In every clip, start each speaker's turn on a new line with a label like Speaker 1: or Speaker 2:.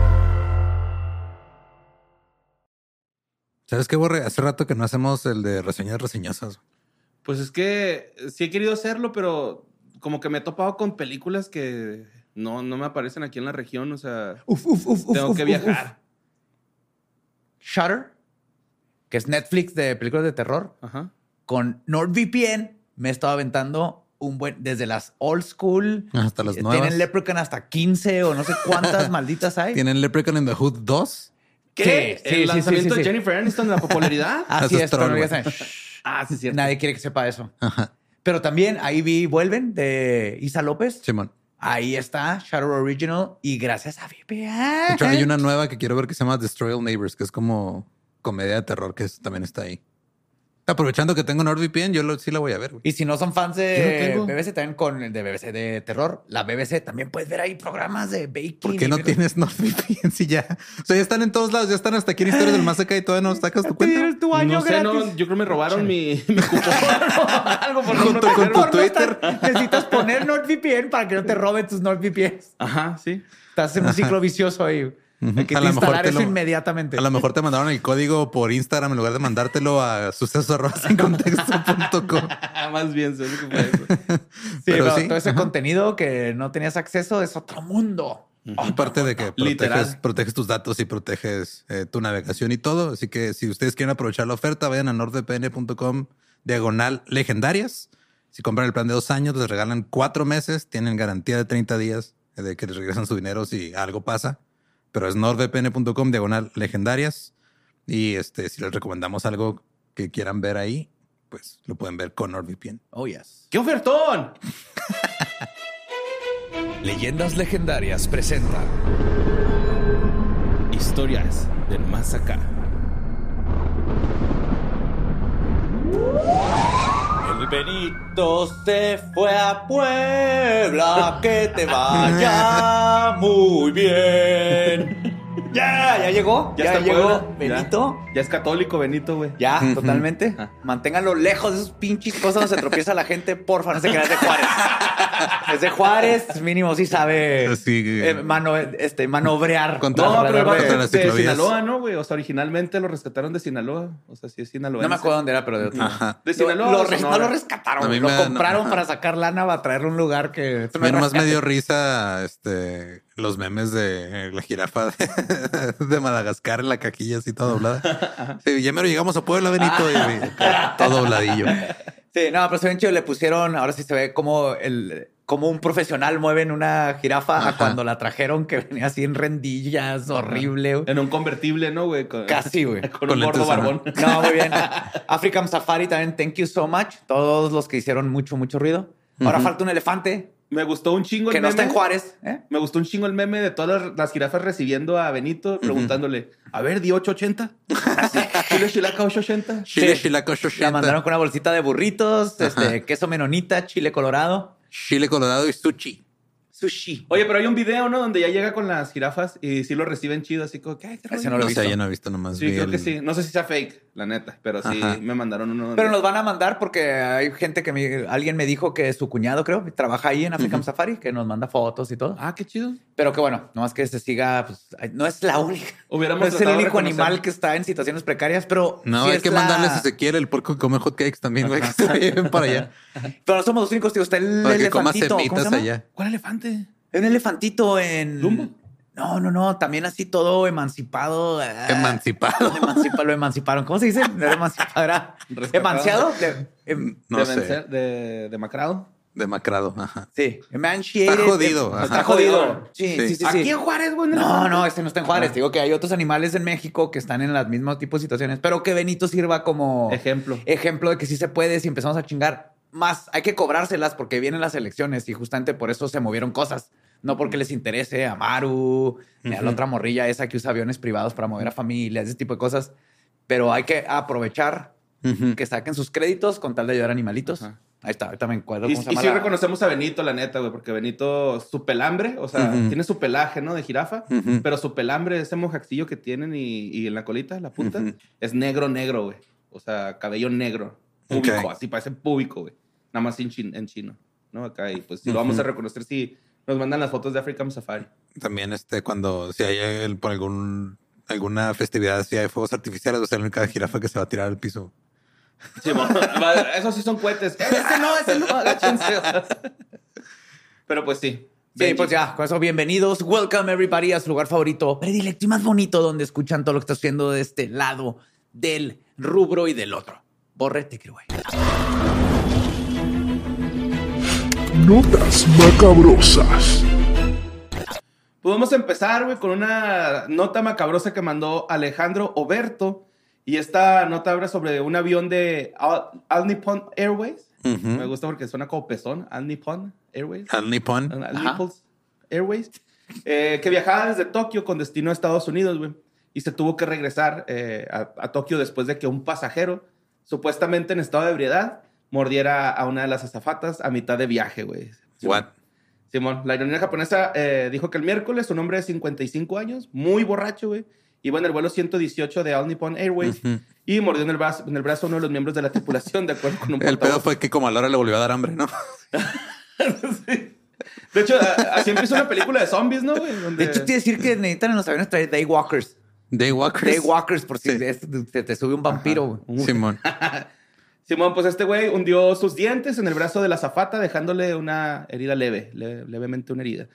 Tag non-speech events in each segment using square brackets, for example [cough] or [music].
Speaker 1: Sonoro. ¿Sabes qué, Borre? Hace rato que no hacemos el de reseñas reseñosas.
Speaker 2: Pues es que sí he querido hacerlo, pero como que me he topado con películas que no, no me aparecen aquí en la región, o sea,
Speaker 1: Uf, uf, uf,
Speaker 2: tengo
Speaker 1: uf,
Speaker 2: que
Speaker 1: uf,
Speaker 2: viajar.
Speaker 3: Shutter, que es Netflix de películas de terror,
Speaker 2: Ajá.
Speaker 3: con NordVPN me he estado aventando un buen, desde las old school.
Speaker 1: Hasta las
Speaker 3: eh,
Speaker 1: nuevas.
Speaker 3: Tienen Leprechaun hasta 15 o no sé
Speaker 1: [laughs]
Speaker 3: cuántas malditas hay.
Speaker 1: Tienen Leprechaun in the Hood 2.
Speaker 2: ¿Qué?
Speaker 3: Sí, sí, sí,
Speaker 2: El lanzamiento
Speaker 3: sí, sí,
Speaker 2: de
Speaker 3: sí.
Speaker 2: Jennifer Aniston de la
Speaker 3: [laughs]
Speaker 2: popularidad.
Speaker 1: Eso
Speaker 3: Así es,
Speaker 1: es troll,
Speaker 3: pero no
Speaker 1: güey.
Speaker 3: digas, "Shh".
Speaker 2: ah, sí, cierto.
Speaker 3: Nadie quiere que sepa eso.
Speaker 1: Ajá.
Speaker 3: Pero también ahí vi Vuelven de Isa López.
Speaker 1: Simón.
Speaker 3: Ahí está Shadow Original y gracias a
Speaker 1: De
Speaker 3: VPN.
Speaker 1: hecho, hay una nueva que quiero ver que se llama Destroy All Neighbors, que es como comedia de terror que es- también está ahí. Aprovechando que tengo NordVPN, yo lo- sí la voy a ver. güey.
Speaker 3: Y si no son fans
Speaker 1: Yo no
Speaker 3: de
Speaker 1: tengo.
Speaker 3: BBC, también con el de BBC de terror, la BBC también puedes ver ahí programas de baking.
Speaker 1: ¿Por qué
Speaker 3: y-
Speaker 1: no tienes [laughs] NordVPN si ya? O sea, ya están en todos lados, ya están hasta aquí en Historias del Más Acá y todavía no sacas tu cuenta.
Speaker 3: tu
Speaker 2: no
Speaker 3: año
Speaker 2: sé, no,
Speaker 3: gratis. [laughs]
Speaker 2: yo creo me robaron mi, mi cupón. Algo por
Speaker 1: Junto
Speaker 2: no
Speaker 1: con
Speaker 2: tener-
Speaker 1: tu
Speaker 3: Por no
Speaker 1: Twitter.
Speaker 3: estar- necesitas poner NordVPN para que
Speaker 1: [laughs]
Speaker 3: no te roben tus NordVPNs.
Speaker 2: Ajá, sí.
Speaker 3: Estás en un ciclo vicioso ahí. Hay que
Speaker 1: A lo mejor
Speaker 3: instalar
Speaker 1: te
Speaker 3: eso
Speaker 1: lo-
Speaker 3: inmediatamente.
Speaker 1: A lo mejor te mandaron el código por Instagram en lugar de mandártelo a suceso.com.
Speaker 2: Más bien, sé lo que fue eso.
Speaker 3: Sí,
Speaker 1: pero
Speaker 3: no,
Speaker 1: sí,
Speaker 3: todo ese
Speaker 1: ajá.
Speaker 3: contenido que no tenías acceso es otro mundo.
Speaker 1: Aparte de que proteges,
Speaker 2: Literal.
Speaker 1: proteges tus datos y proteges eh, tu navegación y todo. Así que si ustedes quieren aprovechar la oferta, vayan a nordvpn.com diagonal legendarias. Si compran el plan de dos años, les regalan cuatro meses, tienen garantía de 30 días eh, de que les regresan su dinero si algo pasa. Pero es nordvpn.com diagonal legendarias. Y este, si les recomendamos algo que quieran ver ahí, pues lo pueden ver con NordVPN.
Speaker 3: Oh, yes.
Speaker 2: [laughs] ¡Qué [laughs] ofertón!
Speaker 4: Leyendas Legendarias presenta
Speaker 2: Historias del más acá.
Speaker 3: El Benito se fue a Puebla, que te vaya muy bien. [laughs] Ya, ya llegó.
Speaker 2: Ya
Speaker 3: Ya,
Speaker 2: está en
Speaker 3: llegó
Speaker 2: Puebla, ya.
Speaker 3: Benito.
Speaker 2: Ya es católico, Benito, güey.
Speaker 3: Ya,
Speaker 1: Ujú.
Speaker 3: totalmente.
Speaker 2: Ajá.
Speaker 3: Manténganlo lejos de esas pinches cosas donde se tropieza la gente. Porfa, no se crean es de Juárez. es de Juárez, mínimo, sí sabe
Speaker 1: Sí, que-
Speaker 3: eh, mano, este, manobrear.
Speaker 1: Contra-
Speaker 2: No, pero el vato
Speaker 1: Contra
Speaker 2: es
Speaker 1: las
Speaker 2: de
Speaker 1: ciclovías.
Speaker 2: Sinaloa, ¿no, güey? O sea, originalmente lo rescataron de Sinaloa. O sea, sí es Sinaloa.
Speaker 3: No me acuerdo dónde era, pero de otro.
Speaker 1: Ajá.
Speaker 2: De
Speaker 3: Lo-
Speaker 2: Sinaloa.
Speaker 3: lo
Speaker 2: o
Speaker 3: res- no
Speaker 2: Sonora.
Speaker 3: lo rescataron,
Speaker 1: A mí
Speaker 3: lo
Speaker 1: me-
Speaker 3: compraron
Speaker 1: ajá.
Speaker 3: para sacar lana, para traerlo a un lugar que...
Speaker 1: A mí nomás me dio risa este, los memes de eh, la jirafa de, de Madagascar en la caquilla así toda
Speaker 3: [laughs]
Speaker 1: doblada. Sí, ya mero llegamos a Puebla, Benito, y- y todo dobladillo.
Speaker 3: Sí, no, pero se ven chido, le pusieron, ahora sí se ve como el como un profesional mueve en una jirafa a
Speaker 1: Ajá.
Speaker 3: cuando la trajeron que venía así en rendillas, horrible. güey.
Speaker 2: En un convertible, ¿no, güey? Con-
Speaker 3: Casi, güey.
Speaker 2: Con,
Speaker 1: Con
Speaker 2: un gordo
Speaker 1: lentes, ajá.
Speaker 2: barbón.
Speaker 3: No, muy bien. African Safari también, thank you so much. Todos los que hicieron mucho, mucho ruido. Ahora
Speaker 1: Ujú.
Speaker 3: falta un elefante
Speaker 2: Me gustó un chingo el
Speaker 3: que no
Speaker 2: Pues meme.
Speaker 3: está en Juárez. ¿eh?
Speaker 2: Me gustó un chingo el meme de todas las, las jirafas recibiendo a Benito, preguntándole, a ver, di 880. Chile chilaca 880.
Speaker 1: Chile,
Speaker 3: Sí.
Speaker 1: chilaco,
Speaker 3: La
Speaker 1: xoxenta.
Speaker 3: mandaron con una bolsita de burritos,
Speaker 1: Ajá.
Speaker 3: este, queso menonita, chile colorado,
Speaker 1: Chile colorado y sushi.
Speaker 3: sushi.
Speaker 2: Oye, pero hay un video, ¿no? Donde ya llega con las jirafas y sí lo reciben chido, así como que, ay, qué
Speaker 3: Ese
Speaker 2: rollo".
Speaker 3: no lo he
Speaker 1: No
Speaker 3: visto.
Speaker 1: sé, yo no he visto nomás.
Speaker 2: Sí,
Speaker 1: vi
Speaker 2: creo
Speaker 1: el-
Speaker 2: que sí. No sé si sea fake, la neta, pero sí
Speaker 1: Ajá.
Speaker 2: me mandaron uno. donde-
Speaker 3: Pero nos van a mandar porque hay gente que me- alguien me dijo que su cuñado, creo, trabaja ahí en African Safari, que nos manda fotos y todo.
Speaker 2: Ah, qué chido.
Speaker 3: Pero que bueno, nomás que se siga, pues, ay, no es la única.
Speaker 2: Hubiéramos
Speaker 3: No es el
Speaker 2: tratado de
Speaker 3: único
Speaker 2: reconocer.
Speaker 3: animal que está en situaciones precarias, pero.
Speaker 1: No,
Speaker 3: sí
Speaker 1: hay
Speaker 3: es
Speaker 1: que
Speaker 3: la-
Speaker 1: mandarle si se quiere el porco que come hot cakes también, güey, que se lleven para
Speaker 3: [laughs]
Speaker 1: allá.
Speaker 3: Pero no somos los únicos, tío. Está el
Speaker 1: Para que coma
Speaker 3: elefantito. ¿Cómo se
Speaker 1: semitas
Speaker 3: llama?
Speaker 1: allá.
Speaker 2: ¿Cuál elefante?
Speaker 3: Hay un elefantito en.
Speaker 2: ¿Dumbo?
Speaker 3: No, no, no. También así todo emancipado. ah,
Speaker 1: Emancipado.
Speaker 3: emancipa- lo emanciparon. ¿Cómo
Speaker 1: [laughs]
Speaker 3: se dice? No era emancipado, era
Speaker 2: Rescatado.
Speaker 3: emanciado. Le- em-
Speaker 1: No
Speaker 2: de,
Speaker 1: sé.
Speaker 2: vencer- de, de Macrado.
Speaker 1: Demacrado. Ajá.
Speaker 3: sí, emanciated.
Speaker 1: Está jodido.
Speaker 3: Está
Speaker 1: ajá.
Speaker 3: jodido. Sí,
Speaker 1: Sí.
Speaker 3: sí, sí. sí.
Speaker 2: Aquí en Juárez, güey.
Speaker 3: No,
Speaker 2: elefante.
Speaker 3: no, este no está en Juárez. Digo que hay otros animales en México que están en las mismas tipos de situaciones, pero que Benito sirva como
Speaker 2: Ejemplo.
Speaker 3: ejemplo de que sí se puede si empezamos a chingar. Más hay que cobrárselas porque vienen las elecciones y justamente por eso se movieron cosas. No porque les interese a Maru, ni a la
Speaker 1: Ujú.
Speaker 3: otra morrilla esa que usa aviones privados para mover a familias, ese tipo de cosas. Pero hay que aprovechar
Speaker 1: Ujú.
Speaker 3: que saquen sus créditos con tal de ayudar a animalitos.
Speaker 2: Ajá.
Speaker 3: Ahí está, ahorita me acuerdo
Speaker 2: Y,
Speaker 3: cómo se
Speaker 2: y
Speaker 3: llama
Speaker 2: sí
Speaker 3: la-
Speaker 2: reconocemos a Benito, la neta, güey, porque Benito, su pelambre, o sea,
Speaker 1: Ujú.
Speaker 2: tiene su pelaje, ¿no? De jirafa,
Speaker 1: Ujú.
Speaker 2: pero su pelambre, ese mojaxillo que tienen y, y en la colita, la punta,
Speaker 1: Ujú.
Speaker 2: es negro, negro, güey. O sea, cabello negro, púbico,
Speaker 1: Ok.
Speaker 2: así parece púbico, güey. Nada más en, chin- en chino, ¿no? Acá, y pues sí lo vamos a
Speaker 1: Ujú.
Speaker 2: reconocer si nos mandan las fotos de African Safari.
Speaker 1: También este, cuando si hay el- por algún alguna festividad, si hay fuegos artificiales, o sea, la única jirafa que se va a tirar al piso.
Speaker 2: Sí, mo- [laughs] va- esos sí son cohetes. ¡Eh, Ese no, ese [laughs] no, agáchense. Pero pues sí.
Speaker 3: Sí,
Speaker 2: Benji.
Speaker 3: pues ya, con eso, bienvenidos. Welcome everybody a su lugar favorito, predilecto y más bonito, donde escuchan todo lo que está haciendo de este lado, del rubro y del otro. Borre, te quiero, güey.
Speaker 5: Notas macabrosas.
Speaker 2: Pues vamos a empezar, güey, con una nota macabrosa que mandó Alejandro Oberto. Y esta nota habla sobre un avión de Al, Al Nippon Airways. Me
Speaker 1: Ujú.
Speaker 2: gusta porque suena como pezón. Al Nippon Airways.
Speaker 1: Al nipón.
Speaker 2: [laughs] Al
Speaker 3: Ajá.
Speaker 2: Nipples Airways. eh, que viajaba desde Tokio con destino a Estados Unidos, güey. Y se tuvo que regresar eh, a, a Tokio después de que un pasajero, supuestamente en estado de ebriedad, mordiera a una de las azafatas a mitad de viaje, güey.
Speaker 1: What?
Speaker 2: Simón, la aerolínea japonesa eh, dijo que el miércoles un hombre de 55 años, muy borracho, güey, iba en el vuelo 118 de All Nippon Airways
Speaker 1: Ujú.
Speaker 2: y mordió en el, brazo, en el brazo a uno de los miembros de la tripulación, de acuerdo
Speaker 1: [laughs]
Speaker 2: con un
Speaker 1: El pedo
Speaker 2: portavoz.
Speaker 1: fue que como a la hora le volvió a dar hambre, ¿no? [laughs]
Speaker 2: De hecho, a- así empieza una película de zombies, ¿no, güey?
Speaker 3: De
Speaker 2: Donde-
Speaker 3: hecho, te iba a decir que necesitan en los aviones
Speaker 1: [laughs]
Speaker 3: traer Daywalkers.
Speaker 1: Daywalkers.
Speaker 3: Daywalkers, por si
Speaker 1: Sí.
Speaker 3: es- te, te sube un vampiro, güey.
Speaker 1: Simón.
Speaker 2: Simón, pues este güey hundió sus dientes en el brazo de la zafata, dejándole una herida leve, le- levemente una herida.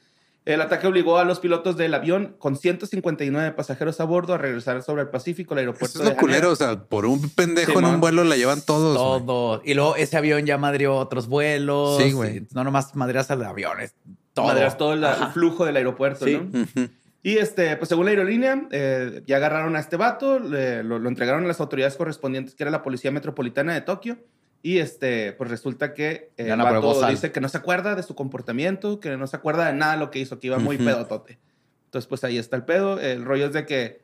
Speaker 2: El ataque obligó a los pilotos del avión con 159 pasajeros a bordo a regresar sobre el Pacífico al aeropuerto
Speaker 1: Eso es lo
Speaker 2: de
Speaker 1: culero,
Speaker 2: Haneda.
Speaker 1: o sea, por un pendejo en
Speaker 2: Simón.
Speaker 1: un vuelo la llevan todos. güey.
Speaker 3: Todo. Y luego ese avión ya madrió otros vuelos.
Speaker 1: Sí, güey.
Speaker 3: Y No nomás madreas al avión, es todo.
Speaker 2: Madreas todo el, el flujo del aeropuerto,
Speaker 3: Sí.
Speaker 2: ¿no?
Speaker 1: Ujú.
Speaker 2: Y este, pues según la aerolínea, eh, ya agarraron a este vato, le- lo, lo entregaron a las autoridades correspondientes, que era la Policía Metropolitana de Tokio. Y este, pues resulta que eh,
Speaker 3: Ya
Speaker 2: el
Speaker 3: no aprobó
Speaker 2: vato
Speaker 3: sal.
Speaker 2: dice que no se acuerda de su comportamiento, que no se acuerda de nada de lo que hizo, que iba muy
Speaker 1: Ujú.
Speaker 2: pedotote. Entonces, pues ahí está el pedo. El rollo es de que,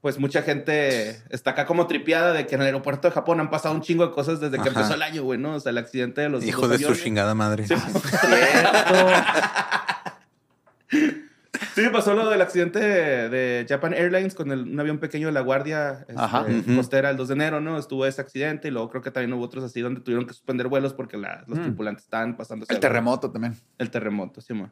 Speaker 2: pues mucha gente está acá como tripeada de que en el aeropuerto de Japón han pasado un chingo de cosas desde que
Speaker 1: Ajá.
Speaker 2: empezó el año, güey, ¿no? O sea, el accidente de los.
Speaker 1: Hijo
Speaker 2: dos
Speaker 1: de su
Speaker 2: aviones.
Speaker 1: chingada madre.
Speaker 2: Sí.
Speaker 3: Cierto.
Speaker 2: Sí, Sí, pasó lo del accidente de, de Japan Airlines con el- un avión pequeño de la Guardia este,
Speaker 3: Ajá.
Speaker 1: Ujú.
Speaker 2: Costera el 2 de enero, ¿no? Estuvo ese accidente y luego creo que también hubo otros así donde tuvieron que suspender vuelos porque la- los
Speaker 3: Mm.
Speaker 2: tripulantes estaban pasando.
Speaker 3: El terremoto también.
Speaker 2: El terremoto, sí, mo.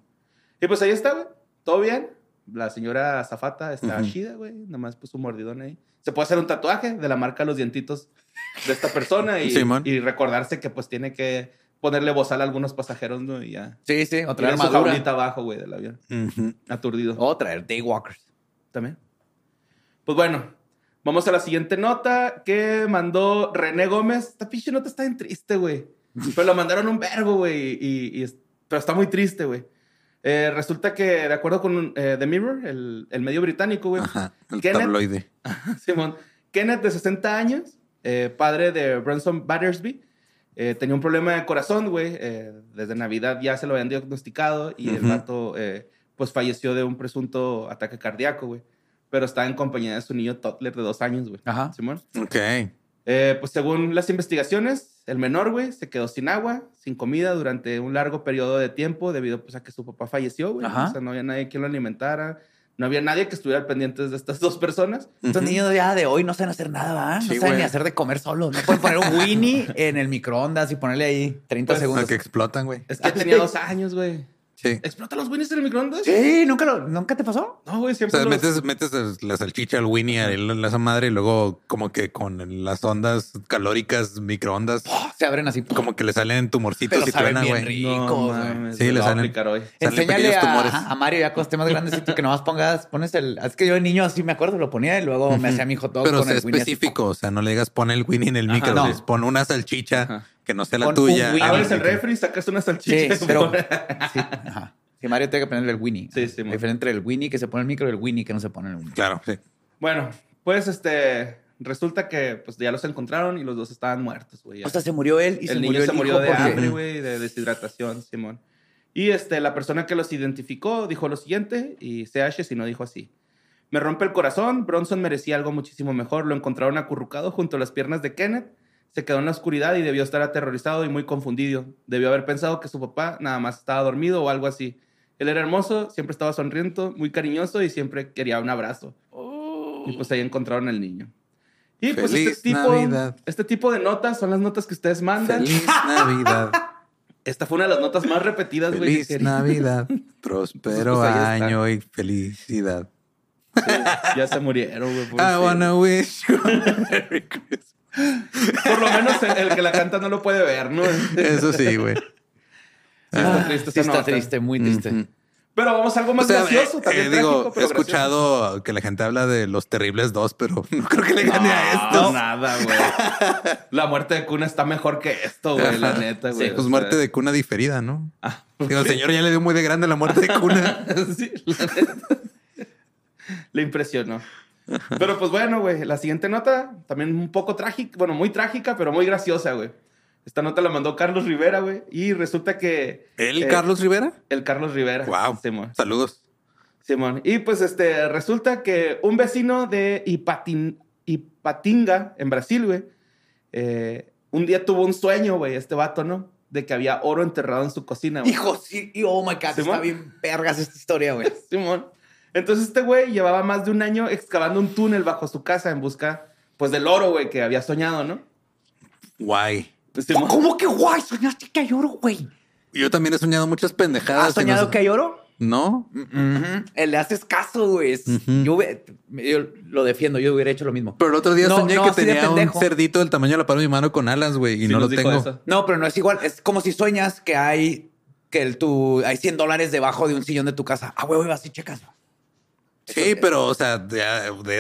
Speaker 2: Y pues ahí está, güey. Todo bien. La señora Zafata está
Speaker 1: Ujú.
Speaker 2: chida, güey. Nada más puso un mordidón ahí. Se puede hacer un tatuaje de la marca Los Dientitos de esta persona y,
Speaker 1: Simón.
Speaker 2: y recordarse que pues tiene que ponerle bozal a algunos pasajeros, ¿no? Y ya.
Speaker 3: Sí, sí,
Speaker 2: Y
Speaker 3: otra
Speaker 2: traer su
Speaker 3: armadura.
Speaker 2: jaulita abajo, güey, del avión.
Speaker 1: Ujú.
Speaker 2: Aturdido.
Speaker 3: Otra, el Daywalkers.
Speaker 2: También. Pues bueno, vamos a la siguiente nota que mandó René Gómez. Esta pinche nota está bien triste, güey. Pero la mandaron un vergo, güey. Y, y es- pero está muy triste, güey. Eh, resulta que, de acuerdo con eh, The Mirror, el, el medio británico, güey,
Speaker 1: Ajá. El
Speaker 2: Kenneth-
Speaker 1: tabloide.
Speaker 2: Simón. Kenneth, de 60 años, eh, padre de Branson Battersby, eh, tenía un problema de corazón, güey. Eh, desde Navidad ya se lo habían diagnosticado y el
Speaker 1: Ujú.
Speaker 2: vato, eh, pues, falleció de un presunto ataque cardíaco, güey. Pero estaba en compañía de su niño toddler de dos años, güey.
Speaker 3: Ajá.
Speaker 2: Simón.
Speaker 1: Ok.
Speaker 2: Eh, pues, según las investigaciones, el menor, güey, se quedó sin agua, sin comida durante un largo periodo de tiempo debido pues, a que su papá falleció, güey.
Speaker 3: Ajá.
Speaker 2: O sea, no había nadie que lo alimentara. No había nadie que estuviera al pendiente de estas dos personas.
Speaker 3: Estos
Speaker 1: Ujú.
Speaker 3: niños ya de hoy no saben hacer nada, ¿va? No
Speaker 1: Sí,
Speaker 3: saben
Speaker 1: güey.
Speaker 3: ni hacer de comer solos. No pueden poner
Speaker 2: [laughs]
Speaker 3: un Winnie en el microondas y ponerle ahí 30
Speaker 2: Pues,
Speaker 1: Ah,
Speaker 3: segundos.
Speaker 1: que explotan, güey.
Speaker 2: Es que tenía dos años, güey.
Speaker 1: Sí.
Speaker 2: ¿Explota los Winnies en el microondas?
Speaker 3: Sí, nunca lo, nunca te pasó.
Speaker 2: No, güey,
Speaker 1: O
Speaker 2: siempre
Speaker 1: sea,
Speaker 2: los-
Speaker 1: metes, metes el- la salchicha al Winnie, a él, a esa madre, y luego como que con las ondas calóricas, microondas,
Speaker 3: Se abren así.
Speaker 1: como que le salen tumorcitos
Speaker 3: Oh, Pero
Speaker 1: y
Speaker 3: saben
Speaker 1: truena,
Speaker 3: bien
Speaker 1: güey.
Speaker 3: ricos,
Speaker 2: No,
Speaker 3: güey.
Speaker 2: mames,
Speaker 1: Sí,
Speaker 2: lo
Speaker 1: le
Speaker 2: voy a
Speaker 1: salen.
Speaker 2: aplicar hoy.
Speaker 1: Salen
Speaker 3: Enséñale
Speaker 1: pequeños
Speaker 3: a,
Speaker 1: tumores.
Speaker 3: ajá, a Mario ya costé más grandecito que nomás pongas, pones el. Es que yo de niño así me acuerdo, lo ponía y luego me hacía mi hot dog
Speaker 1: Pero
Speaker 3: con
Speaker 1: sea
Speaker 3: el Winnie así.
Speaker 1: específico, o sea, no le digas pon el Winnie en el micro,
Speaker 3: no.
Speaker 1: dices, pon una salchicha
Speaker 2: Ajá.
Speaker 1: que no sea la
Speaker 3: Pon
Speaker 1: tuya.
Speaker 3: un Winnie.
Speaker 1: Ah,
Speaker 2: Abres el
Speaker 1: güey.
Speaker 2: refri, sacas una
Speaker 3: Sí,
Speaker 2: salchicha. [laughs]
Speaker 3: pero. Sí, ajá. Sí, Mario tiene que ponerle el Winnie.
Speaker 2: Sí, sí,
Speaker 3: La
Speaker 2: mo.
Speaker 3: diferencia entre el Winnie que se pone en el micro y el Winnie que no se pone en el Winnie.
Speaker 1: Claro,
Speaker 3: [laughs]
Speaker 1: sí.
Speaker 2: Bueno, pues este. Resulta que pues, ya los encontraron y los dos estaban muertos, güey. ya.
Speaker 3: O sea, se murió él
Speaker 2: el
Speaker 3: y se
Speaker 2: niño
Speaker 3: murió
Speaker 2: se
Speaker 3: el
Speaker 2: murió
Speaker 3: hijo
Speaker 2: de
Speaker 3: porque-
Speaker 2: hambre, güey, de deshidratación, Simón. Y este, la persona que los identificó dijo lo siguiente y CH si no dijo así. Me rompe el corazón, Bronson merecía algo muchísimo mejor. Lo encontraron acurrucado junto a las piernas de Kenneth. Se quedó en la oscuridad y debió estar aterrorizado y muy confundido. Debió haber pensado que su papá nada más estaba dormido o algo así. Él era hermoso, siempre estaba sonriendo, muy cariñoso y siempre quería un abrazo. Y pues ahí encontraron al niño. Y pues
Speaker 1: Feliz
Speaker 2: este tipo,
Speaker 1: Navidad.
Speaker 2: este tipo de notas son las notas que ustedes mandan.
Speaker 1: Feliz
Speaker 3: [laughs]
Speaker 1: Navidad.
Speaker 2: Esta fue una de las notas más repetidas, güey.
Speaker 1: Feliz
Speaker 2: que quería.
Speaker 1: Navidad.
Speaker 3: [laughs]
Speaker 1: Próspero
Speaker 2: Pues ahí está.
Speaker 1: año y felicidad.
Speaker 2: Ya se murieron, güey.
Speaker 3: Pues
Speaker 1: I
Speaker 2: pobrecito.
Speaker 1: wanna wish you a Merry Christmas.
Speaker 2: Por lo menos el, el que la canta no lo puede ver, ¿no? Sí,
Speaker 1: Eso sí, güey.
Speaker 2: está
Speaker 3: Ah,
Speaker 2: triste, esa
Speaker 3: sí está
Speaker 2: nota.
Speaker 3: triste, muy triste.
Speaker 1: Ujú.
Speaker 2: Pero vamos a algo
Speaker 1: O
Speaker 2: más
Speaker 1: sea,
Speaker 2: gracioso.
Speaker 1: eh,
Speaker 2: También
Speaker 1: eh, digo,
Speaker 2: trágico, pero
Speaker 1: he escuchado que la gente habla de los terribles dos, pero [laughs] no creo que le
Speaker 2: gracioso.
Speaker 1: gane a
Speaker 2: No,
Speaker 1: estos.
Speaker 2: nada, güey. La muerte de cuna está mejor que esto, güey, la neta, güey.
Speaker 1: Sí, pues
Speaker 2: O
Speaker 1: muerte
Speaker 2: sea,
Speaker 1: de cuna diferida, ¿no?
Speaker 2: ah,
Speaker 1: Digo, el señor ya le dio muy de grande la muerte de
Speaker 2: [laughs]
Speaker 1: cuna.
Speaker 2: sí, la neta. Le impresionó. Pero pues bueno, güey, la siguiente nota también un poco trágica, bueno, muy trágica, pero muy graciosa, güey. Esta nota la mandó Carlos Rivera, güey, y resulta que
Speaker 1: ¿El
Speaker 2: Eh,
Speaker 1: Carlos Rivera?
Speaker 2: el Carlos Rivera.
Speaker 1: Wow.
Speaker 2: Simón.
Speaker 1: Saludos.
Speaker 2: Simón. Y pues este, resulta que un vecino de Ipatin- Ipatinga, en Brasil, güey, eh, un día tuvo un sueño, güey, este vato, ¿no? De que había oro enterrado en su cocina, güey.
Speaker 3: Hijo, sí, y oh my God,
Speaker 2: ¿Simón?
Speaker 3: está bien vergas esta historia, güey.
Speaker 2: Simón. Entonces este güey llevaba más de un año excavando un túnel bajo su casa en busca, pues, del oro, güey, que había soñado, ¿no?
Speaker 1: Guay.
Speaker 2: Pues, Simón.
Speaker 3: ¿Cómo que guay? Soñaste que hay oro, güey.
Speaker 1: Yo también he soñado muchas pendejadas.
Speaker 3: ¿Has soñado
Speaker 1: no-
Speaker 3: que hay oro?
Speaker 1: ¿No?
Speaker 3: Eh, Le haces caso, güey. Es-
Speaker 1: Ujú.
Speaker 3: yo, hubie- yo lo defiendo, yo hubiera hecho lo mismo.
Speaker 1: Pero el otro día
Speaker 3: No,
Speaker 1: soñé
Speaker 3: no,
Speaker 1: que
Speaker 3: así de
Speaker 1: tenía un
Speaker 3: pendejo.
Speaker 1: cerdito del tamaño de la palma de mi mano con alas, güey, y
Speaker 2: Sí
Speaker 1: no lo
Speaker 2: nos dijo
Speaker 1: tengo.
Speaker 2: eso.
Speaker 3: No, pero no es igual. Es como si sueñas que hay que el, tu, hay 100 dólares debajo de un sillón de tu casa. Ah, güey, güey, vas y checas.
Speaker 1: Sí, pero, o sea, de, de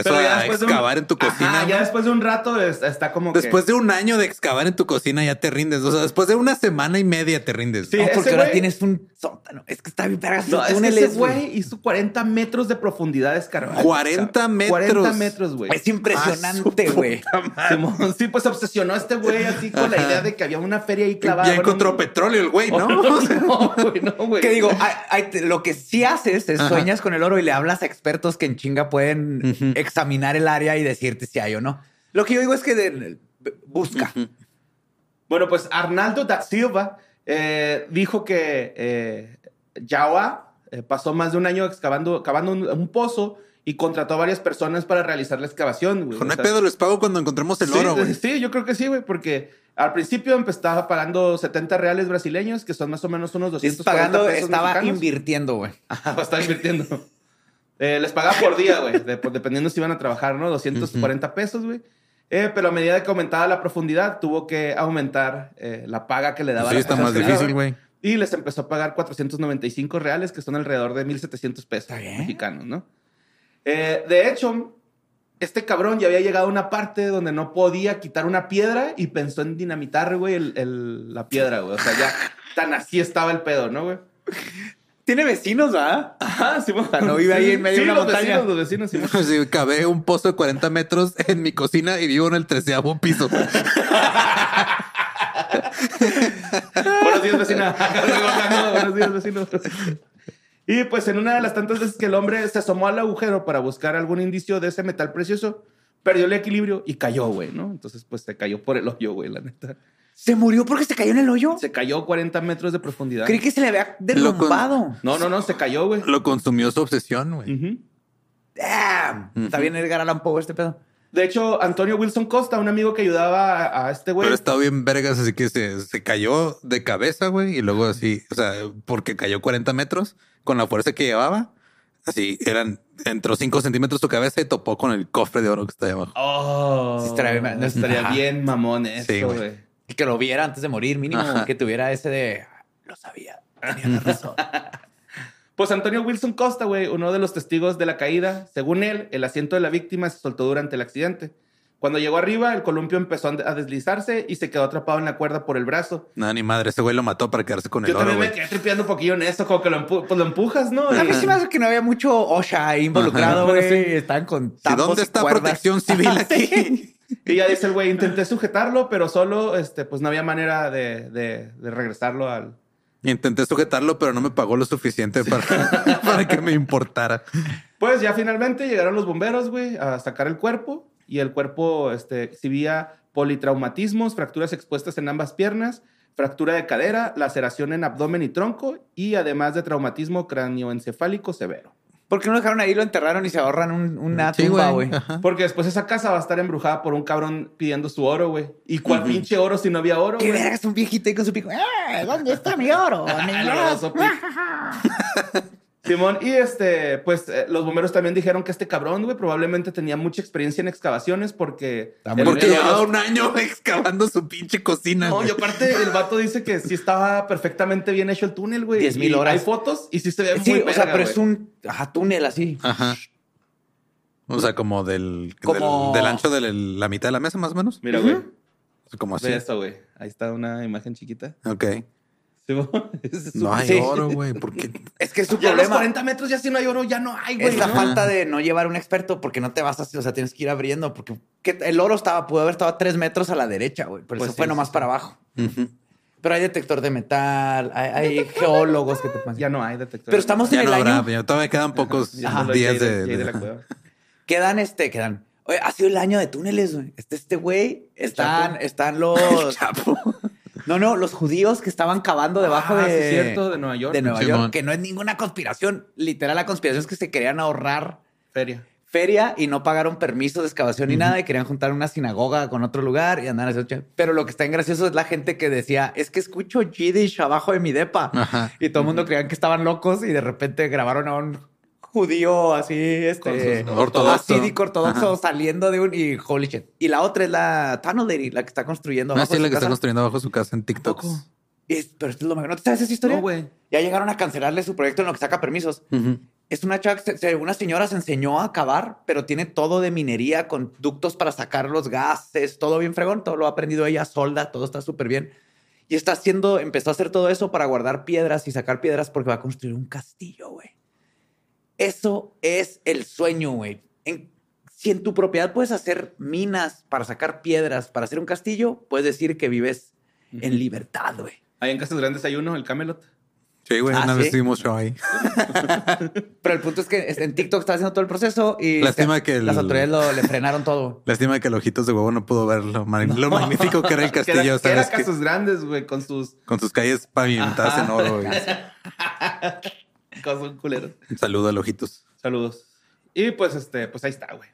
Speaker 1: eso
Speaker 2: Pero ya
Speaker 1: a
Speaker 2: después de un-
Speaker 1: excavar en tu
Speaker 2: Ajá,
Speaker 1: cocina.
Speaker 2: ya
Speaker 1: ¿no?
Speaker 2: después de un rato es- está como que-
Speaker 1: Después de un año de excavar en tu cocina ya te rindes. O sea, después de una semana y media te rindes.
Speaker 2: Sí.
Speaker 3: No,
Speaker 2: ese
Speaker 3: porque ahora
Speaker 2: güey-
Speaker 3: tienes un sótano. Es que está bien vergas.
Speaker 2: No,
Speaker 3: esos
Speaker 2: es que ese
Speaker 3: túneles,
Speaker 2: güey hizo 40 metros de profundidad escarbada.
Speaker 1: 40
Speaker 2: 40
Speaker 1: metros.
Speaker 2: metros, güey.
Speaker 3: Es
Speaker 1: Ah,
Speaker 3: impresionante, güey.
Speaker 2: Simón, sí, pues se obsesionó este güey así con la idea de que había una feria ahí clavada.
Speaker 1: ya
Speaker 2: Bueno,
Speaker 1: encontró
Speaker 2: no-
Speaker 1: petróleo el
Speaker 2: [laughs]
Speaker 1: güey, ¿no? O sea,
Speaker 2: No, güey, no, güey.
Speaker 1: [laughs]
Speaker 3: Que digo, ay, ay, te- lo que sí haces es
Speaker 1: Ajá.
Speaker 3: sueñas con el oro y le hablas a expertos que en chinga pueden
Speaker 1: Ujú.
Speaker 3: examinar el área y decirte si hay o no. Lo que yo digo es que de- busca.
Speaker 2: Bueno, pues Arnaldo da Silva eh, dijo que eh, Yawa eh, pasó más de un año excavando, cavando un, un pozo y contrató a varias personas para realizar la excavación. güey.
Speaker 1: Con
Speaker 2: O
Speaker 1: no hay
Speaker 2: sea,
Speaker 1: pedo, les pago cuando encontremos el
Speaker 2: sí,
Speaker 1: oro, güey.
Speaker 2: Sí, yo creo que sí, güey, porque al principio empe- estaba pagando 70 reales brasileños, que son más o menos unos
Speaker 3: Estás
Speaker 2: 200
Speaker 3: pagando, estaba invirtiendo, güey.
Speaker 2: [laughs] estaba invirtiendo. Eh, les pagaba por día, güey, de- por- dependiendo si iban a trabajar, ¿no? 240 pesos, güey. Eh, pero a medida que aumentaba la profundidad, tuvo que aumentar eh, la paga que le daba.
Speaker 1: Sí,
Speaker 2: la
Speaker 1: está
Speaker 2: persona
Speaker 1: más
Speaker 2: que le daba.
Speaker 1: difícil, güey.
Speaker 2: Y les empezó a pagar 495 reales, que son alrededor de 1.700 pesos
Speaker 3: Está bien.
Speaker 2: mexicanos, ¿no? Eh, de hecho, este cabrón ya había llegado a una parte donde no podía quitar una piedra y pensó en dinamitar, güey, el- el- la piedra, güey. O sea, ya tan así estaba el pedo, ¿no, güey?
Speaker 3: Tiene vecinos, ¿ah?
Speaker 2: Ajá, sí,
Speaker 3: sea, no vive ahí en medio de una
Speaker 2: los
Speaker 3: montaña.
Speaker 2: Vecinos, los vecinos,
Speaker 3: [laughs]
Speaker 2: sí,
Speaker 1: [laughs]
Speaker 2: güey.
Speaker 1: Sí, Cabé un pozo de 40 metros en mi cocina y vivo en el treceavo
Speaker 2: [laughs]
Speaker 1: piso.
Speaker 2: Buenos días, vecina. Buenos días, vecinos. Y pues en una de las tantas veces que el hombre se asomó al agujero para buscar algún indicio de ese metal precioso, perdió el equilibrio y cayó, güey, ¿no? Entonces, pues se cayó por el hoyo, güey, la neta.
Speaker 3: ¿Se murió porque se cayó en el hoyo?
Speaker 2: Se cayó 40 metros de profundidad.
Speaker 3: Creí que se le había derrumbado.
Speaker 2: No, no, no, se cayó, güey.
Speaker 1: Lo consumió su obsesión, güey.
Speaker 2: Ujú.
Speaker 3: Damn. Está bien Edgar Allan Poe este pedo.
Speaker 2: De hecho, Antonio Wilson Costa, un amigo que ayudaba a, a este güey.
Speaker 1: Pero estaba bien vergas, así que se, se cayó de cabeza, güey. Y luego así, o sea, porque cayó 40 metros con la fuerza que llevaba. Así eran, entró 5 centímetros su cabeza y topó con el cofre de oro que está ahí abajo.
Speaker 2: Oh,
Speaker 3: Sí, estaría bien- no,
Speaker 2: estaría
Speaker 3: ajá.
Speaker 2: bien mamón eso,
Speaker 1: Sí, güey.
Speaker 2: güey.
Speaker 3: Y que lo viera antes de morir, mínimo.
Speaker 1: Ajá.
Speaker 3: Que tuviera ese de... Lo sabía. Tenía
Speaker 1: [laughs]
Speaker 3: la razón.
Speaker 2: Pues Antonio Wilson Costa, güey, uno de los testigos de la caída, según él, el asiento de la víctima se soltó durante el accidente. Cuando llegó arriba, el columpio empezó a a deslizarse y se quedó atrapado en la cuerda por el brazo.
Speaker 1: Nada, ni madre, ese güey lo mató para quedarse con el
Speaker 2: Yo
Speaker 1: oro,
Speaker 2: también
Speaker 1: güey.
Speaker 2: me quedé tripeando un poquillo en eso, como que lo, empu- pues lo empujas, ¿no?
Speaker 3: A mí se me hace que no había mucho OSHA ahí involucrado,
Speaker 2: Ajá.
Speaker 3: güey. Estaban con
Speaker 1: ¿Y
Speaker 3: tapos
Speaker 1: dónde
Speaker 3: y
Speaker 1: está
Speaker 3: cuerdas. [laughs]
Speaker 1: protección
Speaker 2: [laughs]
Speaker 1: civil aquí?
Speaker 2: Y ya dice el güey, intenté sujetarlo, pero solo, este, pues no había manera de, de- de regresarlo al...
Speaker 1: Intenté sujetarlo, pero no me pagó lo suficiente para, [laughs] para que me importara.
Speaker 2: Pues ya finalmente llegaron los bomberos, güey, a sacar el cuerpo y el cuerpo este, exhibía politraumatismos, fracturas expuestas en ambas piernas, fractura de cadera, laceración en abdomen y tronco y además de traumatismo cráneoencefálico severo.
Speaker 3: ¿Por qué no lo dejaron ahí, lo enterraron y se ahorran un- una
Speaker 1: Sí,
Speaker 3: tumba, güey?
Speaker 1: Ajá.
Speaker 2: Porque después esa casa va a estar embrujada por un cabrón pidiendo su oro, güey. ¿Y cuál pinche oro si no había oro?
Speaker 3: ¿Qué
Speaker 2: güey?
Speaker 3: vergas? Un viejito ahí con su pico. ¡Eh! ¿Dónde está mi oro? Mi
Speaker 2: El
Speaker 3: oro.
Speaker 2: horroroso pic. [laughs] Simón, y este, pues eh, los bomberos también dijeron que este cabrón, güey, probablemente tenía mucha experiencia en excavaciones porque.
Speaker 3: muy
Speaker 2: el-
Speaker 1: Porque
Speaker 2: el-
Speaker 1: llevaba un año excavando su pinche cocina.
Speaker 2: No,
Speaker 1: güey.
Speaker 2: y aparte el vato dice que sí estaba perfectamente bien hecho el túnel, güey.
Speaker 3: 10,000
Speaker 2: Y
Speaker 3: horas.
Speaker 2: Hay fotos y sí se ve muy
Speaker 3: Sí, o sea,
Speaker 2: verga,
Speaker 3: pero
Speaker 2: güey.
Speaker 3: es un ajá, túnel así.
Speaker 1: Ajá. O sea, como del,
Speaker 3: Como-
Speaker 1: del, del ancho de la mitad de la mesa, más o menos.
Speaker 2: Mira, güey.
Speaker 1: Como así.
Speaker 2: Ve esto, güey. Ahí está una imagen chiquita.
Speaker 1: Ok.
Speaker 2: Simón, [laughs] ese es un-
Speaker 1: No hay
Speaker 3: Sí.
Speaker 1: oro, güey. ¿Por
Speaker 2: [laughs]
Speaker 1: qué?
Speaker 3: Es que es su
Speaker 2: Ya a los
Speaker 3: problema.
Speaker 2: 40 metros ya si no hay oro, ya no hay, güey.
Speaker 3: Es la
Speaker 2: ¿no?
Speaker 3: falta de no llevar un experto porque no te vas así, o sea, tienes que ir abriendo porque que el oro estaba, pudo haber estado a tres metros a la derecha, güey, pero
Speaker 2: Pues
Speaker 3: eso fue
Speaker 2: sí,
Speaker 3: nomás
Speaker 2: sí,
Speaker 3: para abajo. Pero hay detector de metal, hay, hay geólogos que te pueden...
Speaker 2: Ya no hay detector.
Speaker 3: Pero estamos
Speaker 1: Ya
Speaker 3: en
Speaker 1: no
Speaker 3: el año,
Speaker 1: habrá, ya todavía quedan pocos
Speaker 2: Ya solo hay
Speaker 1: días
Speaker 2: Jay
Speaker 1: de,
Speaker 2: Jay
Speaker 1: de-
Speaker 2: la
Speaker 1: [laughs]
Speaker 2: cueva.
Speaker 3: quedan este, quedan... Oye, ha sido el año de túneles, güey. Este, este güey, están,
Speaker 2: [laughs]
Speaker 3: están los... No, no, los judíos que estaban cavando debajo
Speaker 2: Ah, sí,
Speaker 3: de...
Speaker 2: cierto, de Nueva York.
Speaker 3: De Nueva
Speaker 1: Simón.
Speaker 3: York, que no es ninguna conspiración. Literal, la conspiración es que se querían ahorrar
Speaker 2: Feria.
Speaker 3: feria y no pagaron permiso de excavación ni nada y querían juntar una sinagoga con otro lugar y andar haciendo... ch- Pero lo que está en gracioso es la gente que decía, es que escucho Yiddish abajo de mi depa.
Speaker 1: Ajá.
Speaker 3: Y todo el mundo creían que estaban locos y de repente grabaron a un judío así,
Speaker 2: Con
Speaker 3: este...
Speaker 2: sus-
Speaker 1: Ortodoxo.
Speaker 3: Asídico, ortodoxo, saliendo de un... Y holy shit. Y la otra es la Tunnel Lady, la que está construyendo
Speaker 1: No,
Speaker 3: abajo
Speaker 1: Ah, sí,
Speaker 3: de
Speaker 1: la
Speaker 3: su
Speaker 1: que está
Speaker 3: casa.
Speaker 1: construyendo abajo su casa en TikTok.
Speaker 2: Poco.
Speaker 3: Es- pero esto es lo mejor. ¿No te sabes esa historia?
Speaker 2: No, güey.
Speaker 3: Ya llegaron a cancelarle su proyecto en lo que saca permisos. Es una chava, que se- se- una señora se enseñó a cavar, pero tiene todo de minería, con ductos para sacar los gases, todo bien fregón, todo lo ha aprendido ella solda, todo está súper bien. Y está haciendo, empezó a hacer todo eso para guardar piedras y sacar piedras porque va a construir un castillo, güey. Eso es el sueño, güey. En- si en tu propiedad puedes hacer minas para sacar piedras, para hacer un castillo, puedes decir que vives en libertad, güey.
Speaker 2: Ahí en Casas Grandes hay uno, el Camelot.
Speaker 1: Sí, güey,
Speaker 3: Ah,
Speaker 1: una
Speaker 3: ¿sí?
Speaker 1: vez estuvimos show ahí.
Speaker 3: Pero el punto es que este, en TikTok está haciendo todo el proceso y
Speaker 1: Lástima
Speaker 3: se-
Speaker 1: que el-
Speaker 3: las autoridades lo, le frenaron todo.
Speaker 1: Lástima que el ojitos de huevo no pudo ver lo, mag- lo magnífico que era el
Speaker 2: [laughs] Que era,
Speaker 1: castillo,
Speaker 2: que era
Speaker 1: ¿sabes? Que-
Speaker 2: Casas Grandes, güey, con sus...
Speaker 1: con sus calles pavimentadas en oro. güey.
Speaker 2: Cosas son culeros.
Speaker 1: Un saludo a Lojitos.
Speaker 2: Saludos. Y pues este, pues ahí está, güey.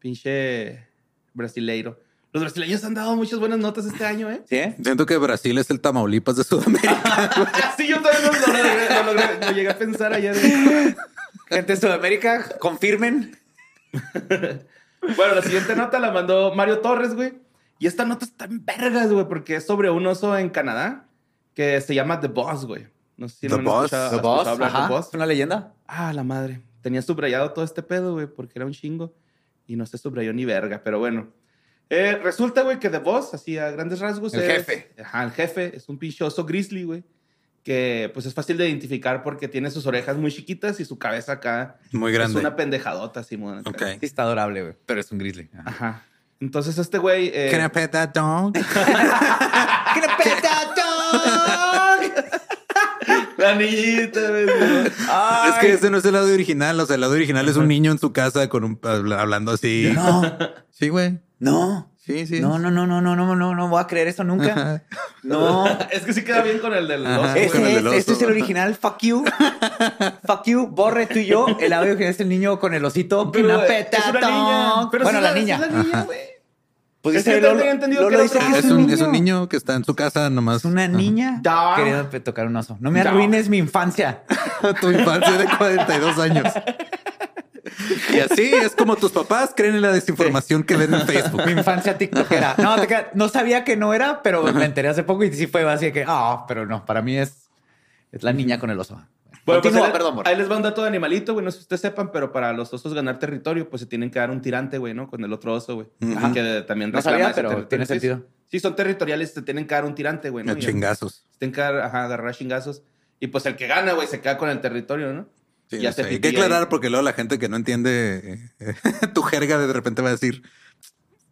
Speaker 2: Pinche brasileiro. Los brasileños han dado muchas buenas notas este año, [laughs] ¿eh?
Speaker 3: ¿Sí? eh?
Speaker 1: Siento que Brasil es el Tamaulipas de
Speaker 2: [laughs]
Speaker 1: Sudamérica.
Speaker 2: Ah, sí, yo todavía no lo logré, no logré, lo llegué a pensar ayer. güey.
Speaker 3: Gente de Sudamérica, confirmen.
Speaker 2: Bueno, la siguiente nota la mandó Mario Torres, güey. Y esta nota está en vergas, güey, porque es sobre un oso en Canadá que se llama The Boss, güey. No sé si
Speaker 1: The
Speaker 2: lo han
Speaker 1: Boss,
Speaker 2: escuchado-
Speaker 1: The
Speaker 2: has escuchado hablar de
Speaker 3: ajá,
Speaker 2: Boss.
Speaker 3: ¿Es una leyenda?
Speaker 2: Ah, la madre. Tenía subrayado todo este pedo, güey, porque era un chingo. Y no se subrayó ni verga, pero bueno. Eh, resulta, güey, que The Boss, así a grandes rasgos.
Speaker 3: El
Speaker 2: es-
Speaker 3: jefe.
Speaker 2: Ajá, el jefe. Es un pinche oso grizzly, güey. Que pues es fácil de identificar porque tiene sus orejas muy chiquitas y su cabeza acá.
Speaker 1: Muy
Speaker 2: Es
Speaker 1: grande.
Speaker 2: una pendejadota, Simón. acá.
Speaker 1: Ok.
Speaker 3: Sí, está adorable, güey. Pero es un grizzly. Ajá.
Speaker 2: Ajá. Entonces este güey. eh,
Speaker 1: Can I pet that dog?
Speaker 3: ¡Ah,
Speaker 2: [laughs] La niñita, güey. Simón.
Speaker 1: Es que ese no es el audio original. O sea, el audio original es un niño en su casa con un, habla- hablando así.
Speaker 3: No,
Speaker 1: Sí, güey.
Speaker 3: no.
Speaker 1: Sí, sí.
Speaker 3: No, no, no, no, no, no, no, no voy a creer eso nunca.
Speaker 1: Ajá.
Speaker 3: No.
Speaker 2: Ah, es que sí queda bien con el del
Speaker 1: Ajá.
Speaker 2: oso,
Speaker 1: Ah,
Speaker 3: Ese
Speaker 1: con el
Speaker 3: es,
Speaker 1: del oso,
Speaker 3: ese es el
Speaker 1: ajá.
Speaker 3: original. Fuck you. Fuck you. Borre tú y yo. El audio que es el niño con el osito.
Speaker 2: Pero,
Speaker 3: Una
Speaker 2: güey,
Speaker 3: peta,
Speaker 2: es una niña.
Speaker 3: tonk.
Speaker 2: Pero
Speaker 3: bueno,
Speaker 2: sí
Speaker 3: la
Speaker 2: sí
Speaker 3: niña.
Speaker 2: Es la niña, güey.
Speaker 3: Pues
Speaker 2: Es
Speaker 3: dice
Speaker 2: que yo
Speaker 3: Lolo-
Speaker 2: tenía entendido
Speaker 3: Lolo
Speaker 2: que era
Speaker 3: dice
Speaker 2: otra
Speaker 3: que
Speaker 1: Es un, es un niño que está en su casa nomás.
Speaker 3: Es una niña
Speaker 2: Da.
Speaker 3: queriendo pe- tocar un oso. No me
Speaker 2: Da.
Speaker 3: arruines mi infancia.
Speaker 1: Ajá. [laughs] tu infancia de 42 años. Y así es como tus papás creen en la desinformación que ven en Facebook.
Speaker 3: Mi infancia tiktokera. No, te creas, no sabía que no era, pero me enteré hace poco y sí fue así de que, ah, pero no, para mí es, es la niña con el oso.
Speaker 2: Bueno, pues
Speaker 3: Continúa,
Speaker 2: ahí,
Speaker 3: perdón, Borre.
Speaker 2: ahí les va un dato de animalito, güey. No sé si ustedes sepan, pero para los osos ganar territorio, pues se tienen que dar un tirante, güey, ¿no? Con el otro oso, güey.
Speaker 1: Ajá.
Speaker 2: Que también
Speaker 3: No
Speaker 2: reclama
Speaker 3: sabía,
Speaker 2: ese
Speaker 3: pero
Speaker 2: territorio.
Speaker 3: tiene
Speaker 2: Sí,
Speaker 3: sentido.
Speaker 2: Sí, son territoriales, te tienen que dar un tirante, güey. ¿no?
Speaker 1: A
Speaker 2: Y-
Speaker 1: chingazos.
Speaker 2: Se tienen que dar- ajá, agarrar a chingazos. Y pues el que gana, güey, se queda con el territorio, ¿no?
Speaker 1: Sí,
Speaker 2: Ya
Speaker 1: no
Speaker 2: se
Speaker 1: sé. Hay
Speaker 2: pipí
Speaker 1: que
Speaker 2: ahí.
Speaker 1: aclarar porque luego la gente que no entiende eh, [laughs] eh, tu jerga de repente va a decir,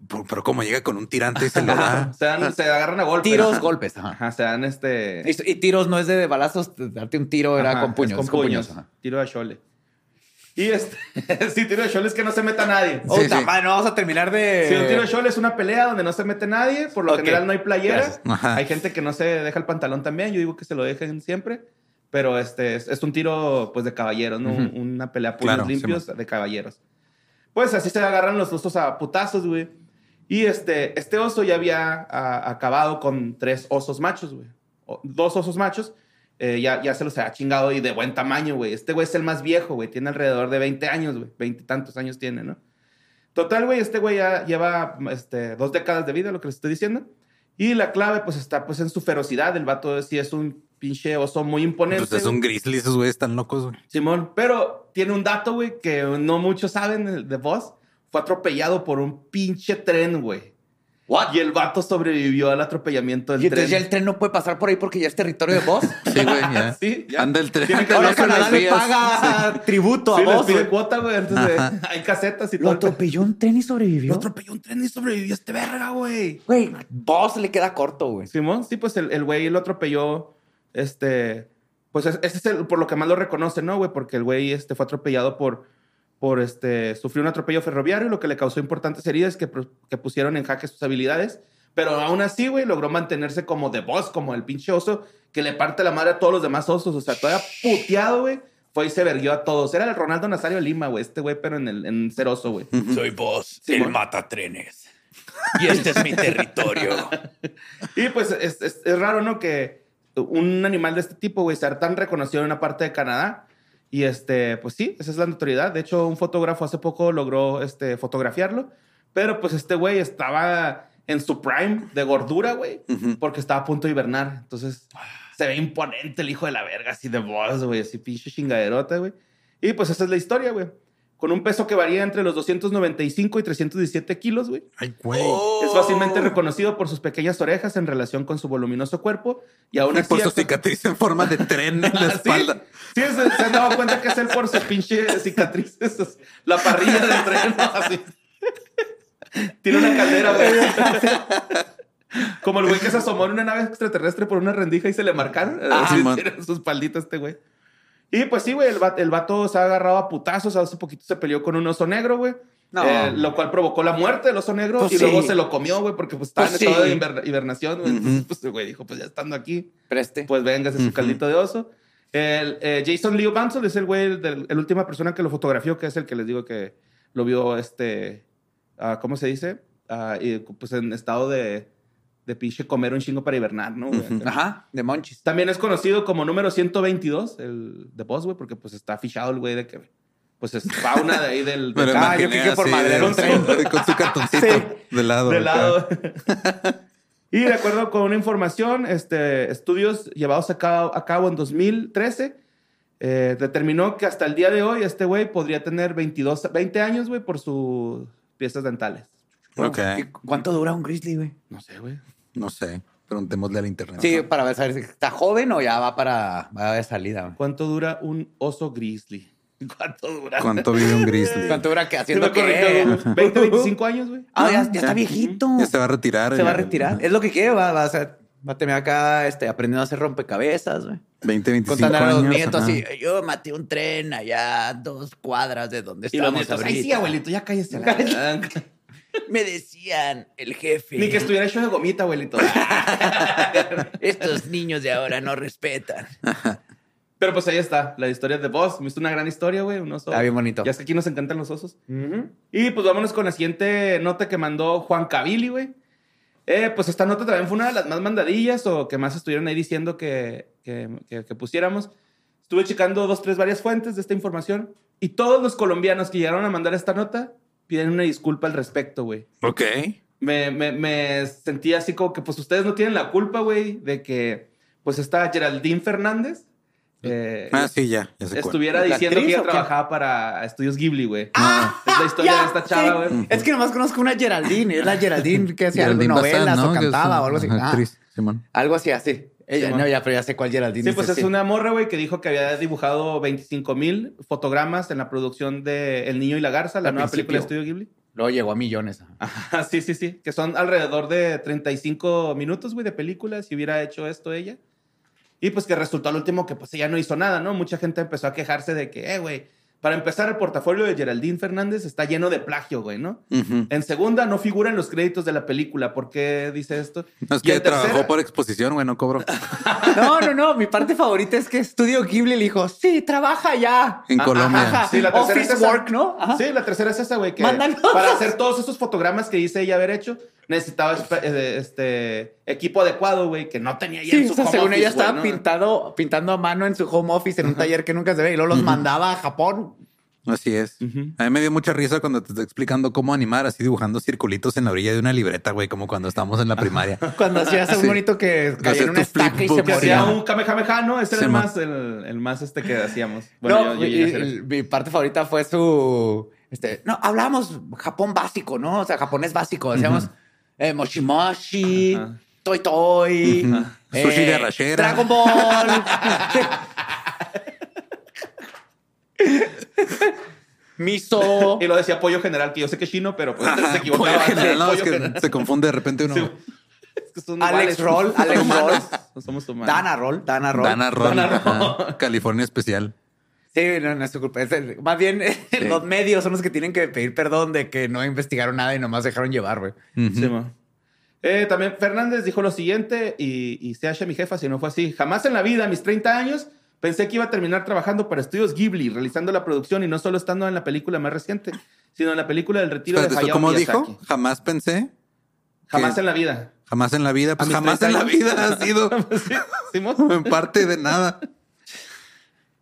Speaker 1: "Pero- pero cómo llega con un tirante y se lo [laughs] da.
Speaker 2: Se, dan- se agarran a golpes.
Speaker 3: Tiros, golpes. Ajá.
Speaker 2: Ajá, se dan este...
Speaker 3: Y, y tiros no es de balazos, darte un tiro era
Speaker 2: Ajá,
Speaker 3: con
Speaker 2: es
Speaker 3: puños.
Speaker 2: Con
Speaker 3: es con puños.
Speaker 2: puños.
Speaker 3: ajá.
Speaker 2: Tiro a Chole. Y este, [laughs] sí, tiro a Chole es que no se meta nadie.
Speaker 1: Sí,
Speaker 3: Puta
Speaker 1: sí.
Speaker 3: madre, no vamos a terminar de.
Speaker 2: Si un tiro a Chole es una pelea donde no se mete nadie, por lo
Speaker 3: Ok.
Speaker 2: general no hay playera.
Speaker 3: Gracias.
Speaker 1: Ajá.
Speaker 2: Hay gente que no se deja el pantalón también, yo digo que se lo dejen siempre, pero este es, es un tiro pues de caballeros, ¿no?
Speaker 3: Ujú.
Speaker 2: Una pelea a puños
Speaker 1: Claro,
Speaker 2: limpios de caballeros. Pues así se agarran los osos a putazos, güey. Y este, este oso ya había a- acabado con tres osos machos, güey. O- Dos osos machos, eh, ya, ya se los ha chingado y de buen tamaño, güey. Este güey es el más viejo, güey. Tiene alrededor de 20 años, güey. 20 y tantos años tiene, ¿no? Total, güey, este güey ya lleva este, dos décadas de vida, lo que les estoy diciendo. Y la clave, pues, está pues en su ferocidad. El vato sí es un pinche oso muy imponente.
Speaker 1: Pues es un grizzly, esos güeyes están locos. güey.
Speaker 2: Simón, pero tiene un dato, güey, que no muchos saben el de vos. Fue atropellado por un pinche tren, güey.
Speaker 3: What?
Speaker 2: Y el vato sobrevivió al atropellamiento del
Speaker 3: Y entonces ya
Speaker 2: tren.
Speaker 3: el tren no puede pasar por ahí porque ya es territorio de vos.
Speaker 1: Sí, [laughs] güey, ya.
Speaker 2: [laughs] Sí, ya.
Speaker 1: Anda el tren.
Speaker 2: Tiene que
Speaker 1: de
Speaker 3: Ahora
Speaker 1: los
Speaker 3: Canadá
Speaker 1: otros
Speaker 3: le
Speaker 1: días.
Speaker 3: paga tributo a
Speaker 2: Sí, les
Speaker 3: vos.
Speaker 2: pide
Speaker 3: güey.
Speaker 2: cuota, güey. Entonces, hay casetas y
Speaker 3: Lo
Speaker 2: todo.
Speaker 3: atropelló un tren y
Speaker 2: Lo
Speaker 3: sobrevivió.
Speaker 2: atropelló un tren y sobrevivió este verga, güey.
Speaker 3: Güey, vos le queda corto, güey.
Speaker 2: Simón, sí, pues el el güey lo atropelló, este, pues es- ese es el, por lo que más lo reconoce, ¿no, güey? Porque el güey este, fue atropellado por, por este, sufrió un atropello ferroviario, lo que le causó importantes heridas que, pro- que pusieron en jaque sus habilidades, pero aún así, güey, logró mantenerse como de voz, como el pinche oso que le parte la madre a todos los demás osos, o sea, todavía puteado, güey. Fue y se verguió a todos. Era el Ronaldo Nazario Lima, güey, este güey, pero en el en ser oso, güey.
Speaker 6: Soy vos,
Speaker 2: Sí,
Speaker 6: el
Speaker 2: mon.
Speaker 6: matatrenes. Y este es mi territorio.
Speaker 2: Y pues es, es- es raro, ¿no? Que un animal de este tipo, güey, sea tan reconocido en una parte de Canadá. Y este, pues sí, esa es la notoriedad. De hecho, un fotógrafo hace poco logró este, fotografiarlo. Pero pues este güey estaba en su prime de gordura, güey, porque estaba a punto de hibernar. Entonces se ve imponente el hijo de la verga, así de voz, güey, así pinche chingaderota, güey. Y pues esa es la historia, güey. Con un peso que varía entre los 295 y 317 kilos, güey.
Speaker 1: Ay, güey.
Speaker 3: Oh,
Speaker 2: Es fácilmente reconocido por sus pequeñas orejas en relación con su voluminoso cuerpo y aún
Speaker 1: Y
Speaker 2: así.
Speaker 1: por su
Speaker 2: hasta-
Speaker 1: cicatriz en forma de tren en la
Speaker 2: Ah, ¿sí?
Speaker 1: espalda.
Speaker 2: Sí, se, se han dado cuenta que es él por sus pinches cicatrices, sus- la parrilla del tren, ¿no? así. Tiene una caldera, güey. Como el güey que se asomó en una nave extraterrestre por una rendija y se le marcaron.
Speaker 1: Ah,
Speaker 2: Así
Speaker 1: Simón.
Speaker 2: tiene sus palditas este güey. Y pues sí, güey, el, va- el vato se ha agarrado a putazos. Hace poquito se peleó con un oso negro, güey.
Speaker 3: [laughs] No.
Speaker 2: Eh, lo cual provocó la muerte del oso negro
Speaker 3: Pues
Speaker 2: y luego
Speaker 3: sí.
Speaker 2: se lo comió, güey, porque pues estaba
Speaker 3: Pues
Speaker 2: en estado
Speaker 3: sí.
Speaker 2: de hiber- hibernación. güey. Entonces, pues el güey dijo, pues ya estando aquí,
Speaker 3: Preste.
Speaker 2: pues véngase su caldito de oso. El, eh, Jason Leo Bansell es el güey, el, del- el última persona que lo fotografió, que es el que les digo que lo vio, este, ah, ¿cómo se dice? Ah, y, pues en estado de, de pinche comer un chingo para hibernar, ¿no? güey?
Speaker 3: Ajá, de Monchis.
Speaker 2: También es conocido como número 122, el de Boss, güey, porque pues está fichado el güey de que, pues es fauna de ahí del...
Speaker 1: [laughs] Me
Speaker 2: del-
Speaker 1: lo
Speaker 3: Ah, yo
Speaker 1: imaginé
Speaker 3: creo que por
Speaker 1: así,
Speaker 3: madre era un
Speaker 1: de-
Speaker 3: tren.
Speaker 1: Con su cartoncito
Speaker 2: Sí.
Speaker 1: de lado.
Speaker 2: de
Speaker 1: acá.
Speaker 2: lado. [laughs] y de acuerdo con una información, este, estudios llevados a cabo, a cabo en 2013 eh, determinó que hasta el día de hoy este güey podría tener 22, 20 años, güey, por sus piezas dentales.
Speaker 1: Ok.
Speaker 3: ¿Y ¿Cuánto dura un grizzly, güey?
Speaker 2: No sé, güey.
Speaker 1: No sé. Preguntémosle al internet.
Speaker 3: Sí, para ver saber si está joven o ya va para va de salida. güey.
Speaker 2: ¿Cuánto dura un oso grizzly? ¿Cuánto dura?
Speaker 6: [laughs]
Speaker 1: ¿Cuánto vive un grizzly?
Speaker 3: ¿Cuánto dura que
Speaker 2: Sí, [laughs] me
Speaker 3: haciendo
Speaker 2: corrigió,
Speaker 3: que
Speaker 2: güey.
Speaker 3: [laughs]
Speaker 2: 20, 25 años, güey.
Speaker 3: Ah, ya, ya está viejito.
Speaker 1: Ya se va a retirar.
Speaker 3: Se va a
Speaker 1: ya.
Speaker 3: retirar. Es lo que quiere, va, va a ser- va a terminar acá este, aprendiendo a hacer rompecabezas, güey.
Speaker 1: 20, 25
Speaker 3: Contando a
Speaker 1: años.
Speaker 3: los nietos
Speaker 1: ajá.
Speaker 3: y yo maté un tren allá a dos cuadras de donde
Speaker 2: Y los
Speaker 3: estábamos
Speaker 2: nietos,
Speaker 3: ahorita.
Speaker 2: Ay, sí, abuelito, ya cállese. la verga".
Speaker 3: Me decían el jefe.
Speaker 2: [laughs] Ni que estuviera hecho de gomita, [laughs] abuelito.
Speaker 3: Estos niños de ahora no respetan.
Speaker 2: Pero pues ahí está, la historia de Boss. Me hizo una gran historia, güey. Un oso.
Speaker 3: Está bien bonito.
Speaker 2: Ya es que aquí nos encantan los osos. Y pues vámonos con la siguiente nota que mandó Juan Cavili, güey. Eh, pues esta nota también fue una de las más mandadillas o que más estuvieron ahí diciendo que, que- que- que pusiéramos. Estuve checando dos, tres, varias fuentes de esta información y todos los colombianos que llegaron a mandar esta nota piden una disculpa al respecto, güey.
Speaker 1: Ok.
Speaker 2: Me, me, me sentí así como que pues ustedes no tienen la culpa, güey, de que pues esta Geraldine Fernández eh,
Speaker 1: Ah, sí, ya. ya sé cuál.
Speaker 2: estuviera
Speaker 3: ¿La
Speaker 2: diciendo que
Speaker 3: actriz
Speaker 2: ella
Speaker 3: o qué?
Speaker 2: trabajaba para Estudios Ghibli, güey.
Speaker 3: Ah,
Speaker 2: Es la historia
Speaker 3: ya,
Speaker 2: de esta chava,
Speaker 3: sí.
Speaker 2: güey.
Speaker 3: Es que nomás conozco una Geraldine. Es la Geraldine que hacía
Speaker 1: Geraldine
Speaker 3: novelas
Speaker 1: Bazán,
Speaker 3: o
Speaker 1: ¿no? Que es
Speaker 3: cantaba
Speaker 1: una
Speaker 3: o algo así. Ah,
Speaker 1: Actriz, Simón.
Speaker 3: algo así, así. Ella,
Speaker 2: Sí,
Speaker 3: no,
Speaker 2: ma.
Speaker 3: ya, pero ya sé cuál Geraldine.
Speaker 2: Sí,
Speaker 3: dice,
Speaker 2: pues es una morra, güey, que dijo que había dibujado 25 mil fotogramas en la producción de El Niño y la Garza, la
Speaker 3: Al
Speaker 2: nueva película de
Speaker 3: principio.
Speaker 2: Estudio Ghibli.
Speaker 3: Luego llegó a millones. ajá.
Speaker 2: Ajá, sí, sí, sí. Que son alrededor de 35 minutos, güey, de película, si hubiera hecho esto ella. Y pues que resultó al último que pues ella no hizo nada, ¿no? Mucha gente empezó a quejarse de que, eh, güey, para empezar el portafolio de Geraldine Fernández está lleno de plagio, güey, ¿no?
Speaker 1: Ujú.
Speaker 2: En segunda, no figuran los créditos de la película. ¿Por qué dice esto?
Speaker 1: No, es
Speaker 2: Y
Speaker 1: que
Speaker 2: en
Speaker 1: trabajó
Speaker 2: tercera-
Speaker 1: por exposición, güey, no
Speaker 3: [laughs]
Speaker 1: cobró.
Speaker 3: No, no, no. Mi parte favorita es que Estudio Ghibli le dijo, sí, trabaja ya.
Speaker 1: En
Speaker 2: Ah,
Speaker 1: Colombia.
Speaker 2: ajá. Sí, la tercera
Speaker 3: Office
Speaker 2: es esa.
Speaker 3: work, ¿no? Ajá.
Speaker 2: Sí, la tercera es esa, güey, que
Speaker 3: Mándanos.
Speaker 2: para hacer todos esos fotogramas que dice ella haber hecho, necesitaba espe- eh, este equipo adecuado, güey, que no tenía ella
Speaker 3: Sí,
Speaker 2: en su
Speaker 3: o sea,
Speaker 2: home
Speaker 3: según
Speaker 2: office,
Speaker 3: ella
Speaker 2: güey,
Speaker 3: estaba
Speaker 2: ¿no?
Speaker 3: pintado, pintando a mano en su home office en un taller que nunca se ve y luego los mandaba a Japón.
Speaker 1: Así es.
Speaker 2: Ujú.
Speaker 1: A mí me dio mucha risa cuando te estoy explicando cómo animar, así dibujando circulitos en la orilla de una libreta, güey, como cuando estábamos en la
Speaker 2: [laughs]
Speaker 1: primaria.
Speaker 3: Cuando hacías un
Speaker 1: Ah, Sí.
Speaker 3: bonito que caía
Speaker 1: Hacer
Speaker 3: en un
Speaker 1: tu
Speaker 3: estaca y se
Speaker 1: flipbook.
Speaker 2: Que
Speaker 3: moría.
Speaker 2: hacía un Kamehameha, ¿no? Ese era el
Speaker 1: Sí, man.
Speaker 2: más, el, el más este que [laughs] hacíamos.
Speaker 3: no,
Speaker 2: Bueno, yo, yo llegué a
Speaker 3: y-
Speaker 2: hacer
Speaker 3: y-
Speaker 2: eso.
Speaker 3: mi parte favorita fue su. Este, no, hablábamos Japón básico, ¿no? O sea, japonés básico. Decíamos eh, Moshimoshi,
Speaker 2: Ajá.
Speaker 3: Toy Toy,
Speaker 1: Ujú. Sushi de arrachera.
Speaker 3: Dragon
Speaker 2: [laughs]
Speaker 3: Ball. Miso.
Speaker 2: Y lo decía Pollo General, que yo sé que es chino, pero pues se equivocaba.
Speaker 1: Pollo general, no,
Speaker 2: Pollo
Speaker 1: es que
Speaker 2: General.
Speaker 1: se confunde de repente uno.
Speaker 2: [laughs] Sí. Es que son iguales.
Speaker 3: Alex Roll, Alex Roll.
Speaker 2: No somos [laughs] humanos.
Speaker 3: Dana Roll, Dana Roll.
Speaker 1: Dana Ron,
Speaker 2: Dana
Speaker 1: ajá,
Speaker 2: Ron.
Speaker 1: California especial.
Speaker 3: Sí, no, no es su culpa. Es el- más bien [laughs] los medios son los que tienen que pedir perdón de que no investigaron nada y nomás dejaron llevar, güey.
Speaker 1: Ujú.
Speaker 2: Sí, ma. Eh, también Fernández dijo lo siguiente, y, y se halla mi jefa si no fue así. Jamás en la vida, a mis 30 años, pensé que iba a terminar trabajando para estudios Ghibli, realizando la producción y no solo estando en la película más reciente, sino en la película del retiro
Speaker 1: Espérate,
Speaker 2: de Hayao
Speaker 1: ¿cómo
Speaker 2: Miyazaki.
Speaker 1: dijo? Jamás pensé,
Speaker 2: Jamás
Speaker 1: que-
Speaker 2: en la vida. [laughs]
Speaker 1: jamás en la vida, pues
Speaker 2: mis
Speaker 1: jamás
Speaker 2: 30
Speaker 1: en la
Speaker 2: años.
Speaker 1: vida
Speaker 2: [laughs]
Speaker 1: ha sido
Speaker 2: Sí, Simón.
Speaker 1: en parte de nada.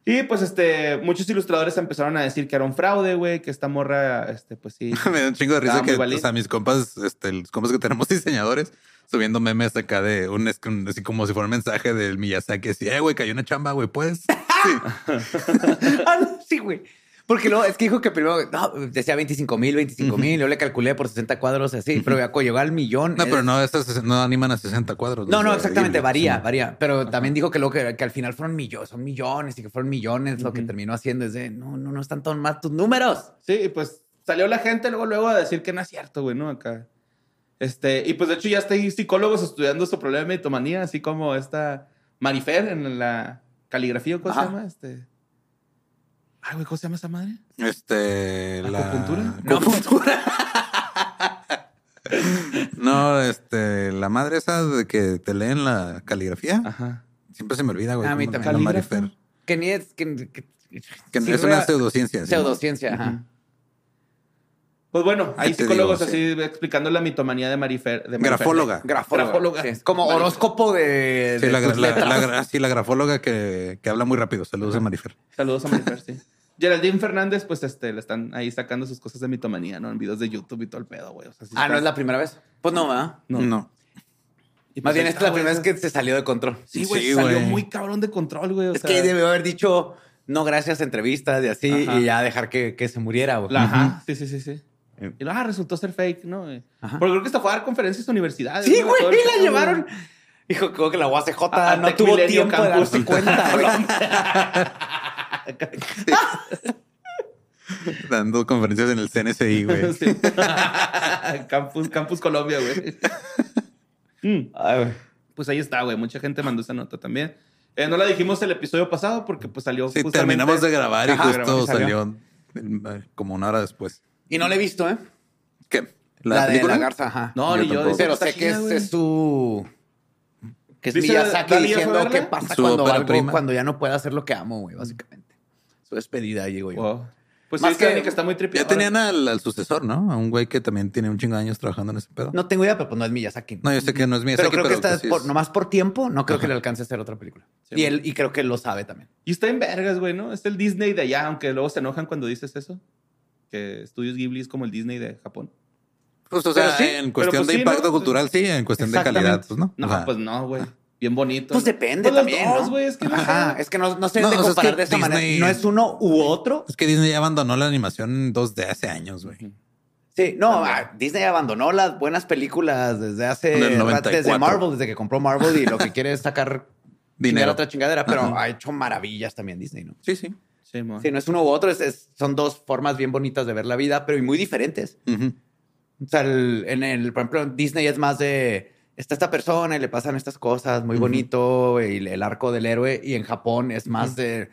Speaker 2: Y pues este, muchos ilustradores empezaron a decir que era un fraude, güey, que esta morra, este, pues sí.
Speaker 1: [laughs] Me da un chingo de risa
Speaker 2: Estaba muy
Speaker 1: que
Speaker 2: válido.
Speaker 1: o sea, mis compas, este, los compas que tenemos [laughs] diseñadores, subiendo memes acá de un, es- un- así como si fuera un mensaje del Miyazaki, así, eh, güey, cayó una chamba, güey,
Speaker 3: [laughs]
Speaker 1: pues.
Speaker 3: Ah, no, sí, güey. Porque luego es que dijo que primero no, decía 25 mil, 25 mil. Yo le calculé por 60 cuadros así, pero ya cuando llegó al millón.
Speaker 1: No,
Speaker 3: eh,
Speaker 1: pero no, estas no animan a 60 cuadros.
Speaker 3: No,
Speaker 1: los
Speaker 3: no,
Speaker 1: de
Speaker 3: exactamente,
Speaker 1: Ghibli.
Speaker 3: varía,
Speaker 1: Sí.
Speaker 3: varía. Pero también dijo que luego que, que al final fueron millones, son millones y que fueron millones lo que terminó haciendo. Es de, no, no, no están tan mal tus números.
Speaker 2: Sí, y pues salió la gente luego, luego a decir que no es cierto, güey, ¿no? Acá. Este, y pues de hecho ya está ahí psicólogos estudiando su problema de mitomanía, así como esta Marifer en la caligrafía, ¿cómo
Speaker 3: Ajá.
Speaker 2: se llama? Este. Ay, güey, ¿cómo se llama esa madre?
Speaker 1: Este.
Speaker 2: ¿La
Speaker 1: La
Speaker 2: acupuntura?
Speaker 1: No,
Speaker 3: [laughs]
Speaker 1: acupuntura. no, este, la madre esa de que te leen la caligrafía.
Speaker 2: Ajá.
Speaker 1: Siempre se me olvida, güey.
Speaker 3: Ah. A mí
Speaker 1: ¿Cómo-
Speaker 3: también.
Speaker 1: la
Speaker 2: ¿Calígrafo?
Speaker 1: Marifer.
Speaker 3: Que ni es. Que, que-
Speaker 1: Que
Speaker 3: sirve
Speaker 1: es una
Speaker 3: a-
Speaker 1: pseudociencia. sí.
Speaker 3: pseudociencia. ajá.
Speaker 2: Pues bueno, hay
Speaker 1: te
Speaker 2: psicólogos
Speaker 1: digo?
Speaker 2: así explicando la mitomanía de Marifer. De Marifer.
Speaker 1: Grafóloga.
Speaker 3: Grafóloga.
Speaker 2: Grafóloga.
Speaker 3: Sí, es como horóscopo de.
Speaker 1: Sí,
Speaker 3: de
Speaker 1: la,
Speaker 3: tus
Speaker 1: la-
Speaker 3: letras.
Speaker 1: la- la- sí, la grafóloga que, que habla muy rápido. Saludos a Marifer.
Speaker 2: Saludos a
Speaker 3: [laughs]
Speaker 2: Marifer, sí. Geraldine Fernández, pues este, le están ahí sacando sus cosas de mitomanía, ¿no? En videos de YouTube y todo el pedo, güey. O sea, sí
Speaker 3: Ah,
Speaker 2: está-
Speaker 3: no es la primera vez. Pues no, ¿verdad?
Speaker 2: No. Y
Speaker 3: Más
Speaker 2: pues
Speaker 3: bien,
Speaker 2: ahí
Speaker 3: esta es
Speaker 2: está,
Speaker 3: la
Speaker 2: güey,
Speaker 3: primera vez
Speaker 2: o
Speaker 3: que se salió de control.
Speaker 2: sea, Sí, güey,
Speaker 1: Sí,
Speaker 2: salió
Speaker 1: güey.
Speaker 2: muy cabrón de control, güey. o
Speaker 3: Es
Speaker 2: sea,
Speaker 3: que debió haber dicho no gracias entrevistas y así
Speaker 2: Ajá.
Speaker 3: y ya dejar que, que se muriera. güey.
Speaker 2: la- Ajá, sí, sí, sí, sí. Y lo, ah, resultó ser fake, ¿no? Eh,
Speaker 3: Ajá.
Speaker 2: Porque creo que hasta fue a dar conferencias a universidades.
Speaker 3: Sí,
Speaker 2: ¿no? Todo el
Speaker 3: güey, la
Speaker 2: pedo,
Speaker 3: llevaron. Dijo creo que la UACJ
Speaker 2: A- a
Speaker 3: no
Speaker 2: Tech
Speaker 3: tuvo
Speaker 2: Milenio
Speaker 3: tiempo de
Speaker 2: Campus.
Speaker 3: darse
Speaker 2: [laughs]
Speaker 3: cuenta. güey.
Speaker 1: Dando conferencias en el CNCI,
Speaker 3: [laughs]
Speaker 1: güey.
Speaker 2: Sí. [laughs] Campus, Campus Colombia, güey. Mm.
Speaker 3: Ay, güey.
Speaker 2: Pues ahí está, güey. Mucha gente mandó esa nota también. Eh, no la dijimos el episodio pasado porque pues salió
Speaker 1: Sí,
Speaker 2: justamente-
Speaker 1: terminamos de grabar y
Speaker 2: Ajá,
Speaker 1: justo
Speaker 2: grabamos y salió.
Speaker 1: salió eh, como una hora después.
Speaker 3: Y no la he visto, ¿eh?
Speaker 1: ¿Qué?
Speaker 3: La, de
Speaker 1: película?
Speaker 3: la garza, ajá.
Speaker 2: No,
Speaker 1: Yo
Speaker 2: ni yo.
Speaker 1: tampoco.
Speaker 2: dice,
Speaker 3: Pero
Speaker 2: está
Speaker 3: sé que es,
Speaker 2: chida, güey.
Speaker 3: es su... Que es
Speaker 2: Dice Dani, ¿ya
Speaker 3: Miyazaki
Speaker 2: fue a
Speaker 3: diciendo
Speaker 2: verla?
Speaker 3: qué pasa
Speaker 1: Su
Speaker 3: cuando,
Speaker 1: ópera
Speaker 3: algo-
Speaker 1: prima.
Speaker 3: cuando ya no pueda hacer lo que amo, güey, básicamente.
Speaker 2: Mm.
Speaker 3: Su despedida, digo yo.
Speaker 2: Wow. Pues
Speaker 3: Más
Speaker 2: sí, que,
Speaker 3: que-
Speaker 2: que está muy tripiado.
Speaker 1: Ya tenían al, al sucesor, ¿no? A un güey que también tiene un chingo de años trabajando en ese pedo. No,
Speaker 3: No tengo idea, pero pues no es Miyazaki. ¿no?
Speaker 1: yo sé que no es mi
Speaker 3: pero creo que
Speaker 1: pero pues
Speaker 3: está
Speaker 1: sí
Speaker 3: por-
Speaker 1: es-
Speaker 3: nomás por tiempo, no creo que le alcance a hacer otra película.
Speaker 2: Sí,
Speaker 3: y él, y creo que lo sabe también.
Speaker 2: Y está en vergas, güey, ¿no? Es el Disney de allá, aunque luego se enojan cuando dices eso. Que Estudios Ghibli es como el Disney de Japón.
Speaker 1: Pues, o sea,
Speaker 3: pero sí,
Speaker 1: en
Speaker 2: pero
Speaker 1: cuestión
Speaker 2: pues
Speaker 1: de
Speaker 2: sí, ¿no?
Speaker 1: impacto cultural, sí. En cuestión de calidad,
Speaker 2: Exactamente.
Speaker 1: pues no.
Speaker 2: No,
Speaker 1: O sea,
Speaker 2: pues no, güey. Bien bonito.
Speaker 3: Pues
Speaker 2: ¿no?
Speaker 3: depende
Speaker 2: Pues los
Speaker 3: también,
Speaker 2: dos,
Speaker 3: ¿no?
Speaker 2: güey, es que no
Speaker 3: Ajá,
Speaker 2: sé.
Speaker 3: es que no, no se
Speaker 1: No,
Speaker 3: debe
Speaker 1: o sea, es
Speaker 3: comparar
Speaker 1: que
Speaker 3: de esa
Speaker 1: Disney-
Speaker 3: manera. No es uno u otro.
Speaker 1: Es que Disney ya abandonó la animación en 2D hace años, güey.
Speaker 3: Sí, no, ah, Disney abandonó las buenas películas desde hace
Speaker 1: En el
Speaker 3: rato, desde
Speaker 1: 94.
Speaker 3: Marvel, desde que compró Marvel y lo que quiere es sacar
Speaker 1: [laughs]
Speaker 3: dinero
Speaker 1: Dinero.
Speaker 3: otra chingadera, pero
Speaker 1: Ajá.
Speaker 3: ha hecho maravillas también Disney, ¿no?
Speaker 1: Sí, sí.
Speaker 2: Sí, mo.
Speaker 3: Sí, no es uno u otro, es- es- son dos formas bien bonitas de ver la vida, pero y muy diferentes.
Speaker 1: Ujú.
Speaker 3: O sea, el- en el, por ejemplo, Disney es más de está esta persona y le pasan estas cosas, muy
Speaker 1: Ujú.
Speaker 3: bonito, y el, el arco del héroe. Y en Japón es más de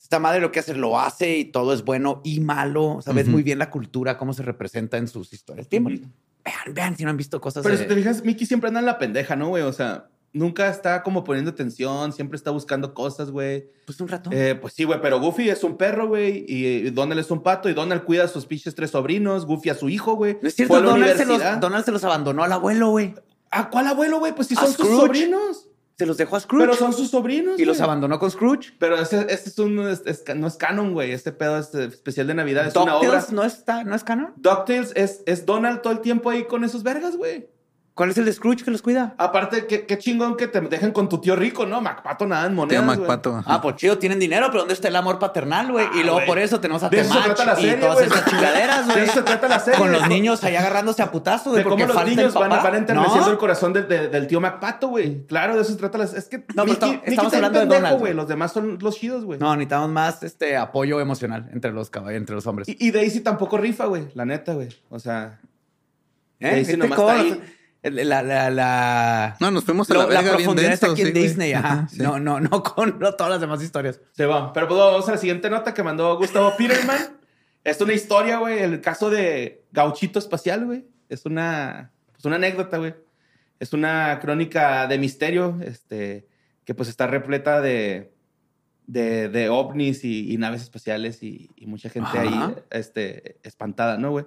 Speaker 3: esta madre lo que hace, lo hace y todo es bueno y malo. O sea, ves
Speaker 1: Ujú.
Speaker 3: muy bien la cultura, cómo se representa en sus historias. Bien bonito. Vean, vean si no han visto cosas.
Speaker 2: Pero
Speaker 3: de-
Speaker 2: si te fijas, Mickey siempre anda en la pendeja, ¿no, güey? O sea, nunca está como poniendo atención, siempre está buscando cosas, güey.
Speaker 3: pues un rato.
Speaker 2: Eh, pues sí, güey, pero Goofy es un perro, güey, y Donald es un pato, y Donald cuida a sus pinches tres sobrinos, Goofy a su hijo, güey.
Speaker 3: no es
Speaker 2: Fue
Speaker 3: cierto,
Speaker 2: a la
Speaker 3: Donald se, los,
Speaker 2: universidad.
Speaker 3: Donald se los abandonó al abuelo, güey.
Speaker 2: ¿A cuál abuelo, güey? Pues si
Speaker 3: A
Speaker 2: son sus
Speaker 3: Scrooge.
Speaker 2: sobrinos.
Speaker 3: Se los dejó a Scrooge.
Speaker 2: Pero son sus sobrinos.
Speaker 3: y los
Speaker 2: güey.
Speaker 3: abandonó con Scrooge.
Speaker 2: Pero ese, ese es un, es- es- no es canon, güey. Este pedo es eh, especial de Navidad. Es una obra.
Speaker 3: DuckTales no está, no es canon.
Speaker 2: DuckTales es, es Donald todo el tiempo ahí con esos vergas, güey.
Speaker 3: ¿Cuál es el de Scrooge que los cuida?
Speaker 2: Aparte, qué, qué chingón que te dejen con tu tío rico, ¿no? Macpato nada en
Speaker 1: Tío
Speaker 2: monedas, güey.
Speaker 1: Macpato. ajá.
Speaker 3: Ah, pues chido, tienen dinero, pero ¿dónde está el amor paternal, güey? Y
Speaker 2: Ah,
Speaker 3: luego
Speaker 2: güey.
Speaker 3: por eso tenemos a
Speaker 2: De eso se
Speaker 3: Temach
Speaker 2: trata la
Speaker 3: y
Speaker 2: serie,
Speaker 3: todas
Speaker 2: güey.
Speaker 3: estas
Speaker 2: [laughs]
Speaker 3: chingaderas,
Speaker 2: De
Speaker 3: güey.
Speaker 2: eso se trata la serie.
Speaker 3: Con los niños ahí agarrándose a putazos,
Speaker 2: De
Speaker 3: güey,
Speaker 2: cómo
Speaker 3: porque
Speaker 2: los
Speaker 3: falta
Speaker 2: niños
Speaker 3: el papá.
Speaker 2: van, van enterneciendo
Speaker 3: ¿No?
Speaker 2: el corazón del- de- del tío Macpato, güey. Claro, de eso se trata. las- es que
Speaker 3: pero está- estamos
Speaker 2: está bien
Speaker 3: hablando de
Speaker 2: pendejo,
Speaker 3: Donald,
Speaker 2: güey.
Speaker 3: güey.
Speaker 2: Los demás son los chidos, güey.
Speaker 3: No, necesitamos más este apoyo emocional entre los caball- entre los hombres.
Speaker 2: Y, y Daisy tampoco rifa, güey. La neta, güey. O sea,
Speaker 3: ¿Eh?
Speaker 2: Daisy
Speaker 3: ¿Viste
Speaker 2: nomás
Speaker 3: cómo
Speaker 2: está
Speaker 3: los- el- La, la, la,
Speaker 1: No, nos fuimos a la
Speaker 3: lo-
Speaker 1: verga bien
Speaker 3: profundidad está
Speaker 1: denso,
Speaker 3: aquí
Speaker 1: sí,
Speaker 3: en
Speaker 1: güey.
Speaker 3: Disney, ajá.
Speaker 1: Ajá, sí.
Speaker 3: No, no, no [laughs] con no todas las demás historias.
Speaker 2: Se va. Pero pues, vamos a la siguiente nota que mandó Gustavo Peterman. es una historia, güey. El caso de Gauchito Espacial, güey. Es una, pues, una anécdota, güey. Es una crónica de misterio, este, que pues está repleta de, de, de ovnis y, y naves espaciales y, y mucha gente
Speaker 3: Ajá.
Speaker 2: ahí este, espantada, ¿no, güey?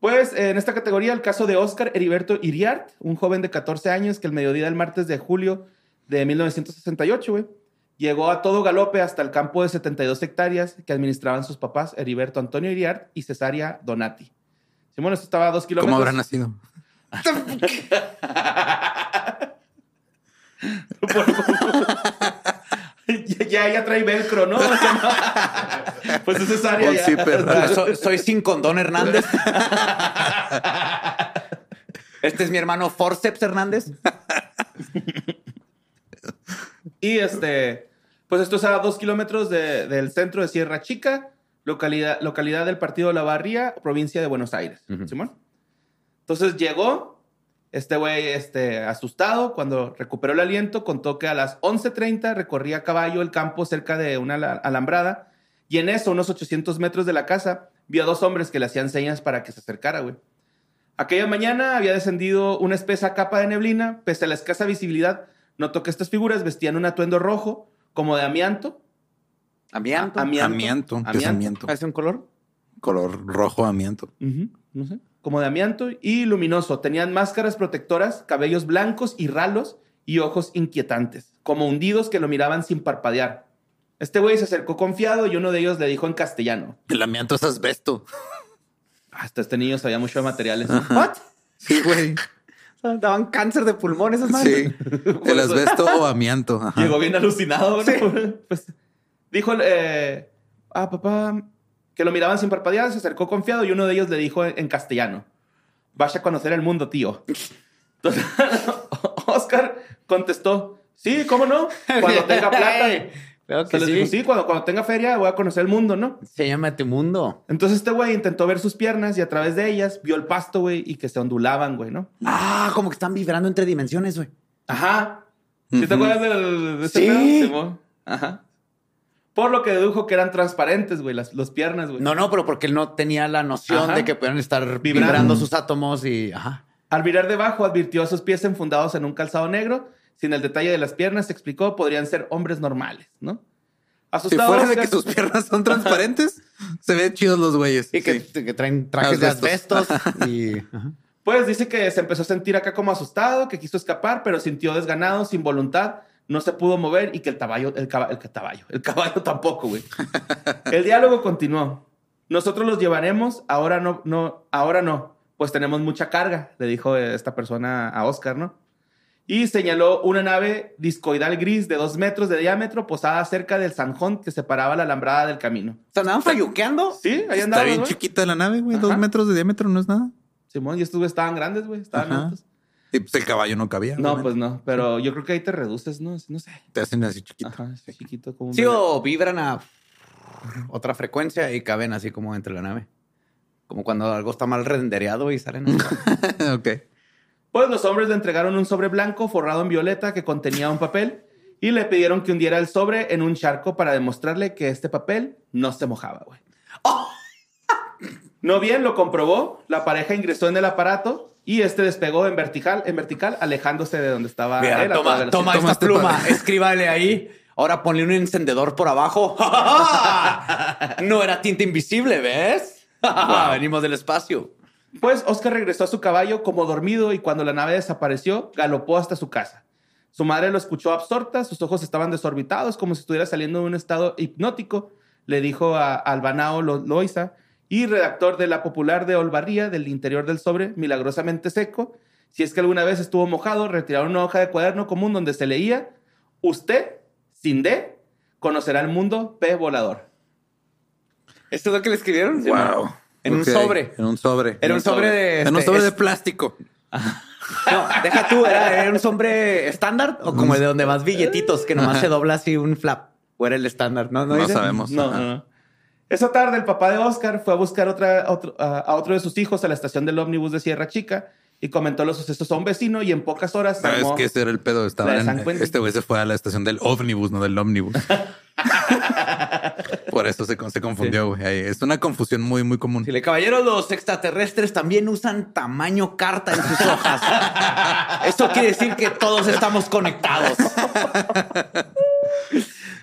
Speaker 2: Pues en esta categoría el caso de Oscar Heriberto Iriart, un joven de 14 años que el mediodía del martes de julio de 1968, güey, llegó a todo galope hasta el campo de 72 hectáreas que administraban sus papás Heriberto Antonio Iriart y Cesaria Donati. Simón, esto estaba a dos kilómetros.
Speaker 1: ¿Cómo
Speaker 2: [laughs]
Speaker 1: habrá nacido?
Speaker 2: [laughs] ya, ya, ya trae velcro, ¿no? [laughs] O sea, no. pues es Cesaria.
Speaker 1: Un
Speaker 2: ya.
Speaker 3: [laughs]
Speaker 1: zipper.
Speaker 3: Ah, so- soy sin
Speaker 2: [laughs]
Speaker 3: condón Hernández. Este es mi hermano Forceps Hernández.
Speaker 2: Y este, pues esto es a dos kilómetros de- del centro de Sierra Chica, localidad, localidad del partido La Barría, provincia de Buenos Aires.
Speaker 3: Ujú.
Speaker 2: Simón. Entonces llegó este güey este, asustado. Cuando recuperó el aliento, contó que a las 11:30 recorría a caballo el campo cerca de una ala- alambrada. Y en eso, unos 800 metros de la casa, vio a dos hombres que le hacían señas para que se acercara, güey. Aquella mañana había descendido una espesa capa de neblina. Pese a la escasa visibilidad, notó que estas figuras vestían un atuendo rojo, como de amianto,
Speaker 3: Amianto.
Speaker 2: Amianto.
Speaker 1: Amianto. ¿Qué es
Speaker 2: Amianto.
Speaker 1: amianto?
Speaker 3: ¿Es un color?
Speaker 1: Color rojo amianto.
Speaker 2: Ujú, no sé. Como de amianto y luminoso. Tenían máscaras protectoras, cabellos blancos y ralos y ojos inquietantes, como hundidos que lo miraban sin parpadear. Este güey se acercó confiado y uno de ellos le dijo en castellano.
Speaker 1: El amianto es asbesto.
Speaker 2: Hasta este niño sabía mucho de materiales.
Speaker 3: ¿What?
Speaker 1: Sí, güey.
Speaker 3: O sea, Daban cáncer de pulmón esas madres.
Speaker 1: Sí. [laughs] El asbesto o amianto. Ajá.
Speaker 2: Llegó bien alucinado, ¿no? [laughs] Pues, dijo, eh, ah, papá, que lo miraban sin parpadear, se acercó confiado y uno de ellos le dijo en, en castellano, vaya a conocer el mundo, tío. Entonces, [laughs] Oscar contestó, sí, ¿cómo no? Cuando tenga plata.
Speaker 3: Claro
Speaker 2: Se
Speaker 3: que
Speaker 2: les
Speaker 3: sí.
Speaker 2: dijo, sí, cuando, cuando tenga feria voy a conocer el mundo, ¿no?
Speaker 3: Se llama Tu Mundo.
Speaker 2: Entonces este güey intentó ver sus piernas y a través de ellas vio el pasto, güey, y que se ondulaban, güey, ¿no?
Speaker 3: Ah, como que están vibrando entre dimensiones, güey.
Speaker 2: Ajá. ¿Sí te
Speaker 1: Ujú.
Speaker 2: acuerdas del- de este
Speaker 3: Sí.
Speaker 2: pedo, Simón? Ajá. Por lo que dedujo que eran transparentes, güey, las los piernas, güey.
Speaker 3: No, no, pero porque él no tenía la noción
Speaker 2: Ajá.
Speaker 3: de que pudieran estar vibrando. sus átomos y ajá.
Speaker 2: Al mirar debajo, advirtió a sus pies enfundados en un calzado negro. Sin el detalle de las piernas, se explicó, podrían ser hombres normales, ¿no?
Speaker 1: Si
Speaker 2: Asustado,
Speaker 1: fuera de
Speaker 2: Oscar-
Speaker 1: que sus piernas son transparentes, se ven chidos los güeyes.
Speaker 3: Y que,
Speaker 1: Sí.
Speaker 3: que traen trajes
Speaker 1: Asbestos.
Speaker 3: de [laughs] asbestos y ajá.
Speaker 2: Pues dice que se empezó a sentir acá como asustado, que quiso escapar, pero sintió desganado, sin voluntad, no se pudo mover y que el caballo, el caballo, el caballo, el caballo [laughs] tampoco, güey. El diálogo continuó. Nosotros los llevaremos, ahora no, no, ahora no, pues tenemos mucha carga, le dijo eh, esta persona a Oscar, ¿no? Y señaló una nave discoidal gris de dos metros de diámetro posada cerca del zanjón que separaba la alambrada del camino.
Speaker 3: ¿Se andaban falluqueando?
Speaker 2: Sí, ahí
Speaker 1: Está
Speaker 2: andaba.
Speaker 1: bien chiquita la nave, güey. Dos
Speaker 2: Ajá.
Speaker 1: metros de diámetro no es nada.
Speaker 2: Simón, y estos güey estaban grandes, güey, estaban
Speaker 1: Ajá.
Speaker 2: altos.
Speaker 1: Y pues el caballo no cabía.
Speaker 2: No,
Speaker 1: obviamente.
Speaker 2: pues no, pero yo creo que ahí te reduces, ¿no? No sé.
Speaker 1: Te hacen así chiquito.
Speaker 2: Ajá, es chiquito como un
Speaker 3: Sí,
Speaker 2: bebé.
Speaker 3: o vibran a otra frecuencia y caben así como entre la nave. Como cuando algo está mal rendereado y salen. [laughs] así.
Speaker 1: ok.
Speaker 2: Pues los hombres le entregaron un sobre blanco forrado en violeta que contenía un papel y le pidieron que hundiera el sobre en un charco para demostrarle que este papel no se mojaba, güey. No bien lo comprobó, la pareja ingresó en el aparato y este despegó en vertical, en vertical, alejándose de donde estaba
Speaker 3: Mira,
Speaker 2: él a toda
Speaker 3: toma,
Speaker 2: velocidad.
Speaker 3: toma
Speaker 1: Toma
Speaker 3: esta
Speaker 1: este
Speaker 3: pluma,
Speaker 1: pa-
Speaker 3: escríbale ahí. Ahora ponle un encendedor
Speaker 1: [laughs]
Speaker 3: por abajo. no era tinta invisible, ¿ves? [laughs] Venimos del espacio.
Speaker 2: Pues Oscar regresó a su caballo como dormido y cuando la nave desapareció, galopó hasta su casa. Su madre lo escuchó absorta, sus ojos estaban desorbitados como si estuviera saliendo de un estado hipnótico, le dijo a Albanao Lo- Loaiza y redactor de la popular de Olvarría del interior del sobre, milagrosamente seco. Si es que alguna vez estuvo mojado, retiraron una hoja de cuaderno común donde se leía, usted, sin D, conocerá el mundo P volador.
Speaker 3: ¿Esto es lo que le escribieron?
Speaker 1: Wow.
Speaker 3: En un
Speaker 1: Ok,
Speaker 3: sobre.
Speaker 1: En un sobre.
Speaker 3: Era un sobre de.
Speaker 1: En un
Speaker 3: este,
Speaker 1: sobre de
Speaker 3: es-
Speaker 1: plástico.
Speaker 3: [laughs] No, deja tú, ¿era, era un sombre estándar o
Speaker 1: Mm.
Speaker 3: como el de donde vas billetitos que nomás se dobla así un flap? ¿O era el estándar? No, no,
Speaker 1: No [laughs]
Speaker 3: dice?
Speaker 1: sabemos.
Speaker 2: No,
Speaker 1: Ajá.
Speaker 2: no, no. Esa tarde el papá de Oscar fue a buscar otra, otro, a a otro de sus hijos a la estación del ómnibus de Sierra Chica y comentó los sucesos a un vecino y en pocas horas se
Speaker 1: ¿Sabes
Speaker 2: armó-
Speaker 1: qué? Ese era el pedo. Estaba
Speaker 2: La de
Speaker 1: en-
Speaker 2: San Quentin.
Speaker 1: este güey se fue a la estación del ómnibus, no del
Speaker 3: [laughs]
Speaker 1: ómnibus. Por eso se, con- se confundió, güey. Ahí Es una confusión muy, muy común.
Speaker 3: Dile, caballeros, los extraterrestres también usan tamaño carta en
Speaker 1: [laughs]
Speaker 3: sus hojas. Esto quiere decir que todos estamos conectados.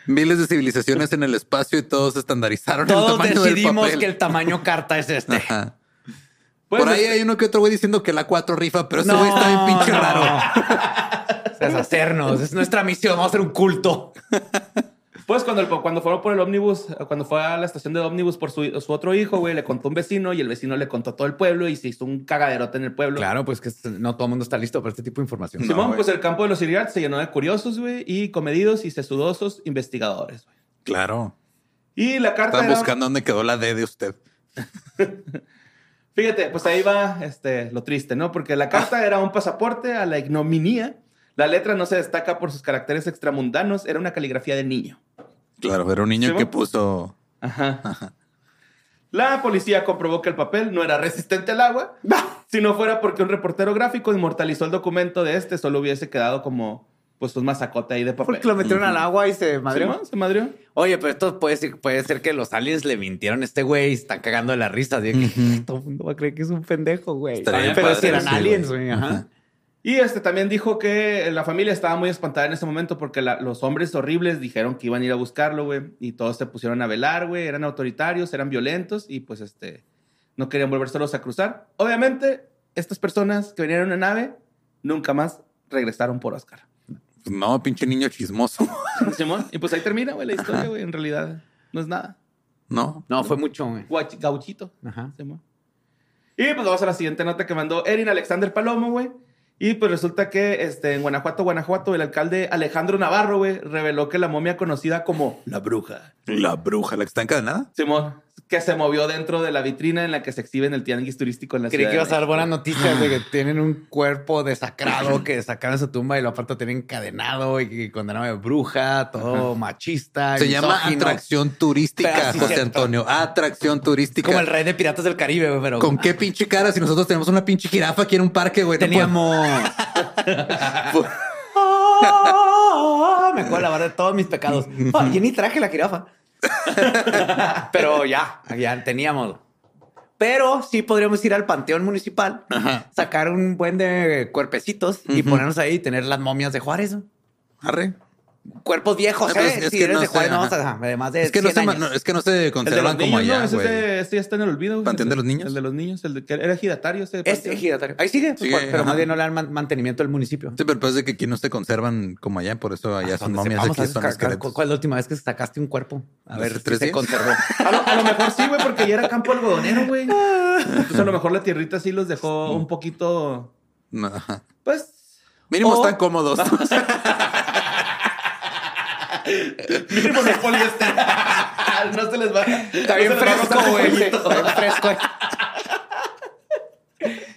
Speaker 1: Miles de civilizaciones en el espacio y todos estandarizaron el
Speaker 3: Todos
Speaker 1: tamaño
Speaker 3: decidimos
Speaker 1: del papel.
Speaker 3: que el tamaño carta es este.
Speaker 1: Ajá.
Speaker 2: Pues,
Speaker 1: Por ahí
Speaker 2: este-
Speaker 1: hay uno que otro güey diciendo que la 4 rifa, pero ese
Speaker 3: No,
Speaker 1: güey está bien pinche
Speaker 3: no. [laughs]
Speaker 1: raro.
Speaker 3: Deshacernos. Es nuestra misión. Vamos a hacer un culto.
Speaker 2: Pues cuando, el- cuando fueron por el ómnibus, cuando fue a la estación de ómnibus por su, su otro hijo, güey, le contó un vecino y el vecino le contó a todo el pueblo y se hizo un cagaderote en el pueblo.
Speaker 3: Claro, pues que no todo el mundo está listo para este tipo de información.
Speaker 2: Simón, pues el campo de los Iriart se llenó de curiosos, güey, y comedidos y sesudosos investigadores, güey.
Speaker 1: Claro.
Speaker 3: Ah,
Speaker 2: Y la carta
Speaker 1: Están
Speaker 2: era-
Speaker 1: buscando dónde quedó la D de usted.
Speaker 2: Fíjate, pues ahí va este, lo triste, ¿no? Porque la carta era un pasaporte a la ignominia. La letra no se destaca por sus caracteres extramundanos, era una caligrafía de niño.
Speaker 1: Claro, era un niño
Speaker 2: ¿Sí,
Speaker 1: que
Speaker 2: va?
Speaker 1: puso.
Speaker 2: Ajá. La policía comprobó que el papel no era resistente al agua. Si no fuera porque un reportero gráfico inmortalizó el documento de este, solo hubiese quedado como pues un mazacote ahí de papel.
Speaker 3: Porque lo metieron al agua y se madreó.
Speaker 2: Simón, se madrió.
Speaker 3: Oye, pero esto puede ser, puede ser que los aliens le mintieron a este güey y están cagando de la risa. de que, Todo el mundo va a creer que es un pendejo, güey.
Speaker 1: Estaría bien
Speaker 3: Pero
Speaker 1: padre,
Speaker 3: si eran
Speaker 1: sí,
Speaker 3: aliens,
Speaker 1: güey.
Speaker 3: güey. Ajá.
Speaker 2: Y Y este también dijo que eh, la familia estaba muy espantada en ese momento porque la- los hombres horribles dijeron que iban a ir a buscarlo, güey. Y todos se pusieron a velar, güey. Eran autoritarios, eran violentos y pues este, no querían volvérselos a cruzar. Obviamente, estas personas que venían en una nave nunca más regresaron por Oscar.
Speaker 1: No, pinche niño chismoso.
Speaker 2: [laughs]
Speaker 1: [laughs]
Speaker 2: Simón, y pues ahí termina, güey, la historia, güey. En realidad, no es nada.
Speaker 1: No.
Speaker 3: No, fue mucho, güey.
Speaker 2: Guach- gauchito.
Speaker 3: Ajá.
Speaker 2: Simón. Y pues vamos a la siguiente nota que mandó Erin Alexander Palomo, güey. Y pues resulta que este, en Guanajuato, Guanajuato, el alcalde Alejandro Navarro, güey, reveló que la momia conocida como la bruja,
Speaker 1: La bruja, la que está encadenada.
Speaker 2: Simón, que se movió dentro de la vitrina en la que se exhibe en el tianguis turístico en la
Speaker 3: Creí
Speaker 2: ciudad.
Speaker 3: que ibas a
Speaker 2: de
Speaker 3: dar buenas noticias
Speaker 1: [laughs]
Speaker 3: de que tienen un cuerpo desacrado que sacaron de su tumba y lo aparte tienen encadenado y que condenado de bruja, todo machista.
Speaker 1: Se llama
Speaker 3: misógino.
Speaker 1: atracción turística,
Speaker 3: Pero sí,
Speaker 1: José
Speaker 3: cierto.
Speaker 1: Antonio. Atracción turística.
Speaker 3: Como el rey de piratas del Caribe, güey, pero
Speaker 1: ¿Con qué pinche cara si nosotros tenemos una pinche jirafa aquí en un parque, güey? No
Speaker 3: teníamos.
Speaker 1: podemos-
Speaker 3: Ah, [laughs] Me acuerdo la verdad de todos mis pecados. Ah, yo ni traje
Speaker 1: [laughs]
Speaker 3: la jirafa. Pero ya, ya teníamos. Pero sí podríamos ir al panteón municipal, sacar un buen de cuerpecitos y
Speaker 1: Ujú.
Speaker 3: ponernos ahí y tener las momias de Juárez. ¿no?
Speaker 1: Arre.
Speaker 3: Cuerpos viejos,
Speaker 1: Ah, pues,
Speaker 3: ¿eh?
Speaker 1: es
Speaker 3: si
Speaker 1: que
Speaker 3: eres
Speaker 1: no
Speaker 3: de
Speaker 1: sé,
Speaker 3: Juárez, no
Speaker 1: ajá.
Speaker 3: vas a- además de
Speaker 1: Es que, no
Speaker 3: 100
Speaker 1: se, ma-
Speaker 3: años.
Speaker 1: no, es que no se
Speaker 2: El de los
Speaker 1: conservan como
Speaker 2: niños, ¿no?
Speaker 1: allá,
Speaker 2: Ese-
Speaker 1: güey.
Speaker 2: ese- Este ya está en el olvido. güey.
Speaker 1: ¿Panteón de los niños?
Speaker 2: El de los niños, el de que era ejidatario. Ese
Speaker 3: Este
Speaker 2: panteón.
Speaker 3: giratorio. Ahí sigue,
Speaker 1: Sigue,
Speaker 3: pues, pero
Speaker 1: ajá.
Speaker 3: más bien no le dan man- mantenimiento al municipio.
Speaker 1: Sí, pero pues de que aquí no se conservan como allá, por eso allá son
Speaker 3: Donde
Speaker 1: momias,
Speaker 3: sepamos,
Speaker 1: aquí
Speaker 3: ¿sabes?
Speaker 1: son
Speaker 3: Ca- ca-
Speaker 1: esqueletos.
Speaker 3: ¿Cuál es la última vez que sacaste un cuerpo? A
Speaker 1: ¿Hace
Speaker 3: ver, si
Speaker 1: tres
Speaker 3: se
Speaker 1: días?
Speaker 3: conservó.
Speaker 2: A lo, a lo mejor sí, güey, porque ya era campo algodonero, güey. Entonces a lo mejor la tierrita sí los dejó
Speaker 1: Mm.
Speaker 2: un poquito,
Speaker 1: No, ajá. [laughs]
Speaker 2: pues,
Speaker 1: Mínimo
Speaker 2: O-
Speaker 1: están cómodos. [laughs]
Speaker 2: mínimo no es [laughs] poliéster. no se les va.
Speaker 3: Está bien fresco, güey. Está bien [laughs] fresco. eh.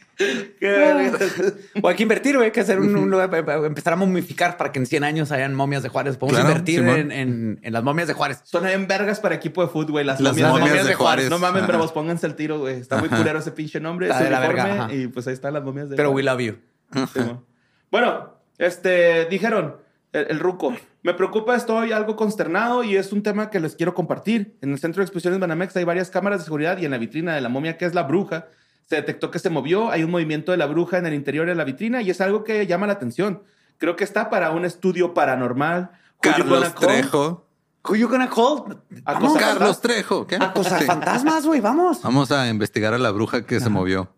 Speaker 3: O hay que invertir, güey, hay que hacer un, un lugar, pa- pa- empezar a momificar para que en 100 años hayan momias de Juárez. Podemos
Speaker 1: Claro,
Speaker 3: invertir
Speaker 1: Simón.
Speaker 3: en, en- en las momias de Juárez.
Speaker 2: Suena bien vergas para equipo de fútbol, güey. Las,
Speaker 1: Las
Speaker 2: momias,
Speaker 1: momias
Speaker 2: momias
Speaker 1: de
Speaker 2: de Juárez.
Speaker 1: Juárez.
Speaker 2: No mames,
Speaker 1: Ajá.
Speaker 2: bravos, pónganse el tiro, güey. Está muy
Speaker 1: Ajá.
Speaker 2: culero ese pinche nombre.
Speaker 3: Está
Speaker 2: su
Speaker 3: de la
Speaker 2: uniforme,
Speaker 3: verga, ajá.
Speaker 2: Y pues ahí están las momias de
Speaker 3: Pero we
Speaker 2: Juárez.
Speaker 3: love you.
Speaker 2: Simón. Bueno, este, dijeron, el, el ruco, me preocupa, estoy algo consternado y es un tema que les quiero compartir. En el centro de exposiciones Banamex hay varias cámaras de seguridad y en la vitrina de la momia, que es la bruja, se detectó que se movió, hay un movimiento de la bruja en el interior de la vitrina y es algo que llama la atención. Creo que está para un estudio paranormal. Who you gonna
Speaker 1: Carlos
Speaker 2: call?
Speaker 1: Trejo.
Speaker 3: Who you gonna call?
Speaker 2: Acosa-
Speaker 3: Vamos
Speaker 1: Carlos Trejo. ¿Qué?
Speaker 3: a acosar
Speaker 1: Sí.
Speaker 3: fantasmas, güey, vamos.
Speaker 1: Vamos a investigar a la bruja que se movió.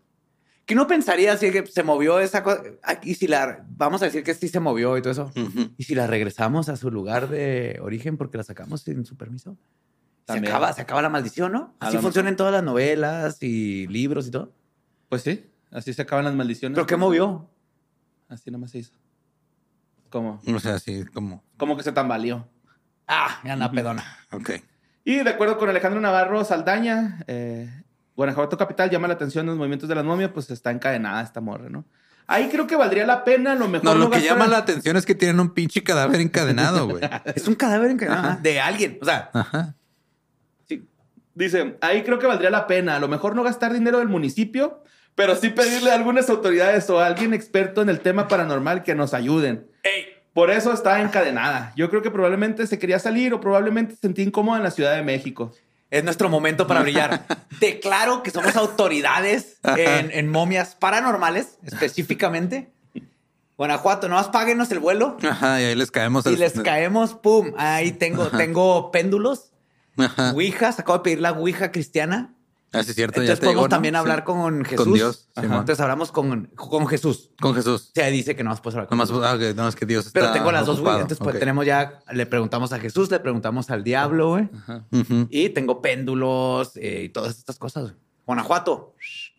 Speaker 3: ¿Qué no pensaría si es que se movió esa cosa? Ay, Y si la, vamos a decir que sí se movió y todo eso. Y si la regresamos a su lugar de origen porque la sacamos sin su permiso. Se
Speaker 2: También.
Speaker 3: acaba, se acaba la maldición, ¿no?
Speaker 2: A
Speaker 3: Así
Speaker 2: lo
Speaker 3: funcionan todas las novelas y libros y todo.
Speaker 2: Pues sí, así se acaban las maldiciones.
Speaker 3: ¿Pero qué movió?
Speaker 2: Así nomás se hizo. Como,
Speaker 1: O sea, así como,
Speaker 2: como que se tambaleó.
Speaker 3: Ah, ya anda pedona.
Speaker 1: ok.
Speaker 2: Y de acuerdo con Alejandro Navarro Saldaña, eh, Guanajuato Capital llama la atención los movimientos de las momias, pues está encadenada esta morra, ¿no? Ahí creo que valdría la pena, a lo mejor.
Speaker 1: No, lo que
Speaker 2: gastar-
Speaker 1: llama la atención es que tienen un pinche cadáver encadenado, güey.
Speaker 3: Es un cadáver encadenado
Speaker 1: Ajá.
Speaker 3: de alguien. O sea,
Speaker 1: Ajá.
Speaker 2: Sí. Dice, ahí creo que valdría la pena, a lo mejor no gastar dinero del municipio, pero sí pedirle a algunas autoridades o a alguien experto en el tema paranormal que nos ayuden. Por eso está encadenada. Yo creo que probablemente se quería salir o probablemente se sentía incómoda en la Ciudad de México.
Speaker 3: es nuestro momento para brillar. Declaro que somos autoridades en, en momias paranormales, específicamente. Guanajuato, nomás páguenos el vuelo.
Speaker 1: Ajá. Y ahí les caemos.
Speaker 3: Y
Speaker 1: al-
Speaker 3: les caemos, pum. Ahí tengo, tengo péndulos,
Speaker 1: Ajá.
Speaker 3: ouijas. Acabo de pedir la ouija cristiana.
Speaker 1: Así es cierto.
Speaker 3: Entonces
Speaker 1: ya te digo, ¿no?
Speaker 3: podemos también
Speaker 1: Sí.
Speaker 3: hablar con Jesús.
Speaker 1: Con Dios.
Speaker 3: Ajá.
Speaker 1: Simón.
Speaker 3: Entonces hablamos con, con Jesús.
Speaker 1: Con Jesús.
Speaker 3: O sea, dice que no más puedes hablar con
Speaker 1: Nomás,
Speaker 3: Jesús.
Speaker 1: ah, ok, no, es que Dios
Speaker 3: Pero
Speaker 1: está
Speaker 3: tengo las dos, güey.
Speaker 1: ocupado.
Speaker 3: Entonces, pues
Speaker 1: Ok.
Speaker 3: tenemos ya, le preguntamos a Jesús, le preguntamos al diablo, güey.
Speaker 1: Ujú.
Speaker 3: Y tengo péndulos eh, y todas estas cosas. güey. Guanajuato. shh,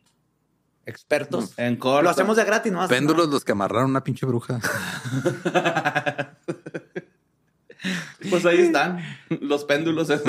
Speaker 3: Expertos. Eh,
Speaker 2: En corto.
Speaker 3: Lo hacemos de gratis, ¿no?
Speaker 1: Péndulos los que amarraron una pinche
Speaker 2: [laughs]
Speaker 1: bruja.
Speaker 2: Pues ahí están los péndulos. esos.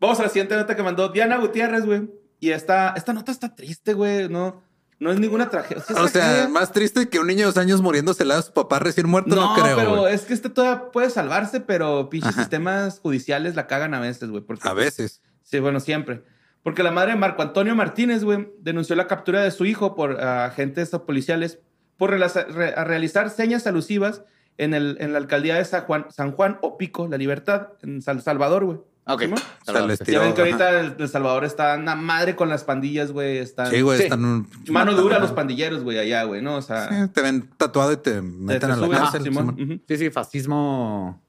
Speaker 2: Vamos a la siguiente nota que mandó Diana Gutiérrez, güey. Y esta, esta nota está triste, güey. No, no es ninguna tragedia. Sí es
Speaker 1: O
Speaker 2: tragedia.
Speaker 1: sea, más triste que un niño de dos años muriéndose al lado de su papá recién muerto, no,
Speaker 2: no,
Speaker 1: creo.
Speaker 2: pero
Speaker 1: güey.
Speaker 2: es que este todavía puede salvarse, pero pinches sistemas judiciales la cagan a veces, güey. porque-
Speaker 1: A veces.
Speaker 2: Sí, bueno, siempre. Porque la madre de Marco Antonio Martínez, güey, denunció la captura de su hijo por ah, agentes policiales por relaza- re- a realizar señas alusivas en, el, en la alcaldía de San Juan, San Juan Opico, La Libertad, en San Salvador, güey.
Speaker 3: Ok.
Speaker 2: ¿Simón?
Speaker 1: O sea, les
Speaker 2: Ya
Speaker 1: tiró.
Speaker 2: ven que
Speaker 1: ajá.
Speaker 2: ahorita el, El Salvador está una madre con las pandillas, güey. Están
Speaker 1: Sí, güey,
Speaker 3: Sí.
Speaker 1: están un. Ah,
Speaker 2: mano dura los pandilleros, güey, allá, güey, ¿no? O sea,
Speaker 1: Sí, te ven tatuado y te
Speaker 2: te- te
Speaker 1: meten a la
Speaker 2: suben, ajá,
Speaker 1: cárcel.
Speaker 2: Simón,
Speaker 1: Simón.
Speaker 2: ujú.
Speaker 3: Sí, sí, fascismo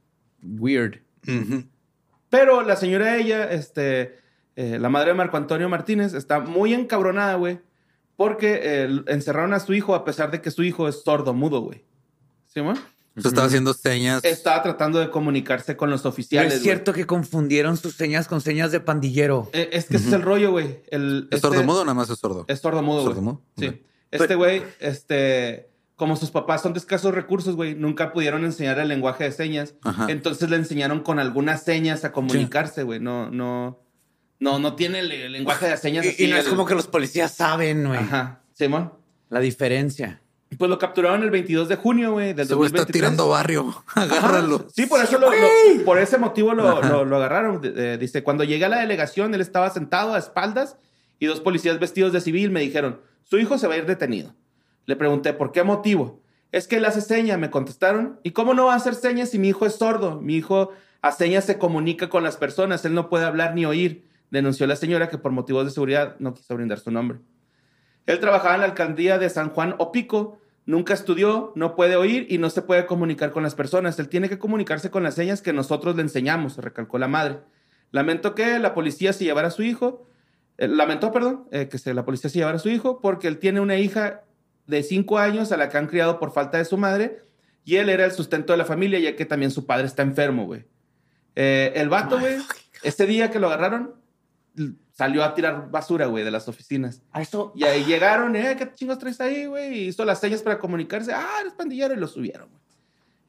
Speaker 3: weird.
Speaker 1: Ujú.
Speaker 2: Pero la señora ella, este, eh, la madre de Marco Antonio Martínez, está muy encabronada, güey, porque eh, encerraron a su hijo a pesar de que su hijo es sordo mudo, güey. ¿Sí, mo?
Speaker 1: Entonces, estaba haciendo señas.
Speaker 2: Estaba tratando de comunicarse con los
Speaker 3: No
Speaker 2: oficiales.
Speaker 3: es cierto que confundieron sus señas con señas de pandillero.
Speaker 2: güey. Eh, es que ese es el rollo, güey. El-
Speaker 1: ¿Es
Speaker 2: este-
Speaker 1: sordo mudo o nada más es sordo?
Speaker 2: Es sordomudo, güey.
Speaker 1: ¿Sordomudo?
Speaker 2: Sí.
Speaker 1: Ok.
Speaker 2: Este güey, este, como sus papás son de escasos recursos, güey, nunca pudieron enseñar el lenguaje de señas.
Speaker 1: Ajá.
Speaker 2: Entonces le enseñaron con algunas señas a comunicarse, güey. No, no, no, no tiene el, el lenguaje de señas.
Speaker 3: Y,
Speaker 2: así,
Speaker 3: y no es
Speaker 2: el-
Speaker 3: como que los policías saben, güey.
Speaker 2: Ajá, Simón.
Speaker 3: La diferencia.
Speaker 2: Pues lo capturaron el 22 de junio, güey, del
Speaker 1: Seguro está
Speaker 2: 2023.
Speaker 1: tirando barrio. [laughs] Agárralo.
Speaker 2: Sí, por eso lo- lo- por ese motivo lo, lo- lo agarraron. Eh, dice, cuando llegué a la delegación, él estaba sentado a espaldas y dos policías vestidos de civil me dijeron, su hijo se va a ir detenido. Le pregunté, ¿por qué motivo? Es que él hace señas, me contestaron. ¿Y cómo no va a hacer señas si mi hijo es sordo? Mi hijo a señas se comunica con las personas, él no puede hablar ni oír, denunció la señora que por motivos de seguridad no quiso brindar su nombre. Él trabajaba en la alcaldía de San Juan Opico. Nunca estudió, no puede oír y no se puede comunicar con las personas. Él tiene que comunicarse con las señas que nosotros le enseñamos, recalcó la madre. Lamento que la policía se llevara a su hijo. eh, lamentó, perdón, eh, que se- la policía se llevara a su hijo porque él tiene una hija de cinco años a la que han criado por falta de su madre y él era el sustento de la familia ya que también su padre está enfermo, güey. Eh, el vato, güey, este día que lo agarraron, l- salió a tirar basura, güey, de las oficinas.
Speaker 3: A eso.
Speaker 2: Y ahí llegaron, eh, ¿qué chingos traes ahí, güey? Y hizo las señas para comunicarse. Ah, eres pandillero y lo subieron, güey.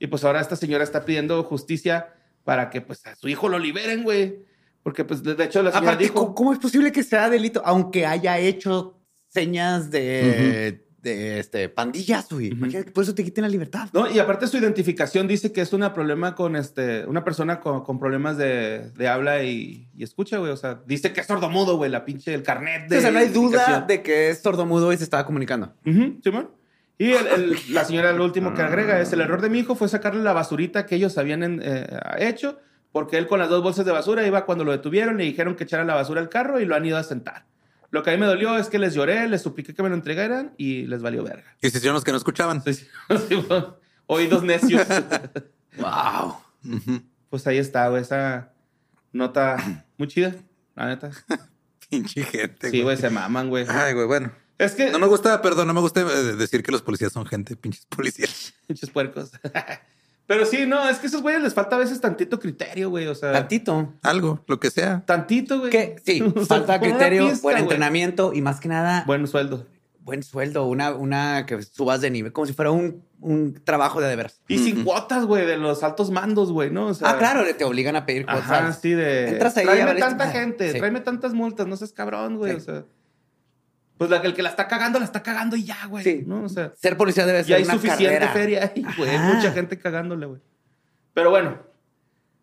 Speaker 2: Y pues ahora esta señora está pidiendo justicia para que pues a su hijo lo liberen, güey. Porque pues de de hecho la señora
Speaker 3: Aparte, ¿cómo-
Speaker 2: dijo...
Speaker 3: ¿cómo es posible que sea delito? Aunque haya hecho señas de, de, este, pandillas, güey.
Speaker 2: Ujú.
Speaker 3: Imagínate que Por eso te quiten la libertad.
Speaker 2: No, y aparte su identificación dice que es una problema con este, una persona con, con problemas de, de habla y, y escucha, güey. O sea, dice que es sordomudo, güey, la pinche, el carnet de...
Speaker 3: o sea, no hay duda
Speaker 2: identificación.
Speaker 3: de que es sordomudo y se estaba comunicando.
Speaker 2: Ujú, Simón. Y el- el- la señora, lo último que agrega es: el error de mi hijo fue sacarle la basurita que ellos habían en- eh, hecho, porque él con las dos bolsas de basura iba cuando lo detuvieron, le dijeron que echara la basura al carro y lo han ido a sentar. Lo que a mí me dolió es que les lloré, les supliqué que me lo entregaran y les valió verga.
Speaker 1: Y se hicieron los que no escuchaban.
Speaker 2: Sí, sí. [laughs] Simón, Oídos necios.
Speaker 3: Wow.
Speaker 1: Ujú.
Speaker 2: pues ahí está, güey, esa nota muy chida, la neta.
Speaker 1: [laughs] Pinche gente.
Speaker 2: Sí, güey, se maman, güey.
Speaker 1: Ay, güey, bueno.
Speaker 2: Es que.
Speaker 1: No me gusta, perdón, no me gusta eh, decir que los policías son gente, pinches policías.
Speaker 2: [laughs] Pinches puercos. [laughs] Pero sí, no, es que a esos güeyes les falta a veces tantito criterio, güey. O sea.
Speaker 3: Tantito.
Speaker 1: Algo, lo que sea.
Speaker 2: Tantito, güey.
Speaker 3: Que [laughs] sí,
Speaker 2: [laughs] O sea,
Speaker 3: falta
Speaker 2: por una
Speaker 3: criterio,
Speaker 2: pista,
Speaker 3: buen
Speaker 2: güey.
Speaker 3: entrenamiento y más que nada, buen,
Speaker 2: Buen sueldo.
Speaker 3: sueldo, una, una que subas de nivel, como si fuera un, un trabajo de de veras.
Speaker 2: Y sin cuotas, güey, de los altos mandos, güey, ¿no? O sea,
Speaker 3: ah, claro, te obligan a pedir cosas.
Speaker 2: Ajá, sí, de.
Speaker 3: Entras ahí, a
Speaker 2: tráeme
Speaker 3: ver esto".
Speaker 2: tanta
Speaker 3: Ah,
Speaker 2: gente,
Speaker 3: sí.
Speaker 2: tráeme tantas multas, no seas cabrón, güey.
Speaker 3: Sí.
Speaker 2: O sea. Pues la, el que la está cagando, la está cagando y ya, güey.
Speaker 3: Sí.
Speaker 2: ¿no? O sea,
Speaker 3: Ser policía debe
Speaker 2: ya
Speaker 3: ser
Speaker 2: hay
Speaker 3: una
Speaker 2: suficiente
Speaker 3: carrera.
Speaker 2: feria ahí, güey. Hay
Speaker 3: Ajá.
Speaker 2: Mucha gente cagándole, güey. Pero bueno,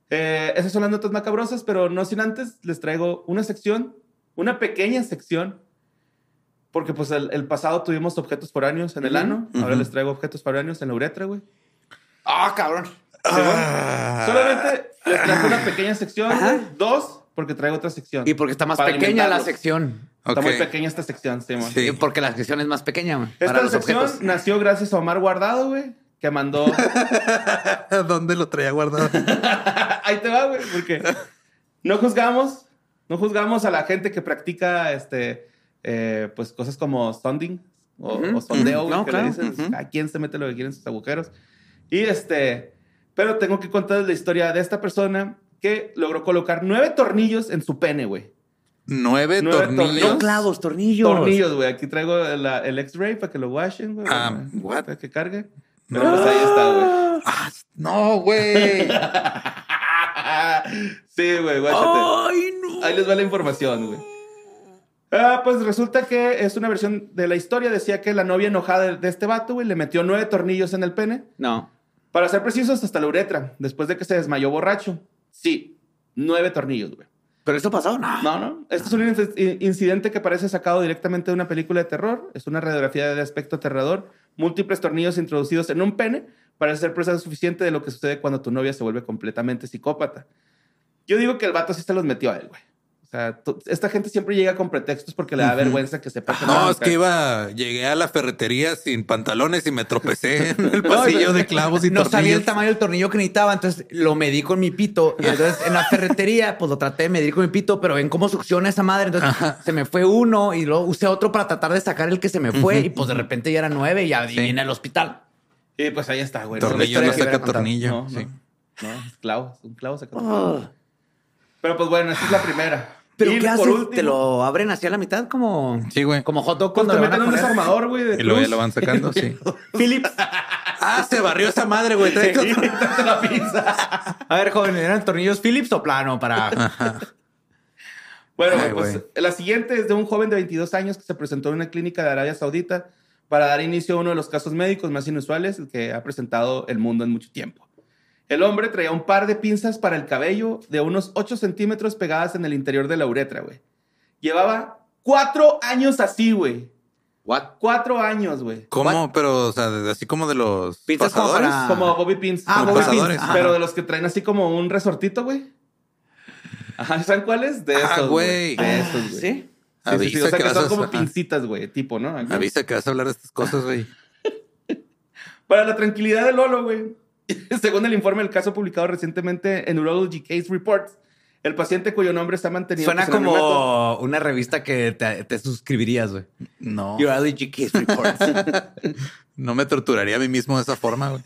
Speaker 2: eh, esas son las notas macabrosas, pero no sin antes les traigo una sección, una pequeña sección, porque pues el, el pasado tuvimos objetos foráneos en el
Speaker 3: Ujú,
Speaker 2: ano, ahora
Speaker 1: ujú.
Speaker 2: les traigo objetos foráneos en la uretra, güey.
Speaker 3: Ah, cabrón.
Speaker 1: Ah.
Speaker 2: Solamente les traigo una pequeña sección,
Speaker 3: Ajá.
Speaker 2: güey, dos, porque traigo otra sección.
Speaker 3: Y porque está más
Speaker 2: Para
Speaker 3: pequeña la
Speaker 2: alimentarlos.
Speaker 3: sección.
Speaker 2: Está muy
Speaker 1: Ok.
Speaker 2: pequeña esta sección, Simón.
Speaker 1: Sí.
Speaker 3: Y porque la sección es más pequeña man, para
Speaker 2: Esta
Speaker 3: los
Speaker 2: sección
Speaker 3: objetos.
Speaker 2: nació gracias a Omar Guardado, güey, que
Speaker 3: [laughs]
Speaker 2: mandó
Speaker 1: ¿Dónde lo traía guardado?
Speaker 2: [laughs] Ahí te va, güey, porque no juzgamos, no juzgamos a la gente que practica, este, eh, pues cosas como sonding o,
Speaker 3: Ujú,
Speaker 2: o sondeo,
Speaker 3: ujú.
Speaker 2: güey,
Speaker 3: No,
Speaker 2: que
Speaker 3: claro,
Speaker 2: le dicen
Speaker 1: ujú.
Speaker 2: a quién se mete lo que quiere en sus agujeros. Y este, pero tengo que contarles la historia de esta persona que logró colocar nueve tornillos en su pene, güey.
Speaker 1: Nueve,
Speaker 2: Nueve
Speaker 1: tornillos.
Speaker 2: tornillos.
Speaker 3: No clavos, tornillos.
Speaker 2: Tornillos, güey. Aquí traigo la- el X-ray para que lo washen, güey.
Speaker 1: Ah,
Speaker 2: para
Speaker 1: what?
Speaker 2: para que cargue. Pero pues ahí está, güey.
Speaker 1: Ah, no, güey.
Speaker 2: sí, güey, [laughs] guáchate.
Speaker 3: Oh.
Speaker 2: Ahí les va la información, güey. Ah, pues resulta que es una versión de la historia. Decía que la novia enojada de- de este vato, güey, le metió nueve tornillos en el pene.
Speaker 3: No.
Speaker 2: Para ser precisos, hasta la uretra, después de que se desmayó borracho. Sí, nueve tornillos, güey.
Speaker 3: ¿Pero esto pasó? No.
Speaker 2: No, no. Este es un in- in- incidente que parece sacado directamente de una película de terror. Es una radiografía de aspecto aterrador. Múltiples tornillos introducidos en un pene parece ser presa suficiente de lo que sucede cuando tu novia se vuelve completamente psicópata. Yo digo que el vato sí se los metió a él, güey. O sea, tú- esta gente siempre llega con pretextos porque le da vergüenza que sepa que
Speaker 1: No,
Speaker 2: la
Speaker 1: es
Speaker 2: mujer-
Speaker 1: que iba, llegué a la ferretería sin pantalones y me tropecé en el pasillo pues de clavos y
Speaker 3: no sabía
Speaker 1: tornillos.
Speaker 3: el tamaño del tornillo que necesitaba, entonces lo medí con mi pito. Y entonces en la ferretería, pues lo traté de medir con mi pito, pero ven cómo succiona esa madre. Entonces se me fue uno y luego usé otro para tratar de sacar el que se me fue. Y pues de repente ya era nueve y ya vine al hospital.
Speaker 2: Y pues ahí está, güey.
Speaker 1: Tornillo
Speaker 2: Esa
Speaker 1: no
Speaker 2: es la historia que hubiera
Speaker 1: saca
Speaker 2: contado.
Speaker 1: tornillo.
Speaker 2: No,
Speaker 1: sí. Ah.
Speaker 2: no, no, es clavo, es un clavo saca tornillo. Pero pues bueno, esa es la primera.
Speaker 3: Pero
Speaker 2: Y
Speaker 3: ¿qué
Speaker 2: por
Speaker 3: haces?
Speaker 2: último,
Speaker 3: ¿Te lo abren hacia la mitad como,
Speaker 1: Sí, güey.
Speaker 3: como hot dog
Speaker 2: Cuando
Speaker 3: cuando
Speaker 2: te
Speaker 3: le van
Speaker 2: meten
Speaker 3: a
Speaker 2: un
Speaker 3: poner?
Speaker 2: desarmador, güey, de
Speaker 1: Y luego ya
Speaker 2: cruz,
Speaker 1: lo van sacando,
Speaker 3: [laughs]
Speaker 1: sí.
Speaker 3: Philips.
Speaker 1: Ah, se barrió esa madre, güey. Trae
Speaker 2: y
Speaker 1: otro-
Speaker 2: [laughs] te la pizza.
Speaker 3: A ver, joven, ¿eran tornillos Philips o plano para...?
Speaker 2: Bueno, güey,
Speaker 1: Ay,
Speaker 2: pues la siguiente es de un joven de 22 años que se presentó en una clínica de Arabia Saudita para dar inicio a uno de los casos médicos más inusuales que ha presentado el mundo en mucho tiempo. El hombre traía un par de pinzas para el cabello de unos 8 centímetros pegadas en el interior de la uretra, güey. Llevaba cuatro años así, güey.
Speaker 3: What?
Speaker 2: Cuatro años, güey.
Speaker 1: ¿Cómo? Pero, o sea, de- así como de los
Speaker 3: Pizzas como
Speaker 1: pasadores.
Speaker 3: para- Ah.
Speaker 2: Como Bobby Pins.
Speaker 3: Ah,
Speaker 2: Como
Speaker 1: Bobby
Speaker 2: pasadores.
Speaker 1: Pins, ajá.
Speaker 2: Pero de los que traen así como un resortito, güey. Ajá, ¿saben cuáles? De
Speaker 1: Ah,
Speaker 2: esos,
Speaker 1: güey.
Speaker 2: güey. De esos, güey. Sí,
Speaker 3: ¿Sí?
Speaker 2: sí, sí,
Speaker 1: Avisa
Speaker 2: O sea,
Speaker 1: que
Speaker 2: que
Speaker 1: vas
Speaker 2: son
Speaker 1: a-
Speaker 2: como
Speaker 1: ajá.
Speaker 2: pincitas, güey, tipo, ¿no? Acá.
Speaker 1: Avisa que vas a hablar de estas cosas, güey.
Speaker 2: Para la tranquilidad de Lolo, güey. [laughs] Según el informe del caso publicado recientemente en Urology Case Reports, el paciente cuyo nombre está mantenido...
Speaker 3: Suena
Speaker 2: pues, en anonimato-
Speaker 3: como una revista que te, te suscribirías, güey.
Speaker 1: No,
Speaker 3: Your allergy case [laughs] reports.
Speaker 1: no me torturaría a mí mismo de esa forma, güey.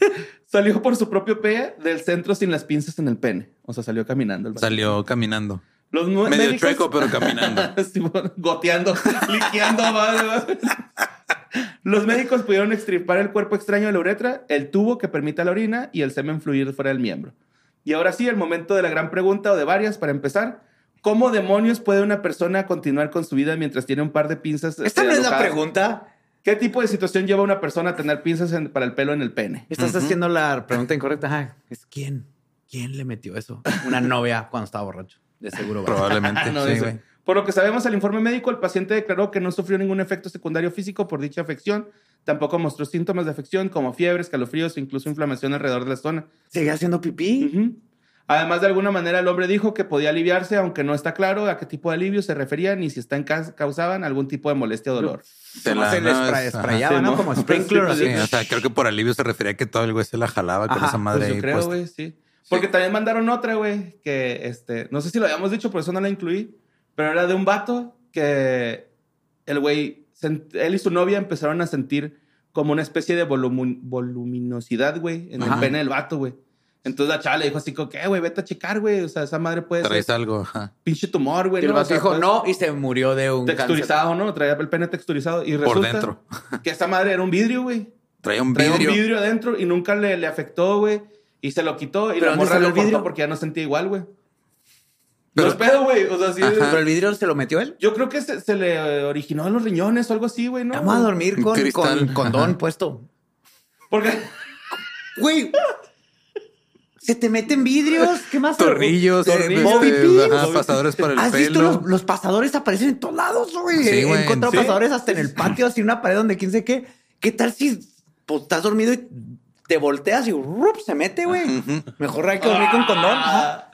Speaker 2: Salió por su propio pie del centro sin las pinzas en el pene. O sea, salió caminando el vato.
Speaker 1: Salió caminando.
Speaker 2: Los nue-
Speaker 1: Medio
Speaker 2: médicos-
Speaker 1: chueco, pero
Speaker 2: [laughs]
Speaker 1: caminando.
Speaker 2: Sí, bueno, goteando, liqueando. madre, madre. Los médicos pudieron extirpar el cuerpo extraño de la uretra, el tubo que permite la orina y el semen fluir fuera del miembro. Y ahora sí, el momento de la gran pregunta o de varias para empezar. ¿Cómo demonios puede una persona continuar con su vida mientras tiene un par de pinzas?
Speaker 3: Esta
Speaker 2: eh,
Speaker 3: no es la
Speaker 2: alojadas?
Speaker 3: pregunta.
Speaker 2: ¿Qué tipo de situación lleva a una persona a tener pinzas en- para el pelo en el pene?
Speaker 3: Estás haciendo la pregunta incorrecta. Ajá. Es quién. ¿Quién le metió eso? Una novia cuando estaba borracho. De seguro.
Speaker 1: [laughs]
Speaker 3: güey.
Speaker 1: Probablemente.
Speaker 2: Ah, No,
Speaker 1: sí,
Speaker 2: dice,
Speaker 1: güey.
Speaker 2: Por lo que sabemos, al informe médico, el paciente declaró que no sufrió ningún efecto secundario físico por dicha afección. Tampoco mostró síntomas de afección como fiebre, escalofríos o incluso inflamación alrededor de la zona.
Speaker 3: ¿Seguía haciendo pipí?
Speaker 2: Ujú. Además, de alguna manera, el hombre dijo que podía aliviarse, aunque no está claro a qué tipo de alivio se referían y si están cas- causaban algún tipo de molestia o dolor.
Speaker 1: Se la-
Speaker 3: se le
Speaker 1: no,
Speaker 3: spray-
Speaker 1: es-
Speaker 3: sprayaba,
Speaker 2: Sí,
Speaker 3: ¿no?
Speaker 2: ¿no?
Speaker 3: Como sprinkler.
Speaker 2: Sí,
Speaker 3: así.
Speaker 1: Sí, o sea, creo que por alivio se refería a que todo el güey se la jalaba con
Speaker 3: Ajá,
Speaker 1: esa madre
Speaker 2: Pues yo
Speaker 1: ahí
Speaker 2: creo,
Speaker 1: puesta.
Speaker 2: güey, sí. Porque también mandaron otra, güey, que este, no sé si lo habíamos dicho, por eso no la incluí, pero era de un vato que el güey, sent- él y su novia empezaron a sentir como una especie de volumu- voluminosidad, güey, en el
Speaker 3: Ajá.
Speaker 2: pene del vato, güey. Entonces la chava le dijo así, como, ¿qué, güey? Vete a checar, güey. O sea, esa madre puede ser
Speaker 1: Traes algo, ajá.
Speaker 2: pinche tumor, güey.
Speaker 3: Y el
Speaker 2: ¿no? O
Speaker 3: vato
Speaker 2: sea,
Speaker 3: dijo
Speaker 2: puede-
Speaker 3: no y se murió de un cáncer.
Speaker 2: Texturizado, ¿no? Traía el pene texturizado. Y
Speaker 1: Por
Speaker 2: resulta
Speaker 1: dentro.
Speaker 2: que esa madre era un vidrio, güey.
Speaker 1: Traía un
Speaker 2: Traía
Speaker 1: vidrio.
Speaker 2: un vidrio adentro y nunca le, le afectó, güey. Y se lo quitó y
Speaker 3: ¿Pero
Speaker 2: la
Speaker 3: dónde
Speaker 2: morra
Speaker 3: salió
Speaker 2: lo
Speaker 3: el
Speaker 2: cortó
Speaker 3: vidrio?
Speaker 2: porque ya no sentía igual, güey. No
Speaker 1: Pero-
Speaker 2: es pedo, güey. O sea, sí.
Speaker 1: Ajá.
Speaker 3: Pero el vidrio se lo metió él.
Speaker 2: Yo creo que se, se le eh, originó en los riñones o algo así, güey, ¿no?
Speaker 3: Vamos a dormir
Speaker 1: Un
Speaker 3: con,
Speaker 1: cristal.
Speaker 3: con condón
Speaker 1: Ajá.
Speaker 3: puesto.
Speaker 2: Porque [laughs]
Speaker 3: Güey. Se te meten vidrios. ¿Qué más?
Speaker 1: Tornillos,
Speaker 2: Tornillos.
Speaker 1: este,
Speaker 3: Bobby pins.
Speaker 1: ajá,
Speaker 2: Bobby-
Speaker 1: pasadores para el
Speaker 3: ¿Has
Speaker 1: pelo.
Speaker 3: visto los, los pasadores aparecen en todos lados, güey?
Speaker 1: Sí, güey.
Speaker 3: Encuentro
Speaker 1: Sí.
Speaker 3: pasadores hasta en el patio, así en una pared donde quién sé qué. ¿Qué tal si pues, estás dormido y te volteas y ¡rup! se mete, güey? Mejor hay que dormir con condón. Ajá.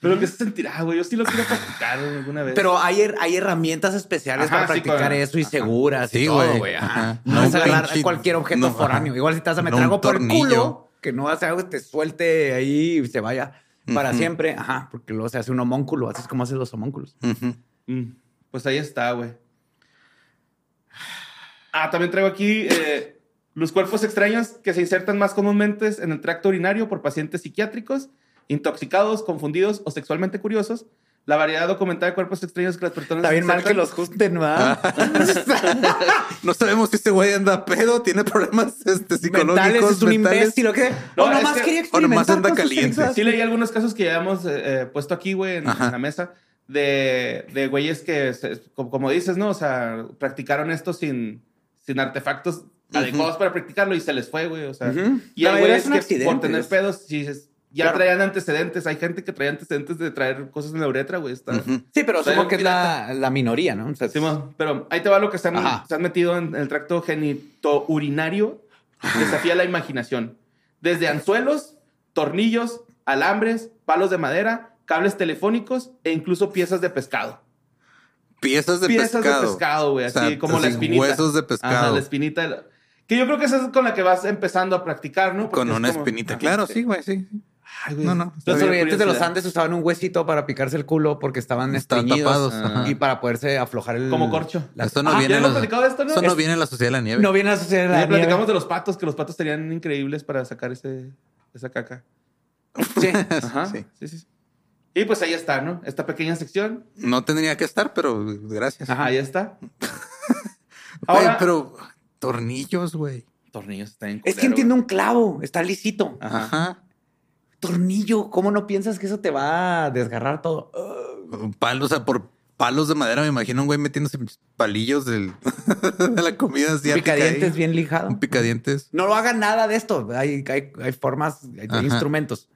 Speaker 2: Pero que se sentirá, güey. Yo sí lo quiero practicar güey, alguna vez.
Speaker 3: Pero hay, her- hay herramientas especiales
Speaker 2: Ajá,
Speaker 3: para
Speaker 2: sí,
Speaker 3: practicar
Speaker 2: claro.
Speaker 3: eso y seguras
Speaker 1: Sí,
Speaker 3: y todo,
Speaker 1: güey.
Speaker 3: güey. Ajá.
Speaker 1: Ajá.
Speaker 3: No,
Speaker 1: No
Speaker 3: es
Speaker 1: un
Speaker 3: agarrar
Speaker 1: pinche-
Speaker 3: cualquier objeto
Speaker 1: no, ajá.
Speaker 3: foráneo. Igual si te vas a meter
Speaker 1: No un
Speaker 3: algo por el
Speaker 1: tornillo.
Speaker 3: culo, que no hace algo que te suelte ahí y se vaya para siempre. Ajá, porque luego se hace un homónculo. Así es como hacen los homónculos.
Speaker 1: Ujú.
Speaker 2: Mm, pues ahí está, güey. Ah, también traigo aquí eh, los cuerpos extraños que se insertan más comúnmente en el tracto urinario por pacientes psiquiátricos, intoxicados, confundidos o sexualmente curiosos. La variedad documentada de cuerpos extraños que las personas...
Speaker 3: Está bien mal que
Speaker 2: insertan-
Speaker 3: los justen, ¿verdad?
Speaker 1: Ah.
Speaker 3: [laughs]
Speaker 1: No sabemos si este güey anda pedo, tiene problemas este, psicológicos.
Speaker 3: mentales, es un
Speaker 1: mentales.
Speaker 3: imbécil o qué.
Speaker 2: No,
Speaker 3: o
Speaker 2: es
Speaker 3: nomás
Speaker 2: que-
Speaker 3: quería
Speaker 1: o
Speaker 3: experimentar
Speaker 1: nomás anda
Speaker 3: con sus
Speaker 1: caliente.
Speaker 3: sexuas.
Speaker 2: Sí leí algunos casos que ya hemos eh, eh, puesto aquí, güey, en,
Speaker 1: Ajá.
Speaker 2: en la mesa, de, de güeyes que, se- como, como dices, ¿no? O sea, practicaron esto sin, sin artefactos adecuados para practicarlo y se les fue, güey. O sea,
Speaker 3: Ujú.
Speaker 2: y
Speaker 3: La
Speaker 2: hay
Speaker 3: mayoría
Speaker 2: güeyes
Speaker 3: es un
Speaker 2: que
Speaker 3: accidente, pues.
Speaker 2: por tener
Speaker 3: es-
Speaker 2: pedos, sí, es- ya
Speaker 3: Claro.
Speaker 2: traían antecedentes. Hay gente que trae antecedentes de traer cosas en la uretra, güey. Está...
Speaker 1: Ujú.
Speaker 3: Sí, pero
Speaker 2: Soy
Speaker 3: supongo
Speaker 2: un
Speaker 3: que es la, la minoría, ¿no? O sea,
Speaker 2: Simón, pero ahí te va lo que se
Speaker 3: Ajá.
Speaker 2: han, se han metido en el tracto genitourinario. Desafía la imaginación. Desde anzuelos, tornillos, alambres, palos de madera, cables telefónicos e incluso piezas de pescado.
Speaker 1: Piezas de
Speaker 2: piezas
Speaker 1: pescado.
Speaker 2: de pescado, güey,
Speaker 1: O
Speaker 2: así
Speaker 1: sea,
Speaker 2: como la
Speaker 1: así,
Speaker 2: espinita.
Speaker 1: huesos de pescado.
Speaker 2: Ajá, la espinita. de la- Que yo creo que esa es con la que vas empezando a practicar, ¿no? Porque
Speaker 1: Con
Speaker 2: es
Speaker 1: una
Speaker 2: como-
Speaker 1: espinita.
Speaker 2: Ajá,
Speaker 1: Claro, sí, güey, sí.
Speaker 2: Ay, güey.
Speaker 1: No, no, está
Speaker 3: Los
Speaker 2: Todavía
Speaker 3: sobrevivientes de los
Speaker 2: curiosidad.
Speaker 3: Andes usaban un huesito para picarse el culo porque estaban
Speaker 1: Estaban
Speaker 3: estreñidos ah,
Speaker 1: tapados, ajá.
Speaker 3: y para poderse aflojar el...
Speaker 2: Como corcho.
Speaker 3: la-
Speaker 1: Eso no
Speaker 2: Ah,
Speaker 1: viene
Speaker 2: ya
Speaker 1: en la-
Speaker 2: hemos platicado de esto, ¿no?
Speaker 1: Eso no
Speaker 2: Es-
Speaker 1: viene en la sociedad de la nieve.
Speaker 3: No viene a suceder
Speaker 2: Ya
Speaker 3: la
Speaker 2: platicamos
Speaker 3: nieve.
Speaker 2: de los patos, que los patos tenían increíbles para sacar ese, esa caca.
Speaker 3: Sí.
Speaker 2: Ajá.
Speaker 1: Ah, Sí.
Speaker 2: Sí. sí, sí. Y pues ahí está, ¿no? Esta pequeña sección.
Speaker 1: No tendría que estar, pero gracias.
Speaker 2: Ajá, ahí está.
Speaker 1: Güey,
Speaker 2: Ahora-
Speaker 1: pero tornillos, güey.
Speaker 2: Tornillos está en
Speaker 3: Es que entiendo un clavo, está lisito.
Speaker 2: Ajá.
Speaker 1: Ajá.
Speaker 3: Tornillo, ¿cómo no piensas que eso te va a desgarrar todo? Ah,
Speaker 1: Palos, o sea, por palos de madera me imagino un güey metiéndose palillos del- [laughs] de la comida asiática.
Speaker 3: picadientes
Speaker 1: ahí.
Speaker 3: bien lijado.
Speaker 1: Un picadientes.
Speaker 3: No lo hagan nada de esto. Hay, hay, hay formas, hay
Speaker 1: Ajá.
Speaker 3: instrumentos.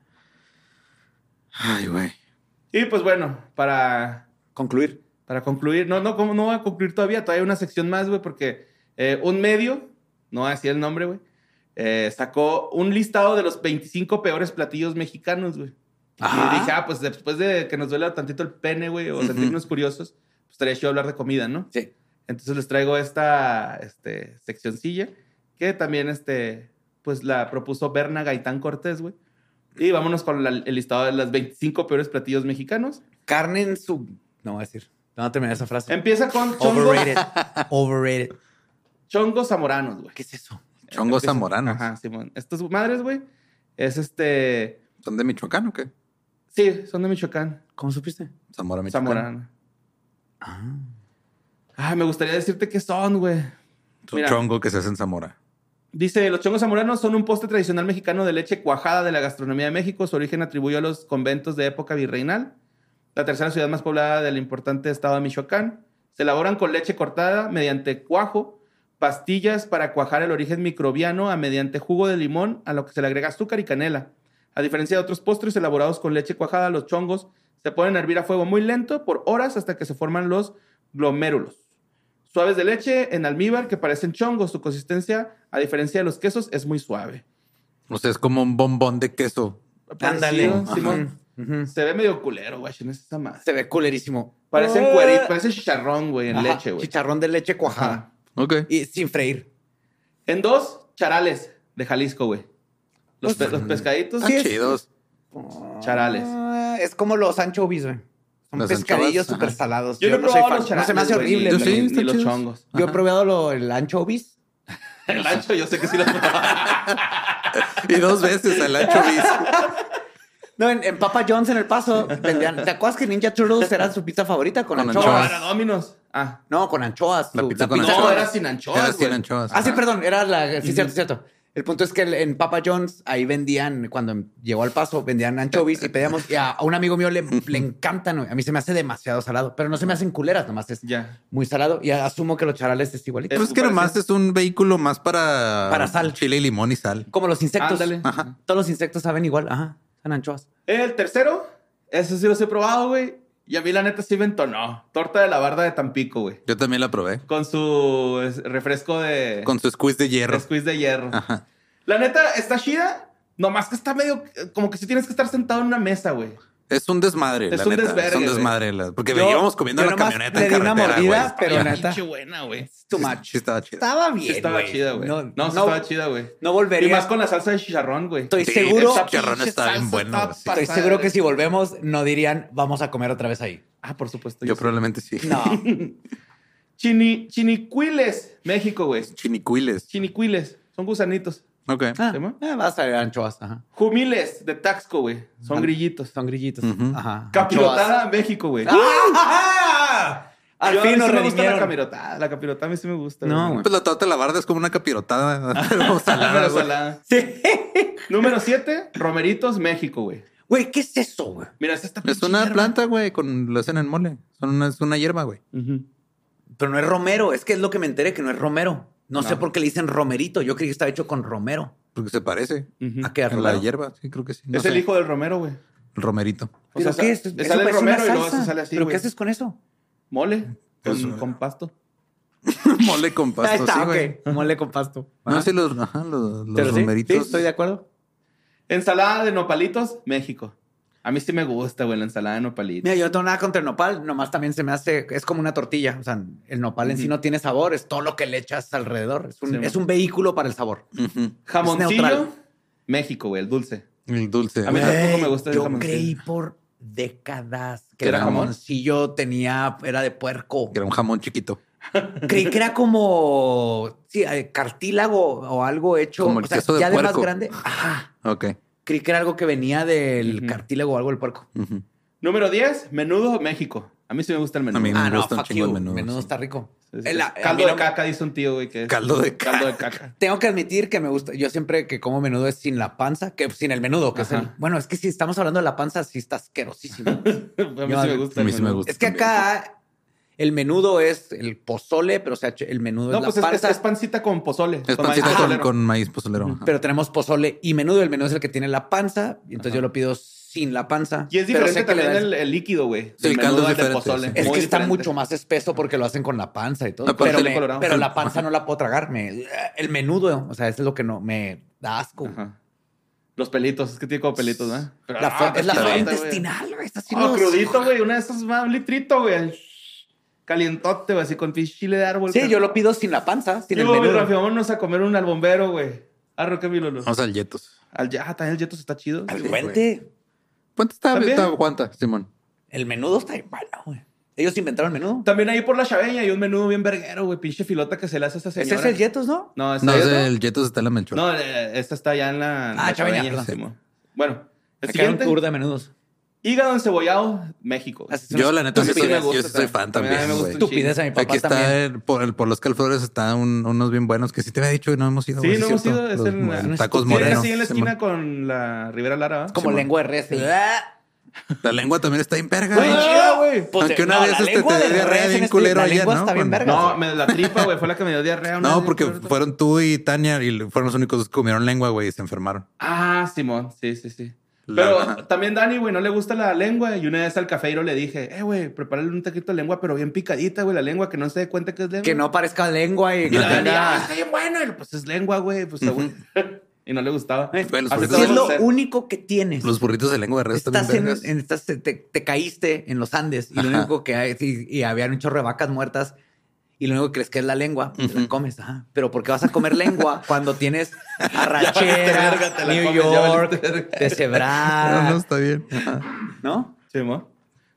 Speaker 1: Ay, güey.
Speaker 2: Y pues bueno, para,
Speaker 3: Concluir.
Speaker 2: para concluir, no, no, ¿cómo no voy a concluir todavía? Todavía hay una sección más, güey, porque eh, un medio, no voy a decir el nombre, güey, eh, sacó un listado de los 25 peores platillos mexicanos, güey.
Speaker 3: Ajá.
Speaker 2: Y dije, ah, pues después de que nos duela tantito el pene, güey, o
Speaker 1: Ujú.
Speaker 2: sentirnos curiosos, pues estaría chido hablar de comida, ¿no?
Speaker 3: Sí.
Speaker 2: Entonces les traigo esta este, seccioncilla que también este, pues la propuso Berna Gaitán Cortés, güey. Y vámonos con la- el listado de las 25 peores platillos mexicanos.
Speaker 3: Carne en su... No voy a decir. No voy a terminar esa frase.
Speaker 2: Empieza con chongos,
Speaker 3: Overrated. Overrated.
Speaker 2: chongos zamoranos, güey.
Speaker 3: ¿Qué es eso?
Speaker 1: Chongos
Speaker 2: Empieza-
Speaker 1: zamoranos.
Speaker 2: Ajá, Simón. Estas madres, güey, es este...
Speaker 1: ¿Son de Michoacán o qué?
Speaker 2: Sí, son de Michoacán.
Speaker 3: ¿Cómo supiste?
Speaker 1: Zamora, Michoacán.
Speaker 2: Zamorano.
Speaker 3: Ah.
Speaker 2: Ay, Ah, me gustaría decirte qué son, güey.
Speaker 1: Es un
Speaker 2: Mira.
Speaker 1: chongo que se hace en Zamora.
Speaker 2: Dice, los chongos zamoranos son un postre tradicional mexicano de leche cuajada de la gastronomía de México. Su origen atribuyó a los conventos de época virreinal, la tercera ciudad más poblada del importante estado de Michoacán. Se elaboran con leche cortada mediante cuajo, pastillas para cuajar el origen microbiano a mediante jugo de limón, a lo que se le agrega azúcar y canela. A diferencia de otros postres elaborados con leche cuajada, los chongos se ponen a hervir a fuego muy lento por horas hasta que se forman los glomérulos. Suaves de leche en almíbar que parecen chongos. Su consistencia, a diferencia de los quesos, es muy suave.
Speaker 1: O sea, es como un bombón de queso.
Speaker 3: Ándale.
Speaker 2: Parecido,
Speaker 3: Ajá.
Speaker 2: Simón.
Speaker 3: Ujú.
Speaker 2: Se ve medio culero, güey. No es esa madre.
Speaker 3: Se ve culerísimo.
Speaker 2: Parecen
Speaker 3: Ah.
Speaker 2: cueritos, parece chicharrón, güey, en
Speaker 3: Ajá,
Speaker 2: leche, güey.
Speaker 3: Chicharrón de leche cuajada.
Speaker 2: Ajá.
Speaker 1: Ok.
Speaker 3: Y sin freír.
Speaker 2: En dos, charales de Jalisco, güey. Los, pe- los pescaditos.
Speaker 1: Están Ah, chidos.
Speaker 2: Charales.
Speaker 3: Ah, Es como los anchovies, güey. Son
Speaker 1: Los
Speaker 3: pescadillos
Speaker 1: anchoas, ajá.
Speaker 3: súper salados.
Speaker 2: Yo no he
Speaker 3: soy
Speaker 2: probado
Speaker 3: fan.
Speaker 2: los
Speaker 3: No
Speaker 2: charales.
Speaker 3: se me hace
Speaker 2: güey,
Speaker 3: horrible.
Speaker 2: Ni,
Speaker 1: Yo sí,
Speaker 2: ni- ni
Speaker 1: están
Speaker 2: los
Speaker 1: chidos.
Speaker 2: chongos. [laughs]
Speaker 3: Yo he probado lo, el anchovies.
Speaker 2: El ancho, yo sé que sí lo he
Speaker 3: Pues.
Speaker 2: probado.
Speaker 1: Y dos veces al [laughs] ancho bis.
Speaker 3: No, en, en Papa John's en El
Speaker 2: [laughs]
Speaker 3: Paso vendían. ¿Te acuerdas que Ninja Turtles era su pizza favorita con,
Speaker 1: Con
Speaker 3: anchoas?
Speaker 2: No,
Speaker 1: anchoas.
Speaker 2: era Dominos. Ah.
Speaker 3: No, con anchoas.
Speaker 1: La
Speaker 3: su-
Speaker 1: pizza con
Speaker 2: No,
Speaker 1: anchoas.
Speaker 2: era sin anchoas.
Speaker 1: Era sin
Speaker 2: güey.
Speaker 1: anchoas.
Speaker 3: Ah, sí,
Speaker 1: Ajá.
Speaker 3: perdón, era la. Sí, cierto, cierto. El punto es que el- en Papa John's ahí vendían, cuando llegó al paso, vendían anchovies y pedíamos. Y a, a un amigo mío le, le encantan. güey. A mí se me hace demasiado salado, pero no se me hacen culeras, nomás es
Speaker 2: Ya.
Speaker 3: muy salado. Y asumo que los charales es igualito.
Speaker 2: Eh,
Speaker 1: Pues es que nomás es un vehículo más para...
Speaker 3: Para sal.
Speaker 1: Chile y limón y sal.
Speaker 3: Como los insectos.
Speaker 2: Eh, Ándale.
Speaker 3: Ajá. Todos los insectos saben igual. Ajá. Son anchoas.
Speaker 2: El tercero, ese sí los he probado, güey. Y a mí la neta sí me entonó. Torta de la barda de Tampico, güey.
Speaker 1: Yo también la probé.
Speaker 2: Con su es, refresco de...
Speaker 1: Con su squeeze de hierro.
Speaker 2: squeeze de hierro.
Speaker 1: Ajá.
Speaker 2: La neta, está chida. Nomás que está medio... Como que sí tienes que estar sentado en una mesa, güey.
Speaker 1: Es un desmadre,
Speaker 2: Es
Speaker 1: la
Speaker 2: un
Speaker 1: neta. es
Speaker 2: desvergue,
Speaker 1: un
Speaker 2: güey.
Speaker 1: desmadre. la- Porque
Speaker 3: Yo-
Speaker 1: íbamos comiendo en
Speaker 3: yo
Speaker 1: la
Speaker 3: nomás
Speaker 1: camioneta
Speaker 3: le
Speaker 1: en
Speaker 3: di una
Speaker 1: carretera,
Speaker 3: mordida,
Speaker 1: güey.
Speaker 3: pero
Speaker 2: Ay,
Speaker 3: neta.
Speaker 2: pinche buena, güey.
Speaker 3: It's too
Speaker 1: Sí, sí
Speaker 3: much.
Speaker 1: estaba chida.
Speaker 3: Estaba
Speaker 2: Sí
Speaker 3: bien.
Speaker 2: estaba
Speaker 3: güey.
Speaker 2: chida, güey.
Speaker 3: No,
Speaker 2: No, sí
Speaker 3: no-
Speaker 2: estaba chida, güey.
Speaker 3: no
Speaker 2: Y más
Speaker 3: volvería.
Speaker 2: con la salsa de chicharrón, güey.
Speaker 3: Estoy
Speaker 1: Sí,
Speaker 3: seguro.
Speaker 1: el chicharrón
Speaker 2: pinche
Speaker 1: está bien
Speaker 2: salsa
Speaker 1: bueno.
Speaker 2: está
Speaker 1: güey.
Speaker 2: pa-
Speaker 3: Estoy seguro que si volvemos, no dirían, vamos a comer otra vez ahí.
Speaker 2: Ah, por supuesto.
Speaker 1: Yo
Speaker 2: sí.
Speaker 1: probablemente sí.
Speaker 3: [laughs] No.
Speaker 2: Chini, chinicuiles, México, güey.
Speaker 1: [laughs] Chinicuiles.
Speaker 2: Chinicuiles. Son gusanitos.
Speaker 1: Ok. Pues
Speaker 3: Ah,
Speaker 2: ¿Sí, ma?
Speaker 3: eh, va a salir anchoas. Ajá.
Speaker 2: Jumiles de Taxco, güey. Son
Speaker 3: Ah.
Speaker 2: grillitos.
Speaker 3: Son grillitos.
Speaker 1: Ujú.
Speaker 3: Ajá. Anchoas.
Speaker 2: Capirotada, México, güey.
Speaker 3: ¡Ah! Al
Speaker 2: Yo a mí
Speaker 3: fin nos
Speaker 2: sí me gusta la
Speaker 3: redimieron.
Speaker 2: capirotada. La capirotada a mí sí me gusta.
Speaker 3: No,
Speaker 2: güey. Ah,
Speaker 1: Pues la torta de la barda es como una capirotada. [laughs]
Speaker 3: Ah,
Speaker 1: pero salada,
Speaker 2: Pero
Speaker 1: güey.
Speaker 2: salada.
Speaker 3: Sí.
Speaker 2: Número 7, Romeritos, México, güey.
Speaker 3: Güey, ¿qué es eso, güey?
Speaker 2: Mira, esta está
Speaker 1: Es
Speaker 2: pinche
Speaker 1: una
Speaker 2: hierba.
Speaker 1: planta, güey, con lo hacen en mole. Son una, es una hierba, güey.
Speaker 2: Ujú.
Speaker 3: Pero no es romero. Es que es lo que me enteré, que no es romero. No, sé por qué le dicen romerito. Yo creí que estaba hecho con romero.
Speaker 1: Porque se parece
Speaker 2: Ujú.
Speaker 3: ¿A Ah, qué? ¿A
Speaker 1: a la
Speaker 3: romero?
Speaker 1: hierba. Sí, creo que sí. Ah, No
Speaker 2: Es
Speaker 1: sé.
Speaker 2: el hijo del Romero, güey.
Speaker 1: El romerito. [laughs]
Speaker 2: O sea,
Speaker 3: ¿Pero qué es?
Speaker 2: sa-
Speaker 3: Eso
Speaker 2: sale el
Speaker 3: parece una
Speaker 2: romero y luego se
Speaker 3: salsa.
Speaker 2: sale así,
Speaker 3: ¿Pero
Speaker 2: güey.
Speaker 3: qué haces con eso?
Speaker 2: Mole con,
Speaker 1: Eso.
Speaker 2: con pasto.
Speaker 1: Mole con pasto,
Speaker 3: Ahí está,
Speaker 1: sí, güey.
Speaker 3: ok. Mole con pasto.
Speaker 1: No
Speaker 3: Ajá.
Speaker 1: sé, los, ajá, los, los
Speaker 3: Pero sí,
Speaker 1: romeritos.
Speaker 3: sí, estoy de acuerdo.
Speaker 2: Ensalada de nopalitos, México. A mí sí me gusta, güey, la ensalada de nopalito.
Speaker 3: Mira, yo no tengo nada contra el nopal, nomás también se me hace, es como una tortilla. O sea, el nopal en sí no tiene sabor, es todo lo que le echas alrededor. Es un,
Speaker 2: Sí, man.
Speaker 3: es un vehículo para el sabor. Es
Speaker 2: Jamoncillo,
Speaker 3: neutral.
Speaker 2: México, güey, el dulce.
Speaker 1: El dulce.
Speaker 2: A mí tampoco me
Speaker 3: Güey,
Speaker 2: gusta el
Speaker 3: Yo
Speaker 2: jamoncillo.
Speaker 3: creí por décadas que el
Speaker 2: ¿Era jamón?
Speaker 3: jamoncillo tenía, era de puerco.
Speaker 1: Era un jamón chiquito.
Speaker 3: Creí que era como sí, eh, cartílago o algo hecho.
Speaker 1: Como el
Speaker 3: o sea,
Speaker 1: queso de
Speaker 3: ya de más
Speaker 1: puerco.
Speaker 3: grande. Ajá.
Speaker 1: Ok.
Speaker 3: Creí que era algo que venía del
Speaker 2: Ujú.
Speaker 3: cartílago o algo del puerco.
Speaker 1: Ujú.
Speaker 2: Número 10, menudo México. A mí sí me gusta el menudo.
Speaker 1: A mí me
Speaker 3: Ah, no,
Speaker 1: gusta un
Speaker 3: fuck
Speaker 1: chingo
Speaker 3: you.
Speaker 1: el
Speaker 3: Menudo,
Speaker 1: menudo, sí.
Speaker 3: está rico.
Speaker 2: Sí, sí.
Speaker 3: El- a- a
Speaker 2: caldo
Speaker 3: mí
Speaker 2: de
Speaker 3: no-
Speaker 2: caca, dice un tío, güey, que es
Speaker 1: Caldo de caca.
Speaker 2: [laughs] caldo de caca.
Speaker 3: Tengo que admitir que me gusta. Yo siempre que como menudo es sin la panza, que sin el menudo, que es el-
Speaker 2: Ajá.
Speaker 3: Bueno, es que si estamos hablando de la panza, sí está asquerosísimo.
Speaker 2: A mí
Speaker 3: Yo-
Speaker 2: sí me
Speaker 1: a
Speaker 2: gusta. el
Speaker 1: mí sí me
Speaker 2: menudo.
Speaker 1: gusta.
Speaker 3: es que acá el menudo es el pozole, pero o sea, el menudo
Speaker 2: No,
Speaker 3: es
Speaker 2: pues
Speaker 3: la
Speaker 2: es,
Speaker 3: panza.
Speaker 2: es pancita con pozole.
Speaker 1: Es
Speaker 2: con maíz
Speaker 1: pancita con,
Speaker 2: pozolero.
Speaker 1: con maíz pozolero. ajá.
Speaker 3: pero tenemos pozole y menudo. El menudo es el que tiene la panza. Y entonces
Speaker 2: Ajá.
Speaker 3: yo lo pido sin la panza.
Speaker 2: Y es
Speaker 3: pero sé
Speaker 2: diferente
Speaker 3: que le
Speaker 2: también
Speaker 3: dan-
Speaker 2: el, el líquido, güey.
Speaker 1: Sí, el
Speaker 2: del
Speaker 1: caldo
Speaker 2: menudo
Speaker 1: es
Speaker 2: al del
Speaker 1: diferente,
Speaker 2: pozole.
Speaker 1: sí.
Speaker 3: Es
Speaker 2: Muy
Speaker 3: que está
Speaker 2: diferente.
Speaker 3: mucho más espeso porque lo hacen con la panza y todo.
Speaker 1: Aparte
Speaker 3: Pero,
Speaker 2: el
Speaker 3: me-
Speaker 2: colorado.
Speaker 3: pero la panza no la puedo tragar. Me, el menudo, o sea, eso es lo que no me da asco.
Speaker 2: Ajá. Ah, Los pelitos, es que tiene como pelitos, ¿no?
Speaker 3: La fo- es la forma
Speaker 2: forma
Speaker 3: intestinal, güey. Está así
Speaker 2: Oh,
Speaker 3: los-
Speaker 2: crudito, güey. Una de esas más, un litrito, güey. Calientote, güey, así con pinche chile de árbol.
Speaker 3: Sí, yo lo pido sin la panza, sin el
Speaker 2: menudo.
Speaker 3: menudo.
Speaker 2: vámonos a comer un al bombero, güey. Ah, Arro, que mi Lolo.
Speaker 1: Vamos al Yetos.
Speaker 2: Al, ya- ah, también el Yetos está chido.
Speaker 3: Al
Speaker 1: Sí,
Speaker 3: puente.
Speaker 1: ¿Cuánto está?
Speaker 2: También.
Speaker 1: está aguanta, Simón.
Speaker 3: El menudo está bien malo, güey. Ellos inventaron el menudo.
Speaker 2: También ahí por la chaveña hay un menudo bien verguero, güey. Pinche filota que se le hace a esta
Speaker 3: Ese
Speaker 2: señora.
Speaker 3: es el Yetos, ¿no?
Speaker 2: No, esta
Speaker 1: No,
Speaker 2: no,
Speaker 1: es el Yetos está en la Melchor.
Speaker 2: no eh, esta está ya en la. en
Speaker 3: Ah,
Speaker 2: la
Speaker 3: Chaveña,
Speaker 2: Chaveña,
Speaker 3: perdón.
Speaker 2: Simón. Bueno, el
Speaker 3: Acá era un
Speaker 2: siguiente.
Speaker 3: tour de menudos.
Speaker 2: Hígado encebollado, México.
Speaker 3: Así se
Speaker 1: Yo,
Speaker 3: nos-
Speaker 1: la neta,
Speaker 2: A mí
Speaker 1: sí
Speaker 2: sí
Speaker 1: soy,
Speaker 2: me gusta
Speaker 1: yo sí soy
Speaker 2: también.
Speaker 1: fan
Speaker 2: A mí me
Speaker 1: también,
Speaker 2: gusta
Speaker 1: güey.
Speaker 2: un
Speaker 3: Estupidez a mi papá
Speaker 1: Aquí
Speaker 3: también.
Speaker 1: está eh, el- por, el- por los calflores, está un- unos bien buenos que sí te había dicho y no hemos ido.
Speaker 2: Sí,
Speaker 1: güey,
Speaker 2: no hemos
Speaker 1: cierto.
Speaker 2: ido, es
Speaker 1: Los
Speaker 2: en la-
Speaker 1: buenos tacos
Speaker 2: Tiene
Speaker 1: morenos.
Speaker 2: así en la
Speaker 1: Simón.
Speaker 2: esquina con la Rivera Lara, ¿va?
Speaker 3: Como lengua de res. ¡ah!
Speaker 1: La lengua también está bien verga.
Speaker 2: Güey,
Speaker 1: güey.
Speaker 2: chida, güey.
Speaker 3: Pues,
Speaker 1: Aunque una
Speaker 3: Ah, no,
Speaker 1: vez
Speaker 3: la
Speaker 1: este te
Speaker 3: lengua
Speaker 1: dio
Speaker 3: de
Speaker 1: diarrea
Speaker 3: res
Speaker 1: bien
Speaker 3: en este-
Speaker 1: culero
Speaker 3: la
Speaker 1: ayer,
Speaker 3: lengua
Speaker 1: ¿no?
Speaker 3: está bien
Speaker 1: Cuando-
Speaker 3: verga.
Speaker 2: No, me, la tripa, güey, fue la que me dio diarrea. una
Speaker 1: No,
Speaker 2: vez,
Speaker 1: porque
Speaker 2: güey, ahorita.
Speaker 1: fueron tú y Tania y fueron los únicos que comieron lengua, güey, y se enfermaron.
Speaker 2: Ah, Simón, sí, sí, sí. Pero
Speaker 1: La-
Speaker 2: también Dani, güey, no le gusta la lengua. Y una vez al cafeiro le dije, eh, güey, prepárale un taquito de lengua, pero bien picadita, güey, la lengua, que no se dé cuenta que es lengua.
Speaker 3: Que no parezca lengua y
Speaker 2: Y
Speaker 3: que
Speaker 2: la Dani,
Speaker 3: tenga-
Speaker 2: ah, está bien bueno. Y, pues es lengua, güey, pues está bueno. [laughs] Y no le gustaba.
Speaker 3: Eh,
Speaker 1: Güey, los
Speaker 2: Así
Speaker 1: burritos-
Speaker 2: te
Speaker 3: Si es
Speaker 2: vamos a
Speaker 3: lo
Speaker 2: hacer.
Speaker 3: único que tienes.
Speaker 1: Los burritos de lengua de res también
Speaker 3: Estás en,
Speaker 1: vergas.
Speaker 3: en- estás- te, te caíste en los Andes y lo
Speaker 1: Ajá.
Speaker 3: único que hay, y, y había un chorro de vacas muertas y lo único que crees que es la lengua, te la
Speaker 1: Ujú.
Speaker 3: comes, ajá. Pero ¿por qué vas a comer
Speaker 2: [laughs]
Speaker 3: lengua cuando tienes
Speaker 2: Ya
Speaker 3: arrachera,
Speaker 2: valiste verga, te la
Speaker 3: New
Speaker 2: comes, ya valiste
Speaker 3: York, deshebrada,
Speaker 1: Ah, No, no,
Speaker 3: ¿no?
Speaker 1: está bien. Ajá.
Speaker 2: Simón.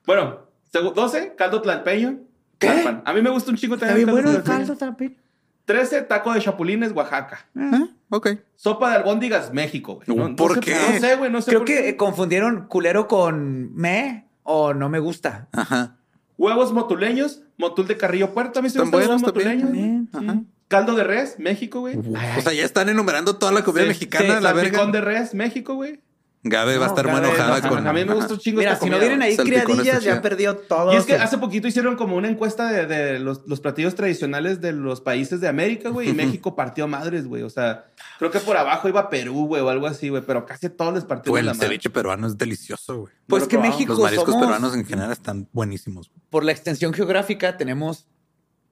Speaker 2: Bueno, segu- 12, caldo tlalpeño.
Speaker 3: ¿Qué?
Speaker 2: Tlalpan. A mí me gusta un chingo
Speaker 3: Está
Speaker 2: también.
Speaker 3: bien bueno el
Speaker 2: tlalpeño.
Speaker 3: caldo también.
Speaker 2: 13, taco de chapulines, Oaxaca.
Speaker 1: Ah, Ok.
Speaker 2: Sopa de albóndigas, México, güey. No, no
Speaker 1: ¿Por
Speaker 2: sé-
Speaker 1: qué?
Speaker 2: No sé, güey, no sé
Speaker 3: Creo
Speaker 2: por
Speaker 3: que
Speaker 2: qué.
Speaker 3: eh, confundieron culero con me o no me gusta.
Speaker 1: Ajá.
Speaker 2: Huevos motuleños, motul de Carrillo Puerto. A mí se me
Speaker 1: Están
Speaker 2: gustan los huevos
Speaker 1: buenos también.
Speaker 2: motuleños. güey.
Speaker 1: también. Ajá.
Speaker 2: Caldo de res, México, güey.
Speaker 1: O sea, ya están enumerando toda la comida
Speaker 2: Sí,
Speaker 1: mexicana,
Speaker 2: sí,
Speaker 1: la
Speaker 2: salpicón
Speaker 1: verga.
Speaker 2: de res, México, güey.
Speaker 1: Gabe va a
Speaker 3: No,
Speaker 1: estar muy
Speaker 3: Gabe,
Speaker 1: enojada
Speaker 3: no,
Speaker 1: con.
Speaker 2: A mí me gusta
Speaker 1: Ajá.
Speaker 2: un chingo
Speaker 3: Mira,
Speaker 2: esta
Speaker 3: si no
Speaker 2: comida,
Speaker 3: vienen
Speaker 2: güey.
Speaker 3: ahí
Speaker 1: Salpicón está
Speaker 3: criadillas,
Speaker 1: chida.
Speaker 3: ya perdió todo.
Speaker 2: Y es que
Speaker 3: su-
Speaker 2: hace poquito hicieron como una encuesta de, de los, los platillos tradicionales de los países de América, güey, y México partió madres, güey. O sea, creo que por abajo iba Perú, güey, o algo así, güey, pero casi todos les
Speaker 1: Güey,
Speaker 2: partieron la
Speaker 1: el
Speaker 2: madre.
Speaker 1: ceviche peruano es delicioso, güey.
Speaker 3: Pues
Speaker 2: lo
Speaker 3: que
Speaker 2: probamos.
Speaker 3: México
Speaker 1: Los mariscos
Speaker 3: somos-
Speaker 1: peruanos en general están buenísimos. güey.
Speaker 3: por la extensión geográfica tenemos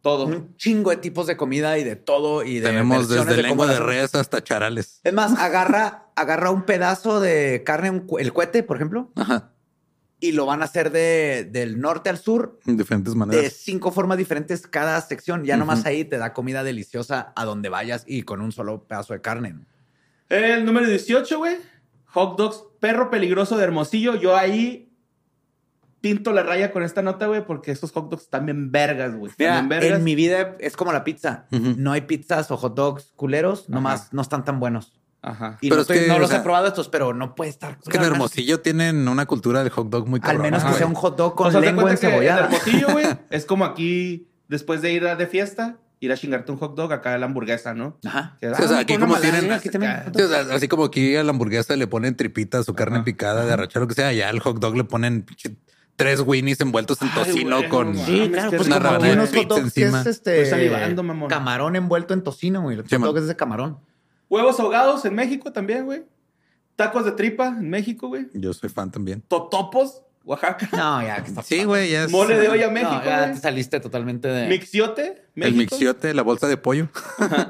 Speaker 2: Todo.
Speaker 3: un chingo de tipos de comida y de todo y de
Speaker 1: Tenemos
Speaker 3: versiones
Speaker 1: desde
Speaker 3: de cómo
Speaker 1: lengua de
Speaker 3: las-
Speaker 1: res hasta charales.
Speaker 3: Es más, agarra, agarra un pedazo de carne, un cu- el cohete, por ejemplo,
Speaker 1: Ajá.
Speaker 3: y lo van a hacer de, del norte al sur
Speaker 1: En diferentes
Speaker 3: de
Speaker 1: maneras.
Speaker 3: cinco formas diferentes cada sección. Ya nomás
Speaker 1: Ujú.
Speaker 3: ahí te da comida deliciosa a donde vayas y con un solo pedazo de carne. ¿no?
Speaker 2: El número 18, güey. Hot dogs, perro peligroso de Hermosillo. Yo ahí pinto la raya con esta nota, güey, porque estos hot dogs están bien vergas, güey.
Speaker 3: Mira,
Speaker 2: Están bien vergas.
Speaker 3: en mi vida es como la pizza.
Speaker 1: Ujú.
Speaker 3: No hay pizzas o hot dogs culeros, nomás
Speaker 2: Ajá.
Speaker 3: no están tan buenos.
Speaker 2: Ajá.
Speaker 3: Y
Speaker 1: Pero
Speaker 3: no,
Speaker 1: es
Speaker 3: estoy-
Speaker 1: que,
Speaker 3: no
Speaker 1: o
Speaker 3: los
Speaker 1: sea,
Speaker 3: he probado estos, pero no puede estar.
Speaker 1: Es que en
Speaker 3: al menos-
Speaker 1: Hermosillo tienen una cultura del hot dog muy
Speaker 3: Al
Speaker 1: cabrona.
Speaker 3: menos que
Speaker 1: güey.
Speaker 3: sea un hot dog con
Speaker 2: O sea, haz de
Speaker 3: lengua
Speaker 2: cuenta que el
Speaker 3: encebollada.
Speaker 2: Hermosillo,
Speaker 3: [laughs]
Speaker 2: güey, es como aquí, después de ir a de fiesta, ir a chingarte un hot dog acá la hamburguesa, ¿no?
Speaker 3: Ajá.
Speaker 2: Que,
Speaker 1: Sí, o sea,
Speaker 2: ah,
Speaker 1: aquí
Speaker 2: con una
Speaker 1: como
Speaker 2: malanga,
Speaker 1: tienen-
Speaker 2: aquí también.
Speaker 1: Sí, o sea, así como aquí a la hamburguesa le ponen tripitas o carne
Speaker 2: Ajá.
Speaker 1: picada de arrachera, lo que sea, allá al hot dog le ponen pinche tres winnies envueltos en
Speaker 2: Ay,
Speaker 1: tocino
Speaker 2: güey,
Speaker 1: con.
Speaker 2: no mames.
Speaker 3: Sí,
Speaker 2: Ah,
Speaker 3: claro,
Speaker 2: es que
Speaker 3: pues
Speaker 2: es una
Speaker 3: como
Speaker 2: rabanera
Speaker 3: aquí
Speaker 2: de
Speaker 3: unos hot
Speaker 1: pizza
Speaker 3: dogs que
Speaker 1: encima.
Speaker 3: es este
Speaker 2: Estoy salivando, mamón.
Speaker 3: camarón envuelto en tocino, güey. El hot
Speaker 1: Sí, man.
Speaker 3: dog es de camarón.
Speaker 2: Huevos ahogados en México también, güey. Tacos de tripa en México, güey.
Speaker 1: Yo soy fan también.
Speaker 2: Totopos, Oaxaca.
Speaker 3: No, ya que está.
Speaker 1: Sí, güey, ya es.
Speaker 2: Mole de olla
Speaker 3: No,
Speaker 2: México,
Speaker 3: ya
Speaker 2: güey.
Speaker 3: te saliste totalmente de.
Speaker 2: Mixiote, México.
Speaker 1: El mixiote, la bolsa de pollo.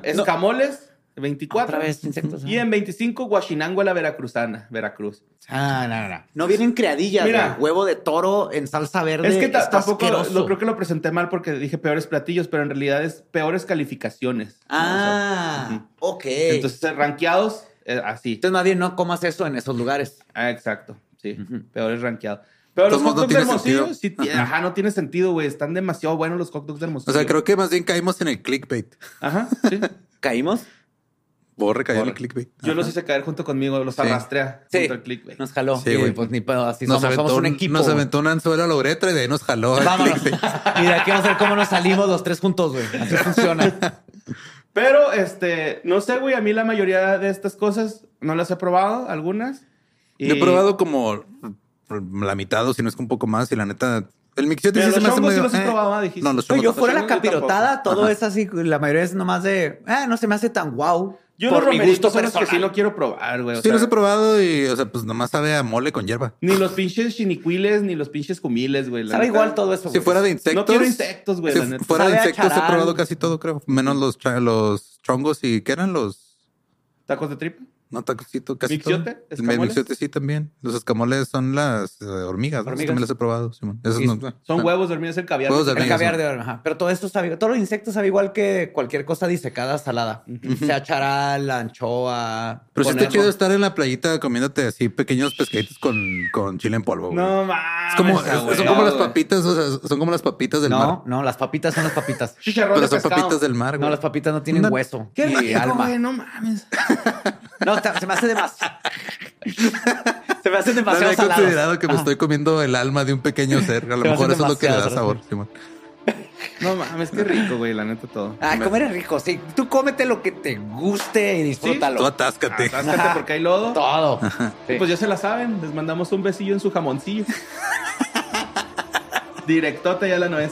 Speaker 2: Escamoles, 24.
Speaker 3: Otra vez, insectos.
Speaker 2: Y en 25, Guachinango la Veracruzana, Veracruz.
Speaker 3: Ah, no, no, no. No vienen creadillas,
Speaker 2: Mira.
Speaker 3: güey. huevo de toro en salsa verde.
Speaker 2: Es que ta-
Speaker 3: está
Speaker 2: tampoco
Speaker 3: asqueroso.
Speaker 2: lo creo que lo presenté mal porque dije peores platillos, pero en realidad es peores calificaciones. ¿no? O sea,
Speaker 3: Ah,
Speaker 2: Ujú.
Speaker 3: ok. Entonces,
Speaker 2: entonces, eh, rankeados, eh, así.
Speaker 3: más bien no comas eso en esos lugares.
Speaker 2: Ah, exacto. Sí, peores rankeados. Pero los
Speaker 1: Entonces,
Speaker 2: hot
Speaker 1: no
Speaker 2: dogs de
Speaker 1: tiene
Speaker 2: Hermosillo,
Speaker 1: sentido.
Speaker 2: sí ti- ajá. no tiene sentido, güey. Están demasiado buenos los hot dogs de
Speaker 1: O
Speaker 2: Hermosillo.
Speaker 1: sea, creo que más bien caímos en el clickbait.
Speaker 2: Ajá, sí.
Speaker 3: ¿Caímos?
Speaker 1: Borre cayó en el
Speaker 2: Borre.
Speaker 1: clickbait.
Speaker 2: Yo los hice caer junto conmigo, los
Speaker 1: Sí.
Speaker 2: arrastrea
Speaker 3: Sí.
Speaker 2: junto al clickbait.
Speaker 3: Nos jaló.
Speaker 1: Sí,
Speaker 3: Sí,
Speaker 1: güey.
Speaker 3: Pues ni pedo, así
Speaker 1: nos
Speaker 3: somos.
Speaker 1: aventó,
Speaker 3: Somos un
Speaker 1: un-
Speaker 3: equipo.
Speaker 1: Nos
Speaker 3: güey.
Speaker 1: aventó un anzuelo a la uretra y de ahí nos jaló. al
Speaker 3: Vámonos.
Speaker 1: clickbait.
Speaker 3: [laughs] Y de aquí vamos a ver cómo nos salimos los tres juntos, güey.
Speaker 1: [laughs]
Speaker 3: Así funciona.
Speaker 2: Pero, este, no sé, güey, a mí la mayoría de estas cosas no las he probado, algunas. y-
Speaker 1: Yo he probado como la mitad o si no es que un poco más y la neta... El mixiote
Speaker 2: Pero
Speaker 1: sí se
Speaker 2: los
Speaker 1: me hace eh, muy...
Speaker 2: chongos sí los he probado, ah, dijiste.
Speaker 1: No, los
Speaker 3: Güey,
Speaker 1: chongos
Speaker 3: yo
Speaker 1: no.
Speaker 3: fuera la
Speaker 2: Yo tampoco.
Speaker 3: capirotada, todo es así. La mayoría es nomás de, ah, no se me hace tan guau.
Speaker 2: Yo
Speaker 3: por
Speaker 2: los
Speaker 3: mi
Speaker 2: romeritos
Speaker 3: gusto
Speaker 2: son los que
Speaker 3: personal.
Speaker 2: sí no quiero probar, güey. o
Speaker 1: Sí los he
Speaker 2: sea,
Speaker 1: probado y, o sea, pues nomás sabe a mole con hierba.
Speaker 2: Ni los pinches chinicuiles, ni los pinches cumiles, güey. la
Speaker 3: Sabe
Speaker 2: neta.
Speaker 3: igual todo eso.
Speaker 1: Si
Speaker 3: güey.
Speaker 1: fuera de insectos...
Speaker 2: No quiero insectos, güey,
Speaker 1: si
Speaker 2: la neta.
Speaker 1: fuera de
Speaker 3: Sabe a
Speaker 1: insectos he
Speaker 3: charal.
Speaker 1: probado casi todo, creo. Menos los, cha- los chongos y... ¿Qué eran los...?
Speaker 2: ¿Tacos de tripa?
Speaker 1: No, tacosito, casi
Speaker 2: ¿Mixiote?
Speaker 1: todo.
Speaker 2: ¿Escamoles?
Speaker 1: El mixiote sí también. Los escamoles son las eh, hormigas. ¿no? Esos
Speaker 3: Hormigas.
Speaker 1: también los he probado, Simón. Esos
Speaker 3: Sí,
Speaker 1: no-
Speaker 2: Son
Speaker 1: ah,
Speaker 2: huevos dormidos el caviar.
Speaker 1: Huevos de
Speaker 3: El
Speaker 1: hormigas,
Speaker 3: caviar
Speaker 1: ¿no?
Speaker 3: de oro, ajá. Pero todo esto sabe, todos los insectos sabe igual que cualquier cosa disecada salada. Sea charal, anchoa.
Speaker 1: Pero sí está
Speaker 3: conejo.
Speaker 1: chido estar en la playita comiéndote así pequeños pescaditos con, con chile en polvo. güey.
Speaker 2: No mames.
Speaker 1: es como,
Speaker 2: ah,
Speaker 1: es-
Speaker 2: güey,
Speaker 1: son como
Speaker 2: ah,
Speaker 1: las
Speaker 2: güey.
Speaker 1: papitas, o sea, son como las papitas del mar.
Speaker 3: No, no, las papitas son
Speaker 1: [laughs]
Speaker 3: las papitas.
Speaker 2: Chicharrón
Speaker 1: Pero
Speaker 2: de
Speaker 1: son
Speaker 2: pescado.
Speaker 1: papitas del mar,
Speaker 3: No,
Speaker 1: güey.
Speaker 3: las papitas no tienen
Speaker 1: Una-
Speaker 3: hueso.
Speaker 2: Qué
Speaker 3: ni
Speaker 2: rico,
Speaker 3: alma.
Speaker 2: güey, no mames.
Speaker 3: No, está- se me
Speaker 1: [laughs]
Speaker 3: hace demasiado. [laughs] se me hace
Speaker 1: No había
Speaker 3: demasiado salado.
Speaker 1: considerado que me estoy comiendo el alma de un pequeño ser. A lo
Speaker 3: Se me
Speaker 1: mejor
Speaker 3: hace
Speaker 1: eso es lo que le da
Speaker 3: demasiado,
Speaker 1: sabor, Simón.
Speaker 2: No mames, qué rico, güey, la neta todo.
Speaker 1: Ah,
Speaker 3: Ay, comer es rico, sí. Tú cómete lo que te guste y disfrútalo.
Speaker 1: Tú atáscate.
Speaker 2: Atáscate porque hay lodo.
Speaker 3: Todo. Sí.
Speaker 2: Pues ya se la saben, les mandamos un besillo en
Speaker 1: [laughs]
Speaker 2: su jamoncillo. Directota ya la no es.